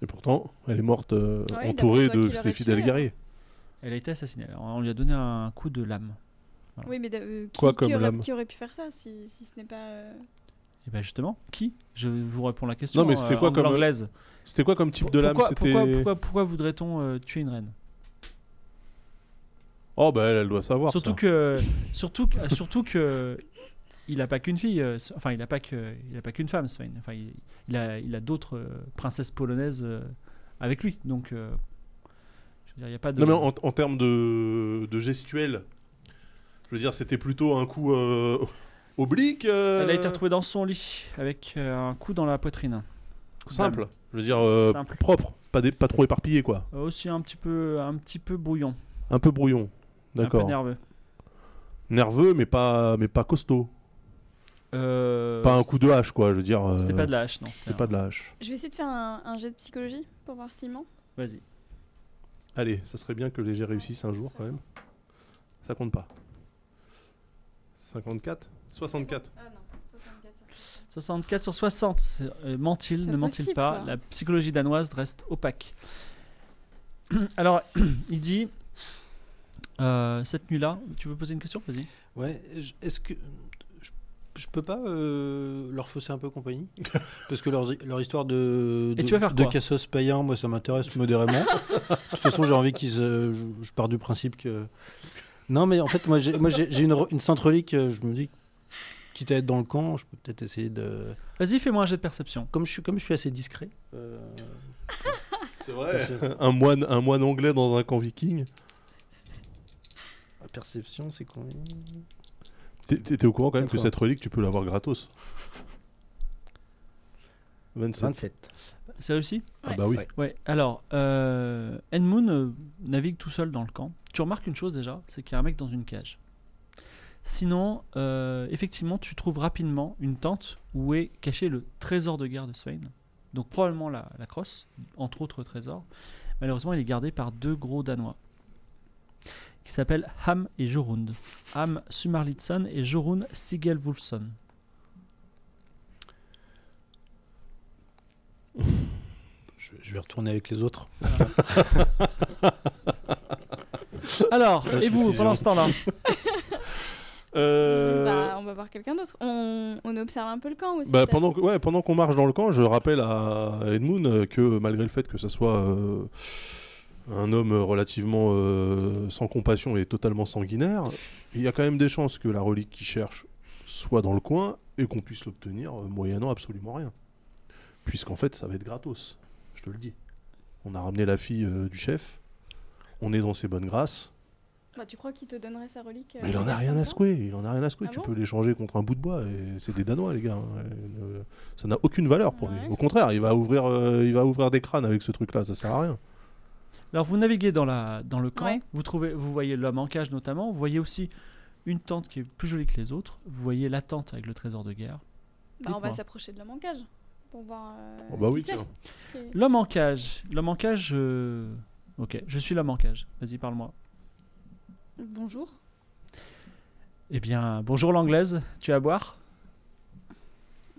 Et pourtant, elle est morte euh,
Ouais,
entourée
d'après toi,
de
qui l'aurait
ses fidèles
tuée,
guerriers.
Elle a été assassinée. Alors, on lui a donné un coup de lame.
Oui, mais euh, qui,
Quoi comme
qui, aurait,
lame
qui aurait pu faire ça si, si ce n'est pas. euh,
Et bien justement, qui Je vous réponds la question.
Non, mais c'était
euh,
quoi
en
comme-
anglaise
C'était quoi comme type de lame
pourquoi,
C'était.
pourquoi, pourquoi, pourquoi voudrait-on euh, tuer une reine
Oh, bah elle, elle doit savoir.
Surtout
ça.
que, surtout que, euh, surtout que, il a pas qu'une fille. euh, s- Enfin, il a pas que, il a pas qu'une femme, Svein. Enfin, il, il a, il a d'autres euh, princesses polonaises euh, avec lui. Donc, euh, je veux dire, il n'y a pas de.
Non, mais en, en termes de, de gestuelle, je veux dire, c'était plutôt un coup euh, oblique. euh,
Elle a été retrouvée dans son lit avec euh, un coup dans la poitrine.
Simple. Je veux dire, euh,
Simple.
propre. Pas, dé- pas trop éparpillé, quoi.
Euh, Aussi un petit peu, un petit peu brouillon,
Un peu brouillon.
un peu
D'accord.
nerveux.
Nerveux, mais pas, mais pas costaud.
Euh,
Pas un coup de hache, quoi. Je veux dire. euh,
C'était pas de la hache, hein. non. C'était
c'était pas de la hache.
Je vais essayer de faire un, un jet de psychologie pour voir s'il ment.
un- Vas-y.
Allez, ça serait bien que les G réussissent un jour quand même. Ça compte pas. 54 64
Ah non, 64
64 sur 60. c'est- euh, Ment-il,
C'est
ne
pas
ment-il
possible,
pas
quoi.
La psychologie danoise reste opaque. Alors, il dit euh, Cette nuit-là, tu veux poser une question Vas-y.
Ouais, je- est-ce que je, je peux pas euh, leur fausser un peu compagnie Parce que leur, leur histoire de
Et
de,
tu vas faire
de
quoi
cassos payant, moi ça m'intéresse modérément. de toute façon, j'ai envie qu'ils se- je, je pars du principe que Non, mais en fait moi j'ai moi j'ai j'ai une re- une sainte relique, euh, je me dis quitte à être dans le camp, je peux peut-être essayer de
Vas-y, fais-moi un jet de perception.
comme je suis comme je suis assez discret. euh,
C'est
perce-
un moine, un moine anglais dans un camp viking.
perception, c'est combien
T'es- T'es t'es au courant quand même que
80.
cette relique, tu peux l'avoir gratos 27.
27.
C'est réussi
Ah bah oui.
Ouais.
Ouais. Alors, euh, Edmund euh, navigue tout seul dans le camp. Tu remarques une chose déjà c'est qu'il y a un mec dans une cage. Sinon, euh, effectivement, tu trouves rapidement une tente où est caché le trésor de guerre de Swain. Donc probablement la, la crosse, entre autres trésors. Malheureusement, il est gardé par deux gros Danois qui s'appellent Ham et Jorund. Ham Sumarlitson et Jorund Sigelwulfsson.
Je, je vais retourner avec les autres.
Alors,
Ça,
et
je
vous,
suis
pendant ce temps-là
Euh,
Bah, on va voir quelqu'un d'autre. On, on observe un peu le camp aussi.
Bah,
peut-être.
pendant que- ouais, pendant qu'on marche dans le camp, je rappelle à Edmund euh, que malgré le fait que ça soit euh, un homme relativement euh, sans compassion et totalement sanguinaire, il y a quand même des chances que la relique qu'il cherche soit dans le coin et qu'on puisse l'obtenir euh, moyennant absolument rien. Puisqu'en fait, ça va être gratos, je te le dis. On a ramené la fille euh, du chef, on est dans ses bonnes grâces,
Bah, tu crois qu'il te donnerait sa relique euh,
mais il en a
regarde
rien
comme
à
ça
secouer, il en a rien à secouer.
Ah
tu
bon
peux l'échanger contre un bout de bois et c'est des Danois les gars. hein. Et, euh, ça n'a aucune valeur pour lui.
Ouais.
Au contraire, il va ouvrir, euh, il va ouvrir des crânes avec ce truc-là. Ça sert à rien.
Alors vous naviguez dans, la, dans le camp,
Ouais.
vous, trouvez, vous voyez l'homme en cage notamment, vous voyez aussi une tente qui est plus jolie que les autres, vous voyez la tente avec le trésor de guerre.
Bah, on
Dites-moi.
va s'approcher de l'homme en cage pour voir. euh,
Oh bah
qui
oui.
c'est.
tiens.
Et-
L'homme en cage, l'homme en cage, euh, ok, je suis l'homme en cage, vas-y parle-moi.
Bonjour.
Eh bien, bonjour l'anglaise, tu as à boire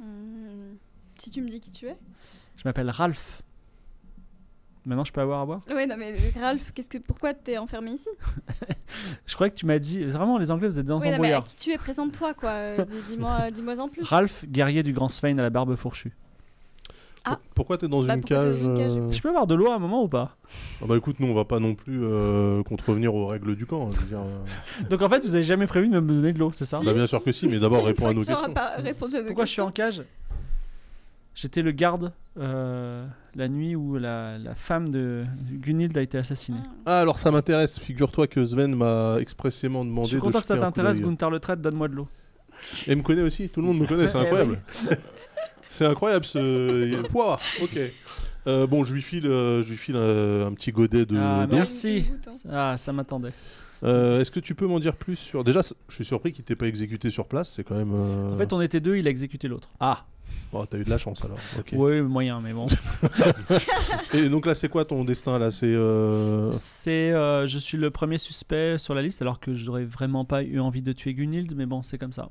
Hum, Si tu me dis qui tu es.
Je m'appelle Ralph. Maintenant, je peux avoir à boire
Ouais, non, mais euh, Ralph, qu'est-ce que, pourquoi t'es enfermé ici
Je crois que tu m'as dit. Vraiment, les Anglais, vous êtes dans
Ouais,
un
non, mais
brouillard.
qui tu es, présente-toi, quoi. Euh, dis- Dis-moi dis en plus.
Ralph, guerrier du grand Svein à la barbe fourchue.
Ah.
Pourquoi t'es dans
Bah,
une
pourquoi t'es
cage
dans une cage
euh,
Je peux avoir de l'eau à un moment ou pas
Ah bah écoute, nous on va pas non plus euh, contrevenir aux règles du camp. hein, je veux dire, euh.
Donc en fait, vous avez jamais prévu de me donner de l'eau, c'est ça
Si.
Bah, bien sûr que si, mais d'abord réponds à nos
Une fois que
questions.
tu auras pas répondu à nos
Pourquoi je suis en
questions.
cage J'étais le garde euh, la nuit où la, la femme de Gunhild a été assassinée.
Ah alors ça m'intéresse. Figure-toi que Sven m'a expressément demandé
je suis
de
content que ça
jeter un coup
t'intéresse,
d'œil.
Gunther le traite, donne-moi de l'eau.
Et me connaît aussi. Tout le monde me connaît. C'est
Eh oui.
incroyable. c'est incroyable ce poids. Ok. Euh, bon, je lui file, euh, je lui file euh, un petit godet
Ah,
de. d'eau.
Ah,
merde. Merci.
une- une goutte, hein.
Ah, ça m'attendait.
Euh, Est-ce que tu peux m'en dire plus sur Déjà, c- je suis surpris qu'il t'ait pas exécuté sur place. C'est quand même. euh,
En fait, on était deux, il a exécuté l'autre.
Ah. Bon, t'as eu de la chance alors. Ok.
Oui, moyen, mais bon.
Et donc là, c'est quoi ton destin là C'est euh,
C'est, euh, je suis le premier suspect sur la liste, alors que j'aurais vraiment pas eu envie de tuer Gunhild, mais bon, c'est comme ça.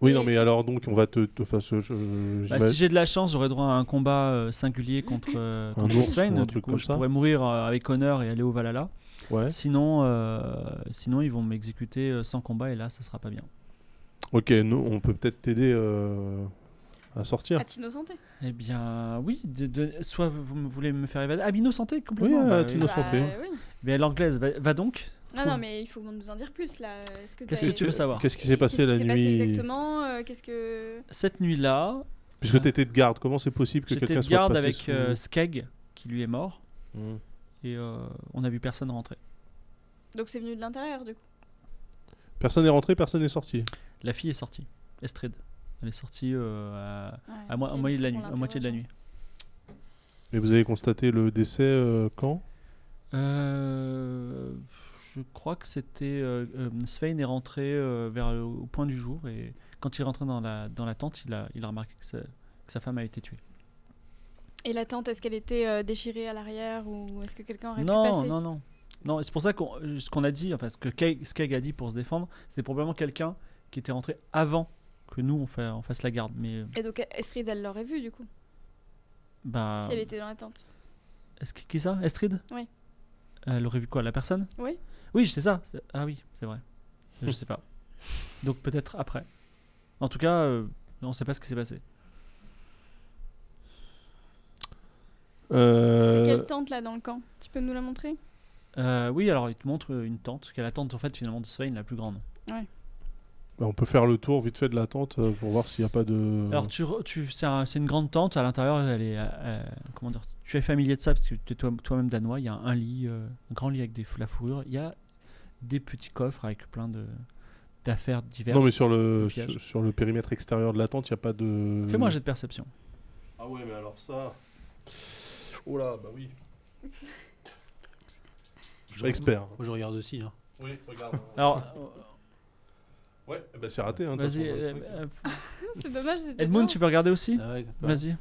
Oui,
Et-
non, mais alors donc on va te, te enfin, ce- je-
Bah,
j'imagine-
si j'ai de la chance, j'aurai droit à un combat euh, singulier contre, euh,
Un
contre
ours
Svein,
ou un
du
truc
coup,
comme
je
ça.
pourrais mourir euh, avec honneur et aller au Valhalla.
ouais.
Sinon, euh, sinon ils vont m'exécuter euh, sans combat et là, ça sera pas bien.
Ok, nous, on peut peut-être t'aider euh, à sortir.
À t'innocenter.
Eh bien, oui, de- de- soit vous me- voulez me faire évader. Ah, Bino Santé,
Oui,
complètement.
euh,
bah,
tu
oui.
nous- Innocenter.
Bah, oui.
Mais l'anglaise, va, va donc.
Non, non, mais il faut nous en dire plus là. Est-ce que
Qu'est-ce
t'as-
que tu veux savoir
Qu'est-ce qui s'est passé
Qu'est-ce
la
qui s'est
nuit
passé exactement Euh, Qu'est-ce que.
Cette nuit-là,
Puisque t'étais de garde, comment c'est possible que
j'étais
quelqu'un
de
soit
garde
passé
avec
sous-
euh, Skeg, qui lui est mort,
Hmm.
et euh, on a vu personne rentrer.
Donc c'est venu de l'intérieur du coup.
Personne n'est rentré, personne n'est sorti.
La fille est sortie, Estrid. Elle est sortie euh, à,
Ouais,
à mo- à
Ah, ok,
moitié de la
faut
nuit.
qu'on
À moitié de la
l'interroge.
nuit.
Et vous avez constaté le décès euh, quand
Euh, je crois que c'était. euh, euh, Svein est rentré euh, vers le, au point du jour et quand il est rentré dans la, dans la tente, il a, il a remarqué que sa, que sa femme a été tuée.
Et la tente, est-ce qu'elle était euh, déchirée à l'arrière ou est-ce que quelqu'un aurait pu
Non,
passer
non, non. Non, c'est pour ça qu'on euh, ce qu'on a dit, enfin ce que Keg Skeg a dit pour se défendre, c'était probablement quelqu'un qui était rentré avant que nous on, fa- on fasse la garde. Mais euh,
Et donc Estrid, elle l'aurait vu du coup,
bah,
si elle était dans la tente.
est-ce que- qui ça, Estrid
Oui.
Elle aurait vu quoi, la personne
Oui.
Oui, c'est ça. c'est- Ah oui, c'est vrai. Je sais pas. Donc peut-être après. En tout cas, euh, on sait pas ce qui s'est passé.
Euh,
Quelle tente là dans le camp Tu peux nous la montrer
Euh, oui, alors il te montre euh, une tente, qui est la tente en fait finalement de Svein la plus grande.
bah, On peut faire le tour vite fait de la tente euh, pour voir s'il n'y a pas de.
Alors tu, re- tu c'est un- c'est une grande tente à l'intérieur, elle est euh, euh, comment dire, tu es familier de ça parce que tu es toi- toi-même danois, il y a un lit, euh, un grand lit avec des fou- la fourrure, il y a des petits coffres avec plein de d'affaires diverses.
non, mais sur le,
le piège.
sur, sur le périmètre extérieur de la tente, il n'y a pas de.
Fais-moi un jet de perception.
Ah ouais, mais alors ça. Oh là, bah oui. Je suis expert.
Moi, je regarde aussi. hein.
Oui, regarde.
Alors
Ouais, bah c'est raté.
euh,
Hein, de toute
vas-y,
façon,
euh,
25.
euh,
C'est dommage. c'était
Edmund,
bien.
tu veux regarder aussi
Ah ouais,
Vas-y.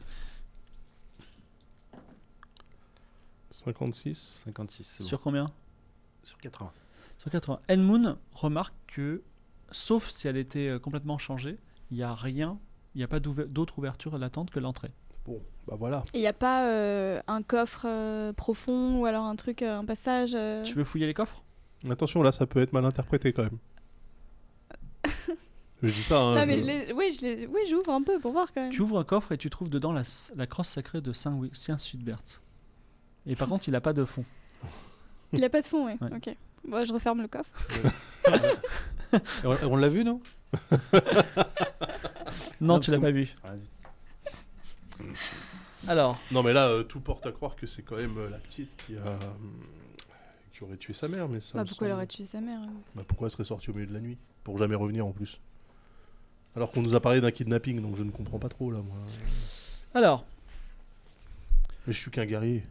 56.
56, c'est bon.
Sur combien
Sur 80.
Sur 80. Edmund remarque que, sauf si elle était euh, complètement changée, il n'y a rien, il n'y a pas d'ouver- d'autre ouverture à la tente que l'entrée.
Bon, bah voilà.
Et il n'y a pas euh, un coffre euh, profond ou alors un truc, euh, un passage euh,
Tu veux fouiller les coffres
Attention, là, ça peut être mal interprété quand même. je dis ça. Hein,
Non, Ah, mais
je-
je l'ai- oui, je l'ai- oui, j'ouvre un peu pour voir quand même.
Tu ouvres un coffre et tu trouves dedans la, s- la crosse sacrée de Saint Wi- Saint Sudbert. Et par contre, il n'a pas de fond.
Il n'y a pas de fond, oui.
Ouais.
Ok. Bon, je referme le coffre.
Et on on l'a vu, non
Non,
Non,
tu
parce
l'as
que-
pas vu. Alors,
Non, mais là, euh, tout porte à croire que c'est quand même euh, la petite qui a. hum, qui aurait tué sa mère, mais ça.
Bah,
me
pourquoi elle
semble-
aurait tué sa mère hein
Bah, pourquoi elle serait sortie au milieu de la nuit Pour jamais revenir en plus. Alors qu'on nous a parlé d'un kidnapping, donc je ne comprends pas trop là, moi.
alors,
Mais je suis qu'un guerrier.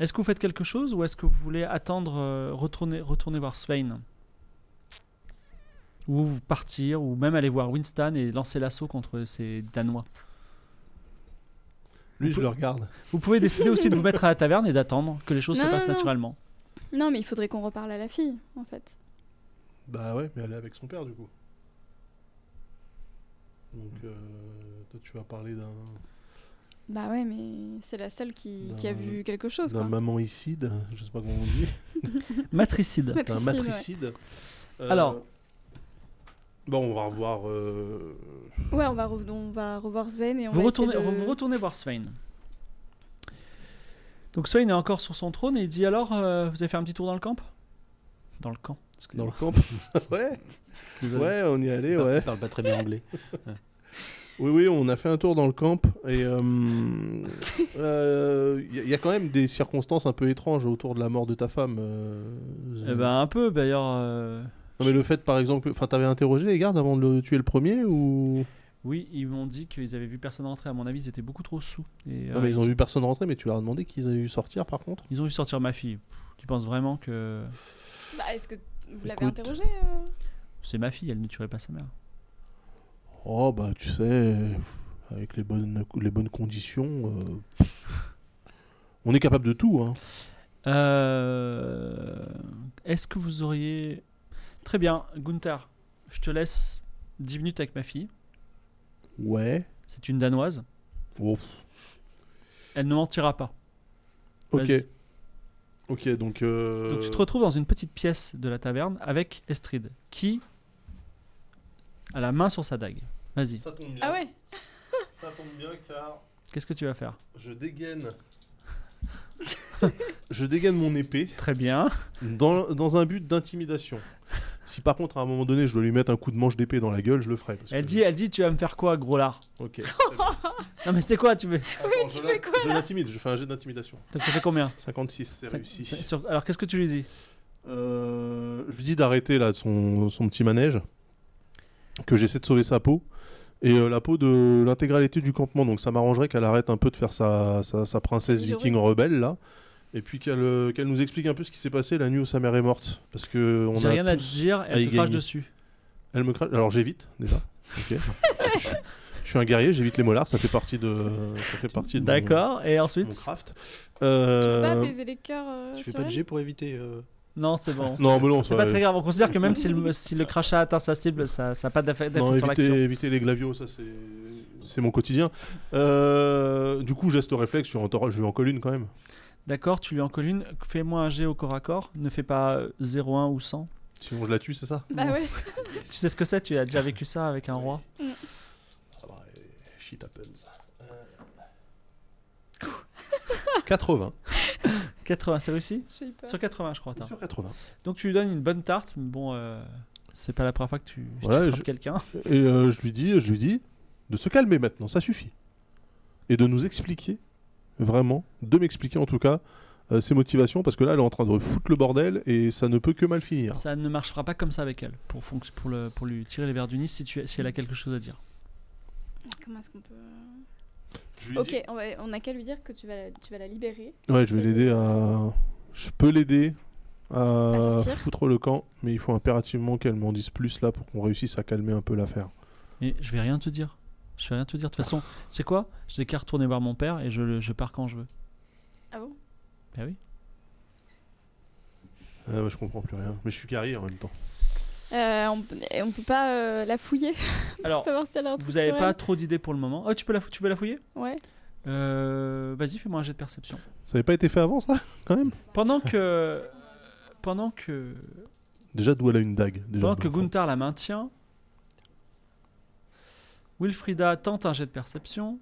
est-ce que vous faites quelque chose ou est-ce que vous voulez attendre, euh, retourner, retourner voir Svein Ou vous partir, ou même aller voir Winston et lancer l'assaut contre ces Danois
Lui, je le regarde.
Vous pouvez décider aussi de vous mettre à la taverne et d'attendre que les choses se
Non,
passent
non, non.
naturellement.
Non, mais il faudrait qu'on reparle à la fille, en fait.
Bah ouais, mais elle est avec son père du coup. Donc, euh, toi, tu vas parler d'un
Bah ouais, mais c'est la seule qui, qui a
D'un-
vu quelque chose.
d'un
Quoi.
mamonicide, je sais pas comment on dit,
Matricide.
d'un
Matricide, ouais.
matricide. Euh,
Alors.
Bon, on va revoir. euh,
Ouais, on va, re- on va revoir Sven et on
Vous
va
retournez,
essayer de-
vous retournez voir Swain. Donc Swain est encore sur son trône et il dit alors, euh, vous avez fait un petit tour dans le camp Dans le camp.
Dans
excusez-moi.
le camp Ouais, ouais, on y est allé,
Il parle-
ouais.
il parle pas très bien anglais.
Oui, oui, on a fait un tour dans le camp et il y, a quand même des circonstances un peu étranges autour de la mort de ta femme. euh,
Eh ben un peu d'ailleurs. euh,
Non, mais le fait, par exemple, que- enfin, t'avais interrogé les gardes avant de le tuer le premier ou
oui, ils m'ont dit qu'ils avaient vu personne rentrer. À mon avis, ils étaient beaucoup trop sous. Et,
Non,
euh,
Ah, mais ils ont
ils-
vu personne rentrer, mais tu leur as demandé qu'ils avaient vu sortir, par contre.
ils ont vu sortir ma fille. Pff, Tu penses vraiment que
Bah, est-ce que vous l'avez
Écoute.
interrogé euh
c'est ma fille Elle ne tuerait pas sa mère.
Oh bah, tu sais, avec les bonnes les bonnes conditions, euh, on est capable de tout. Hein.
Euh, Est-ce que vous auriez... Très bien, Gunther, je te laisse 10 minutes avec ma fille.
Ouais.
C'est une Danoise.
Ouf.
Elle ne mentira pas.
Ok.
Vas-y.
Ok, donc. euh,
Donc tu te retrouves dans une petite pièce de la taverne avec Estrid, qui a la main sur sa dague. Vas-y,
Ça tombe bien.
Ah ouais
Ça tombe bien car
qu'est-ce que tu vas faire
je dégaine. je dégaine mon épée.
Très bien.
Dans, dans un but d'intimidation. Si par contre à un moment donné je dois lui mettre un coup de manche d'épée dans la gueule, je le ferai. parce
Elle
que-
dit, elle dit, tu vas me faire quoi, gros lard
Ok.
Non mais c'est quoi Tu veux
Attends,
tu
je
fais
l'in- Je l'intimide, je fais un jet d'intimidation.
Donc ça fait combien
56, c'est réussi.
Ça- sur- Alors qu'est-ce que tu lui dis
Euh, je lui dis d'arrêter là son, son petit manège, que j'essaie de sauver sa peau, et euh, la peau de l'intégralité du campement. Donc ça m'arrangerait qu'elle arrête un peu de faire sa, sa, sa princesse
Jolie.
viking rebelle là. Et puis qu'elle euh, qu'elle nous explique un peu ce qui s'est passé la nuit où sa mère est morte. Parce que on
J'ai
a
rien à
tous-
te dire.
à
Elle
y
te crache
gagner.
dessus.
Elle me crache. Alors j'évite déjà. Ok. je, suis- je suis un guerrier, j'évite les molars, ça fait partie de, ça fait partie de mon-
D'accord. Et
mon,
ensuite
Tu
craft.
peux pas
Euh,
baiser les cœurs euh,
Tu fais
sur
pas de
elle
G pour éviter. euh,
Non, c'est bon.
Non, mais non, ça-
C'est pas très grave. On considère que même si le, si le crachat atteint sa cible, ça n'a pas d'effet d'effet
Non,
sur l'action.
éviter, éviter les glavios, ça c'est c'est mon quotidien. Euh, du coup, geste réflexe, je suis en, tor- je suis en colline quand même.
D'accord, tu lui en colles une. Fais-moi un jet au corps à corps. Ne fais pas euh, 0,1 ou 100.
Sinon, je la tue, c'est ça
Bah ouais.
Tu sais ce que c'est Tu as déjà vécu ça avec un roi
Ah bah, eh, Shit happens. Euh, 80.
80, c'est réussi
Je sais pas.
Sur 80, je crois. t'as.
Sur 80.
Donc tu lui donnes une bonne tarte, mais bon, euh, c'est pas la première fois que tu, que tu
Ouais,
frappes
je-
quelqu'un.
Et euh, je lui dis, je lui dis, de se calmer maintenant, ça suffit. Et de nous expliquer, vraiment, de m'expliquer en tout cas, euh, ses motivations, parce que là, elle est en train de foutre le bordel et ça ne peut que mal finir.
Ça ne marchera pas comme ça avec elle pour, fonc- pour, le, pour lui tirer les verres du nez si, tu- si elle a quelque chose à dire.
Comment est-ce qu'on peut. euh,
Je lui
Ok, on, va- on a qu'à lui dire que tu vas, la- tu vas la libérer.
Ouais, je vais l'aider à. Je peux l'aider
À
à
sortir
foutre le camp, mais il faut impérativement qu'elle m'en dise plus là pour qu'on réussisse à calmer un peu l'affaire.
Et je vais rien te dire. Je vais rien te dire. De toute façon, tu sais quoi J'ai qu'à retourner voir mon père et je, le- je pars quand je veux.
Ah bon
Ben oui.
Ah ouais, je comprends plus rien. Mais je suis guerrier en même temps.
Euh, on, peut- et on peut pas euh, la fouiller pour
Alors,
savoir si elle a un truc
vous avez
sur
pas
elle.
trop d'idées pour le moment. Oh, tu, peux la, fou- tu veux la fouiller
Ouais.
Euh, Vas-y, fais-moi un jet de perception.
Ça n'avait pas été fait avant ça, quand même
Pendant que. Pendant que.
Déjà, d'où elle a une dague déjà,
Pendant
de
que
l'enfant.
Gunther la maintient, Wilfrida tente un jet de perception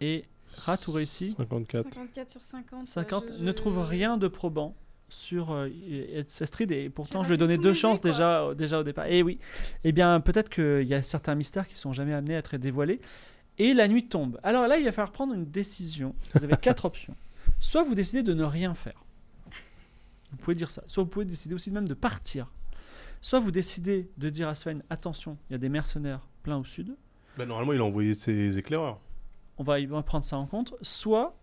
et rate ou réussit.
54.
54 sur 50.
50
euh, je-
ne
je-
trouve rien de probant sur euh, et- et- Astrid et pourtant
J'ai
je lui ai donné
raté tous
deux
mes
chances
jets, quoi.
déjà, euh, déjà au départ. Et oui, eh bien peut-être qu'il y a certains mystères qui sont jamais amenés à être dévoilés. Et la nuit tombe. Alors là, il va falloir prendre une décision. Vous avez quatre options. Soit vous décidez de ne rien faire. Vous pouvez dire ça. Soit vous pouvez décider aussi même de partir. Soit vous décidez de dire à Sven, attention, il y a des mercenaires plein au sud.
Bah, normalement, il a envoyé ses éclaireurs.
On va, on va prendre ça en compte. Soit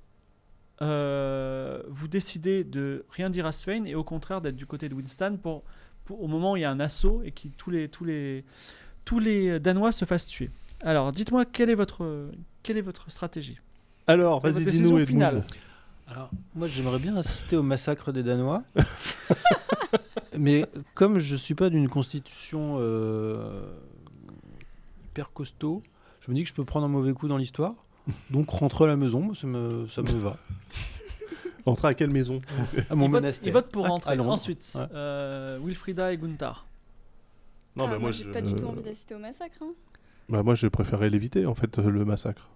euh, vous décidez de rien dire à Swain et au contraire d'être du côté de Winston pour, pour- au moment où il y a un assaut et que tous les, tous, les, tous les Danois se fassent tuer. Alors dites-moi quelle est votre, quelle est votre stratégie
Alors,
Votre
vas-y,
décision
dis-nous,
finale.
Edmund.
Alors, moi, j'aimerais bien assister au massacre des Danois. Mais comme je suis pas d'une constitution euh, hyper costaud, Je me dis que je peux prendre un mauvais coup dans l'histoire. Donc rentrer à la maison, moi, ça me, ça me va.
Entrer à quelle maison
À mon
ils, votent,
monastère.
ils votent pour
Ah, à
rentrer.
Londres.
Ensuite,
Ouais.
euh, Wilfrida et Gunther.
Non,
Ah,
mais
moi, j'ai pas du tout envie
euh,
d'assister au massacre. hein.
bah, moi, je préférais l'éviter, en fait, euh, le massacre.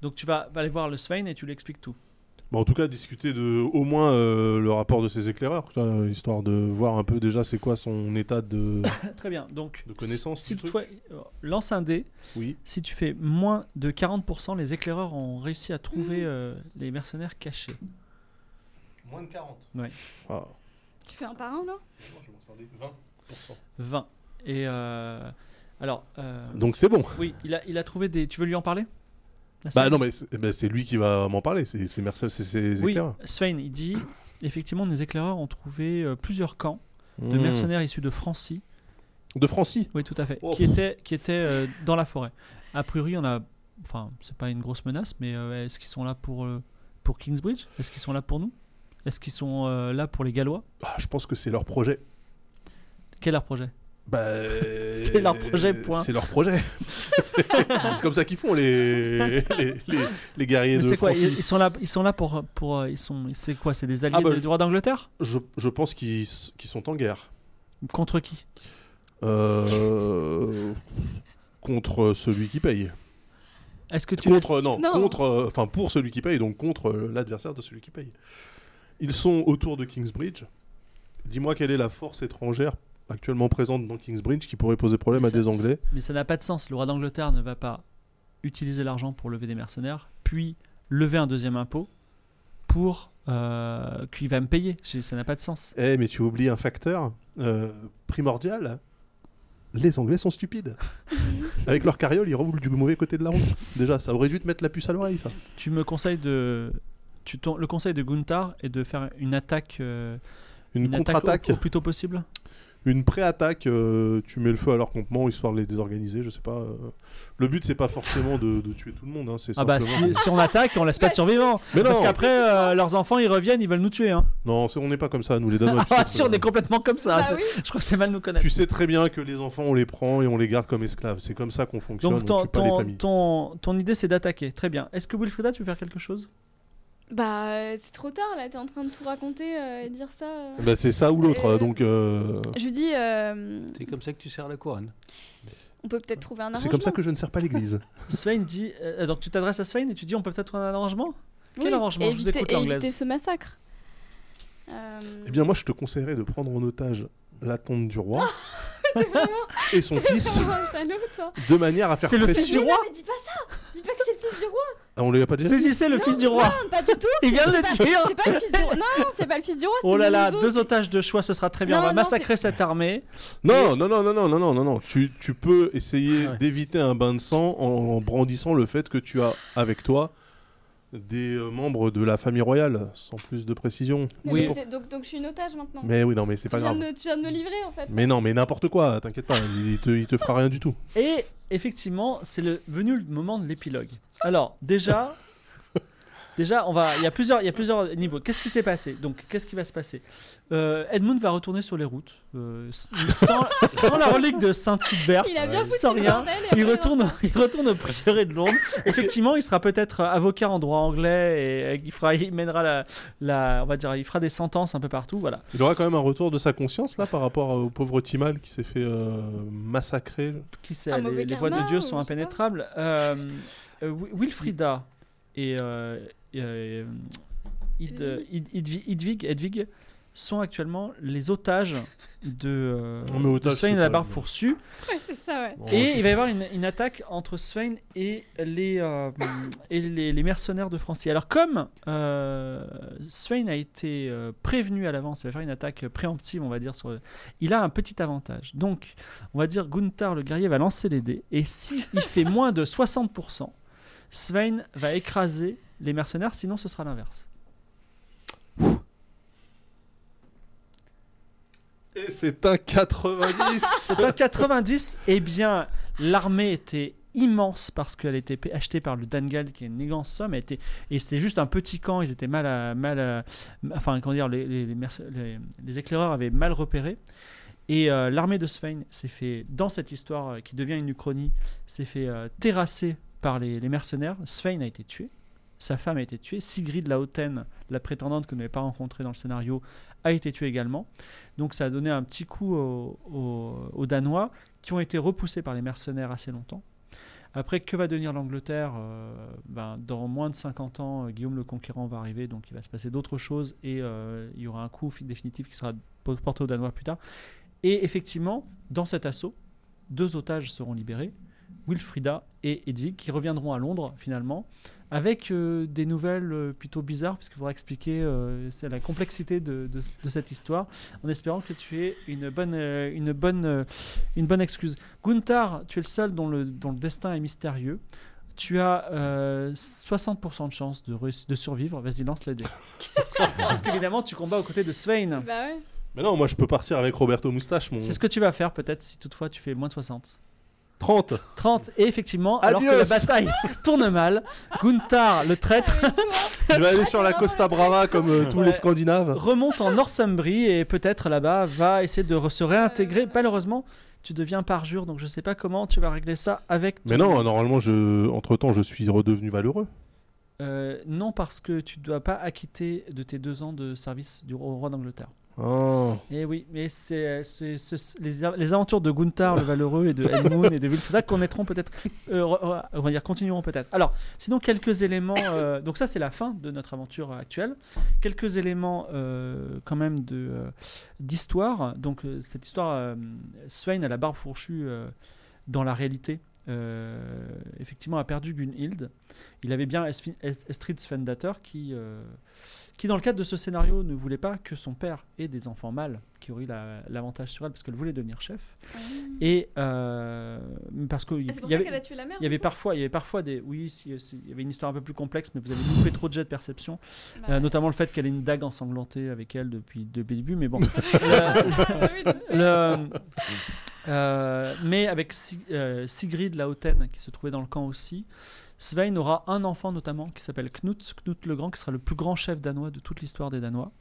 Donc tu vas, vas aller voir le Svein et tu lui expliques tout.
Bon, Bah, en tout cas, discuter de, au moins euh, le rapport de ces éclaireurs, tu vois, histoire de voir un peu déjà c'est quoi son état de.
Très bien. Donc
De connaissance
Si,
du
si toi, euh, lance un dé.
oui.
Si tu fais moins de 40%, les éclaireurs ont réussi à trouver euh, les mercenaires cachés.
Moins de 40.
Ouais.
Ah,
Tu fais un par un, là
je m'en sors des 20%.
20. Et euh, alors, euh,
Donc c'est bon.
oui, il a, il a trouvé des. Tu veux lui en parler Nassim
Bah non, mais c'est bah, c'est lui qui va m'en parler, c'est c'est Mercel, c'est ses
Oui,
éclaireurs.
Svein, il dit effectivement, les éclaireurs ont trouvé euh, plusieurs camps de
Mmh.
mercenaires issus de Francie.
De Francie.
Oui, tout à fait.
Oh.
Qui étaient, qui étaient euh, dans la forêt. A priori, on a. Enfin, c'est pas une grosse menace, mais euh, est-ce qu'ils sont là pour, euh, pour Kingsbridge Est-ce qu'ils sont là pour nous Est-ce qu'ils sont euh, là pour les Gallois
Ah, je pense que c'est leur projet.
Quel est leur projet
Bah,
C'est leur projet, point.
C'est leur projet. c'est c'est comme ça qu'ils font les, les, les- les guerriers
Mais
de
c'est quoi
Francie.
ils, ils sont là, ils sont là pour, pour euh, ils sont, c'est quoi C'est des alliés
Ah bah,
de- du roi d'Angleterre
Je, je pense qu'ils s- qu'ils sont en guerre.
Contre qui
Euh, contre celui qui paye.
Est-ce que tu
Contre, non,
Non.
contre, euh, enfin pour celui qui paye, donc contre euh, l'adversaire de celui qui paye. Ils sont autour de Kingsbridge. Dis-moi quelle est la force étrangère actuellement présente dans Kingsbridge qui pourrait poser problème
Mais
à
ça-
des Anglais.
Mais ça n'a pas de sens. Le roi d'Angleterre ne va pas utiliser l'argent pour lever des mercenaires, puis lever un deuxième impôt pour euh, qu'il va me payer. C'est- Ça n'a pas de sens.
Eh, mais tu oublies un facteur euh, primordial. Les Anglais sont stupides. Avec leur carriole, ils roulent du mauvais côté de la route. Déjà, ça aurait dû te mettre la puce à l'oreille, ça.
Tu me conseilles de, tu t'en- le conseil de Gunther est de faire une attaque, euh,
Une,
attaque
contre-attaque,
au, au plus tôt possible.
une pré-attaque, euh, tu mets le feu à leur campement histoire de les désorganiser, je sais pas. euh. Le but, c'est pas forcément de, de tuer tout le monde, hein, c'est
Ah bah
simplement-
si, si on attaque, on laisse pas de survivants.
Mais
Parce
non.
qu'après, euh, leurs enfants, ils reviennent, ils veulent nous tuer. Hein.
Non, c'est- on n'est pas comme ça, nous les Danois. tu
Ah
sais
si,
que-
on est complètement comme ça.
Bah
C'est-
oui.
Je crois que c'est mal nous connaître.
Tu sais très bien que les enfants, on les prend et on les garde comme esclaves. C'est comme ça qu'on fonctionne.
Donc
on
ton,
tue pas les
ton,
familles.
ton, ton idée c'est d'attaquer. Très bien. Est-ce que Wilfrida, tu veux faire quelque chose
Bah, euh, c'est trop tard, là. T'es en train de tout raconter euh, et dire ça. euh.
Bah, c'est ça ou l'autre.
Euh,
Donc euh,
Je lui dis, euh,
C'est comme ça que tu sers la couronne.
on peut peut-être trouver un arrangement.
c'est comme ça que je ne sers pas l'Église.
Svein dit. euh, donc tu t'adresses à Svein et tu dis on peut peut-être trouver un arrangement Quel
Oui,
arrangement Je vous
éviter-
écoute,
et
l'anglaise.
éviter ce massacre. Euh,
eh bien, moi, je te conseillerais de prendre en otage la tombe du roi et son fils,
vraiment un salaud, toi.
de manière à faire
C'est le fils
Mais
du
pression.
non,
roi
mais dis pas ça Dis pas que c'est le fils du roi
Ah, on lui a pas dit.
Saisissez le
Non,
fils du roi
Non, pas du tout
Il vient de
pas-
le dire
C'est pas le fils du roi Non, non, c'est pas le fils du roi
Oh
c'est
là
le
là,
nouveau.
deux otages de choix, ce sera très bien.
Non,
on va
non,
massacrer cette armée.
Non, non, non, non, non, non, non, non, non. Tu, tu peux essayer
Ouais.
d'éviter un bain de sang en, en brandissant le fait que tu as avec toi des euh, membres de la famille royale, sans plus de précision.
Mais
Oui.
j'étais- donc, donc je suis une otage maintenant.
Mais oui, non, mais
tu,
c'est pas
viens
grave.
de, me- tu viens de me livrer, en fait.
Mais non, mais n'importe quoi, t'inquiète pas, il te, il te fera rien du tout.
Et effectivement, c'est le venu le moment de l'épilogue. Alors déjà, déjà, on va. Il y a plusieurs, il y a plusieurs niveaux. Qu'est-ce qui s'est passé Donc, qu'est-ce qui va se passer Euh, Edmund va retourner sur les routes euh, s- sans, sans la relique de Saint Hubert,
Il a bien foutu
Ah, sans
le
rien.
bordel, et
Il
après,
retourne, il retourne au prieuré de Londres. Effectivement, il sera peut-être avocat en droit anglais et euh, il, fera, il mènera la, la- on va dire, il fera des sentences un peu partout, voilà.
Il aura quand même un retour de sa conscience là par rapport euh, au pauvre Timal qui s'est fait euh, massacrer.
Qui sait,
Un
les,
mauvais
les voies de
karma,
Dieu
ou
sont
je sais pas.
impénétrables. Euh, euh, Wi- Wilfrida et euh, euh, Id-
Edwig.
euh, Id- Idvi- Idvig, Edwig sont actuellement les otages de, euh,
Non, mais
de
otage,
Svein
c'est
et la
pas-
barbe fourchue.
Ouais, c'est ça, ouais.
Bon,
Et
c'est-
il va y avoir une, une attaque entre Svein et les, euh, et les, les mercenaires de Francie. Alors comme euh, Svein a été euh, prévenu à l'avance, il va faire une attaque préemptive, on va dire, sur, il a un petit avantage. Donc, on va dire Gunther le guerrier va lancer les dés, et si il fait moins de 60%, Svein va écraser les mercenaires, sinon ce sera l'inverse.
Et c'est un 90
Dans 90, eh bien, l'armée était immense parce qu'elle était pa- achetée par le Dangal qui est une immense somme elle était- et c'était juste un petit camp ils étaient euh, mal à, mal à- enfin comment dire les, les- les merce- les- les éclaireurs avaient mal repéré Et euh, l'armée de Svein s'est fait, dans cette histoire euh, qui devient une uchronie, s'est fait euh, terrasser par les, les mercenaires. Svein a été tué, sa femme a été tuée, Sigrid la Hautaine, la prétendante que nous n'avait pas rencontrée dans le scénario, a été tuée également. Donc ça a donné un petit coup aux, aux- aux Danois qui ont été repoussés par les mercenaires assez longtemps. Après, que va devenir l'Angleterre Euh, ben, Dans moins de 50 ans, euh, Guillaume le Conquérant va arriver, donc il va se passer d'autres choses et euh, il y aura un coup fi- définitif qui sera po- porté aux Danois plus tard. Et effectivement, dans cet assaut, deux otages seront libérés, Wilfrida et Hedwig, qui reviendront à Londres finalement, avec euh, des nouvelles euh, plutôt bizarres, puisqu'il faudra expliquer euh, c'est la complexité de, de- de cette histoire, en espérant que tu aies une bonne, euh, une bonne, euh, une bonne excuse. Gunther, tu es le seul dont le, dont le destin est mystérieux. Tu as euh, 60% de chance de, réuss- de survivre. Vas-y, lance les dés. Parce qu'évidemment, tu combats aux côtés de Svein.
Bah ouais.
Mais non, moi je peux partir avec Roberto Moustache, mon
C'est ce que tu vas faire peut-être si toutefois tu fais moins de 60.
30.
30 et effectivement, alors que la
Adios.
bataille tourne mal, Gunther le traître
Je vais
Ah,
aller sur la Costa Brava comme euh, tous
Ouais.
les Scandinaves.
remonte en Northumbrie et peut-être là-bas va essayer de re- se réintégrer. Malheureusement, tu deviens parjure, donc je sais pas comment tu vas régler ça avec.
Mais
ton-
non, normalement, je... entre-temps, je suis redevenu valeureux.
Euh, non, parce que tu ne dois pas acquitter de tes deux ans de service du au roi d'Angleterre.
Oh.
Et Eh oui, mais c'est euh, c'est- c'est- les, a- les aventures de Gunther le Valeureux et de Edmund et de Wilfrida connaîtront peut-être, euh, re- re- on va dire continueront peut-être. Alors, sinon quelques éléments. euh, donc ça, c'est la fin de notre aventure euh, actuelle. Quelques éléments euh, quand même de euh, d'histoire. Donc euh, cette histoire, euh, Swain a la barbe fourchue euh, dans la réalité. euh, effectivement, a perdu Gunhild. Il avait bien Esfi- Es- Estrid Svendater qui euh, qui dans le cadre de ce scénario ne voulait pas que son père ait des enfants mâles qui auraient eu la- l'avantage sur elle parce qu'elle voulait devenir chef et euh, parce que
Mm. Ah, c'est pour
il y
ça
avait-
qu'elle a tué la mère
il y avait parfois il y avait parfois des oui si- si- il y avait une histoire un peu plus complexe mais vous avez loupé trop de jets de perception
Bah,
Euh, notamment le fait qu'elle ait une dague ensanglantée avec elle depuis, depuis le début mais bon
oui, donc c'est-
le- euh, mais avec Si- euh, Sigrid la Hautaine qui se trouvait dans le camp aussi, Svein aura un enfant notamment qui s'appelle Knut, Knut le Grand, qui sera le plus grand chef danois de toute l'histoire des Danois.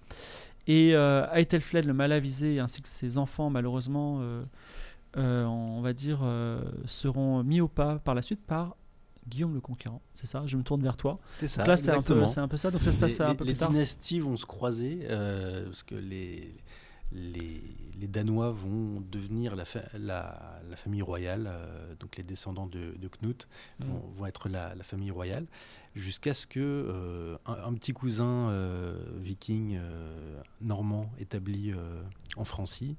Et euh, Aethelflaed le mal avisé ainsi que ses enfants malheureusement, euh, euh, on va dire, euh, seront mis au pas par la suite par Guillaume le Conquérant. C'est ça, je me tourne vers toi.
C'est ça.
Donc là c'est un, peu-
exactement.
c'est un peu ça, donc ça se passe
les,
un
les-
peu
les
plus tard.
dynasties vont se croiser euh, parce que les, les, les Danois vont devenir la, fa- la, la famille royale, euh, donc les descendants de, de Knut
Mm.
vont, vont être la, la famille royale, jusqu'à ce que euh, un, un petit cousin euh, viking euh, normand établi euh, en Francie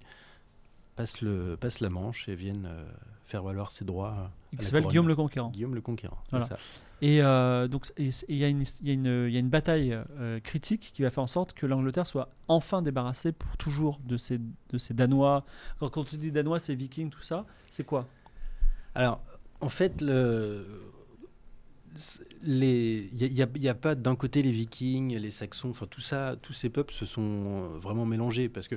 passe, le, passe la Manche et vienne euh, faire valoir ses droits. euh,
Qui
à Ah, la
s'appelle
couronne.
Guillaume le Conquérant.
Guillaume le Conquérant. c'est
Voilà.
ça.
Et euh, donc, et c- et il y, a une his- il y a une- il y a une bataille euh, critique qui va faire en sorte que l'Angleterre soit enfin débarrassée pour toujours de ces, de ces Danois. Quand, quand tu dis Danois, c'est Vikings, tout ça. C'est quoi
Alors, en fait, le... les... il n'y a, il y a pas d'un côté les Vikings, les Saxons, enfin tout ça, tous ces peuples se sont euh, vraiment mélangés parce que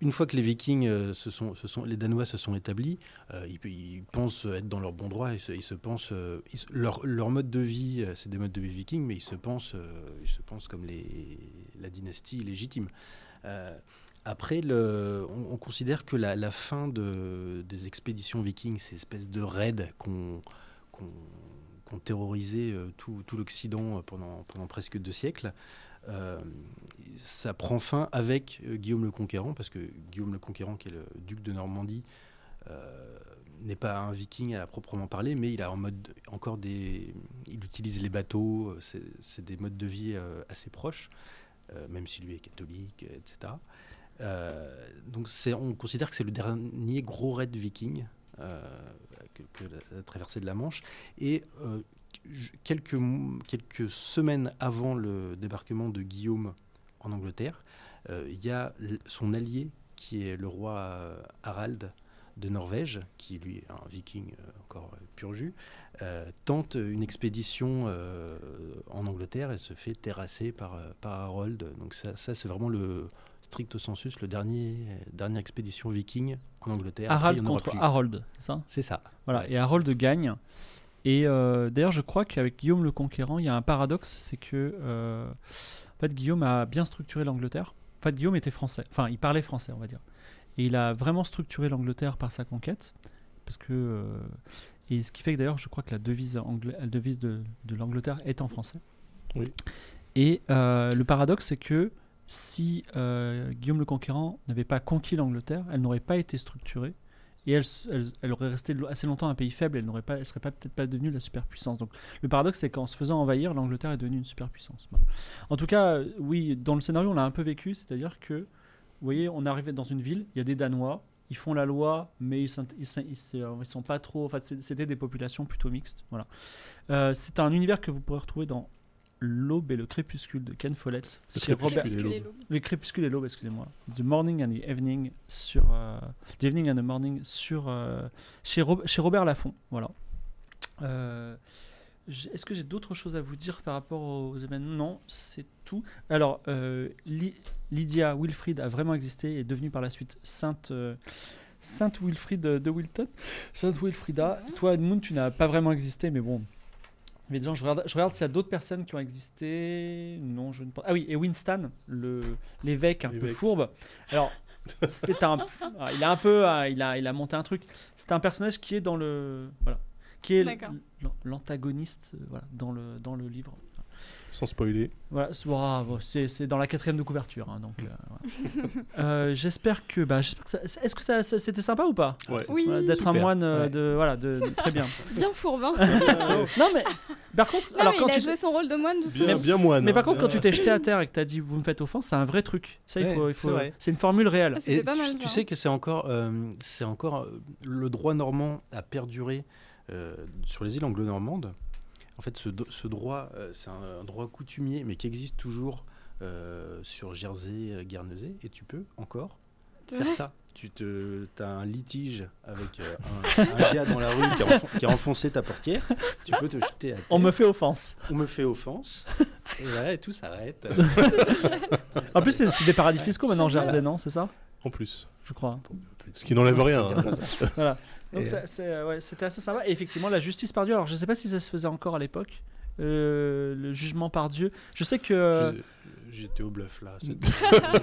une fois que les Vikings euh, se sont, se sont- les Danois se sont établis, euh, ils, ils pensent être dans leur bon droit, ils se, ils se pensent, euh, ils se- leur, leur mode de vie, euh, c'est des modes de vie vikings, mais ils se pensent, euh, ils se pensent comme les, la dynastie légitime. Euh, après, le- on, on considère que la, la fin de- des expéditions vikings, ces espèces de raids qu'on qu'on- qu'ont terrorisé euh, tout, tout l'Occident euh, pendant, pendant presque deux siècles, euh, ça prend fin avec euh, Guillaume le Conquérant, parce que Guillaume le Conquérant, qui est le duc de Normandie, euh, n'est pas un viking à proprement parler, mais il a en mode encore des, il utilise les bateaux, euh, c'est c'est des modes de vie euh, assez proches, euh, même si lui est catholique, euh, etc. Euh, donc c'est- on considère que c'est le dernier gros raid viking euh, que, que la, la traversée de la Manche. Et euh, ju- quelques, m- quelques semaines avant le débarquement de Guillaume en Angleterre, euh, il y a l- son allié qui est le roi euh, Harald de Norvège, qui lui est un viking euh, encore euh, pur jus, euh, tente une expédition euh, en Angleterre et se fait terrasser par, euh, par Harold. Donc ça, ça, c'est vraiment le stricto sensus, le dernier euh, dernière expédition viking en Angleterre. Après, il
Harald
y en aura
contre
plus.
Harold, c'est ça
C'est ça.
Voilà,
Ouais.
et Harold gagne. Et euh, d'ailleurs, je crois qu'avec Guillaume le Conquérant, il y a un paradoxe, c'est que euh, en fait, Guillaume a bien structuré l'Angleterre. En fait, Guillaume était français, enfin, il parlait français, on va dire. Et il a vraiment structuré l'Angleterre par sa conquête. Parce que, euh, et ce qui fait que d'ailleurs, je crois que la devise, angla- la devise de, de l'Angleterre est en français.
Oui.
Et euh, le paradoxe, c'est que si euh, Guillaume le Conquérant n'avait pas conquis l'Angleterre, elle n'aurait pas été structurée. Et elle, s- elle- elle aurait resté lo- assez longtemps un pays faible, elle n'aurait pas, elle serait pas peut-être pas devenue la superpuissance. Donc le paradoxe, c'est qu'en se faisant envahir, l'Angleterre est devenue une superpuissance. Bon. En tout cas, euh, oui, dans le scénario, on l'a un peu vécu, c'est-à-dire que, vous voyez, on arrivait dans une ville, il y a des Danois, ils font la loi, mais ils, s'int- ils, s'in- ils se- ils sont pas trop. Enfin, c'est- c'était des populations plutôt mixtes. Voilà. Euh, c'est un univers que vous pourrez retrouver dans L'aube et le crépuscule de Ken Follett.
Le
chez Robert-
Crépuscule.
Crépuscule et
l'aube.
l'aube.
le crépuscule et l'aube, excusez-moi. The Morning and the Evening sur euh, The Evening and the Morning sur euh, chez, Rob- chez Robert Laffont. Voilà. Euh, j'ai- Est-ce que j'ai d'autres choses à vous dire par rapport aux événements Non, c'est tout. Alors, euh, Li- Lydia Wilfrid a vraiment existé et est devenue par la suite sainte. euh, Sainte Wilfrid de Wilton, Sainte Wilfrida. Toi, Edmund, tu n'as pas vraiment existé, mais bon. Mais disons, je regarde, je regarde s'il y a d'autres personnes qui ont existé. Non, je ne pense. Ah oui, et Winston, le l'évêque un peu
L'évêque.
fourbe. Alors, c'est un, ah, il a un peu, ah, il a, il a monté un truc. C'est un personnage qui est dans le, voilà, qui est
D'accord.
l'an- l'antagoniste, euh, voilà, dans le dans le livre.
Sans spoiler.
Voilà, c'est- bravo, c'est c'est dans la quatrième de couverture, hein, donc. euh, voilà. Euh, j'espère que, bah, j'espère que ça- est-ce que ça, ça- c'était sympa ou pas
Ouais.
Oui,
Voilà, D'être un
Super,
moine, euh,
ouais.
de voilà, de, de- très bien. Euh,
bien fourbe. hein.
non mais, par contre,
Non,
alors
mais
quand
il a
tu,
joué son rôle de moine, tout ce
Bien, bien moine.
mais par
Ah,
hein.
contre quand tu t'es jeté à terre et que t'as dit vous me faites offense, c'est un vrai truc. Ça, il
Ouais,
faut, il
c'est
faut-
vrai.
c'est une formule réelle.
Ah, c'était
Et
pas
tu,
mal,
tu
ça, hein.
sais que c'est encore, euh, c'est encore euh, le droit normand a perduré euh, sur les îles anglo-normandes. En fait, ce, do- ce droit, euh, c'est un, un droit coutumier, mais qui existe toujours euh, sur Jersey, euh, Guernesey, et tu peux encore
C'est
faire
vrai
ça. Tu te, as un litige avec euh, un, un gars dans la rue qui a, enfon- qui a enfoncé ta portière. Tu peux te jeter à terre.
On me fait offense.
On me fait offense. Et voilà, et tout s'arrête.
En plus, c'est c'est des paradis fiscaux maintenant,
Génial.
Jersey, non C'est ça
En plus.
Je crois.
Ce qui n'enlève rien. hein.
Donc
Et,
ça- c'est, euh, ouais, c'était assez sympa. Et effectivement, la justice par Dieu. Alors, je ne sais pas si ça se faisait encore à l'époque. euh, le jugement par Dieu. Je sais que euh,
Je- J'étais au bluff là. C'était-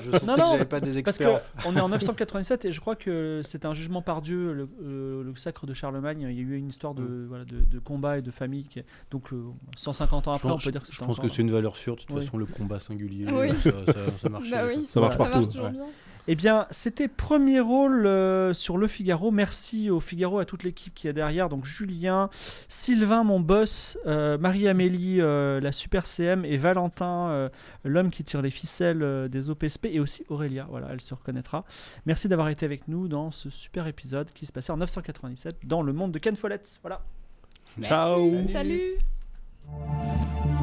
Je sentais
Non,
que
non,
j'avais pas des
parce
experts.
que on est en 987 et je crois que c'était un jugement par Dieu, le, euh, le sacre de Charlemagne. Il y a eu une histoire de,
Mm.
voilà, de, de combat et de famille. qui- donc euh, 150 ans
Je
après,
pense,
on peut dire que
je
c'était
pense que
encore- hein.
c'est une valeur sûre. De toute
Oui.
façon, le combat singulier, euh,
Oui.
ça, ça, ça marchait.
Bah oui.
Ça marche
Ça marche
partout.
toujours
ouais.
bien.
Eh bien, c'était premier rôle euh, sur Le Figaro. Merci au Figaro, à toute l'équipe qui est derrière. Donc Julien, Sylvain, mon boss, euh, Marie-Amélie, euh, la super CM, et Valentin, euh, l'homme qui tire les ficelles euh, des OPSP, et aussi Aurélia. Voilà, elle se reconnaîtra. Merci d'avoir été avec nous dans ce super épisode qui se passait en 997 dans le monde de Ken Follett. Voilà.
Merci.
Ciao.
Salut.
Salut.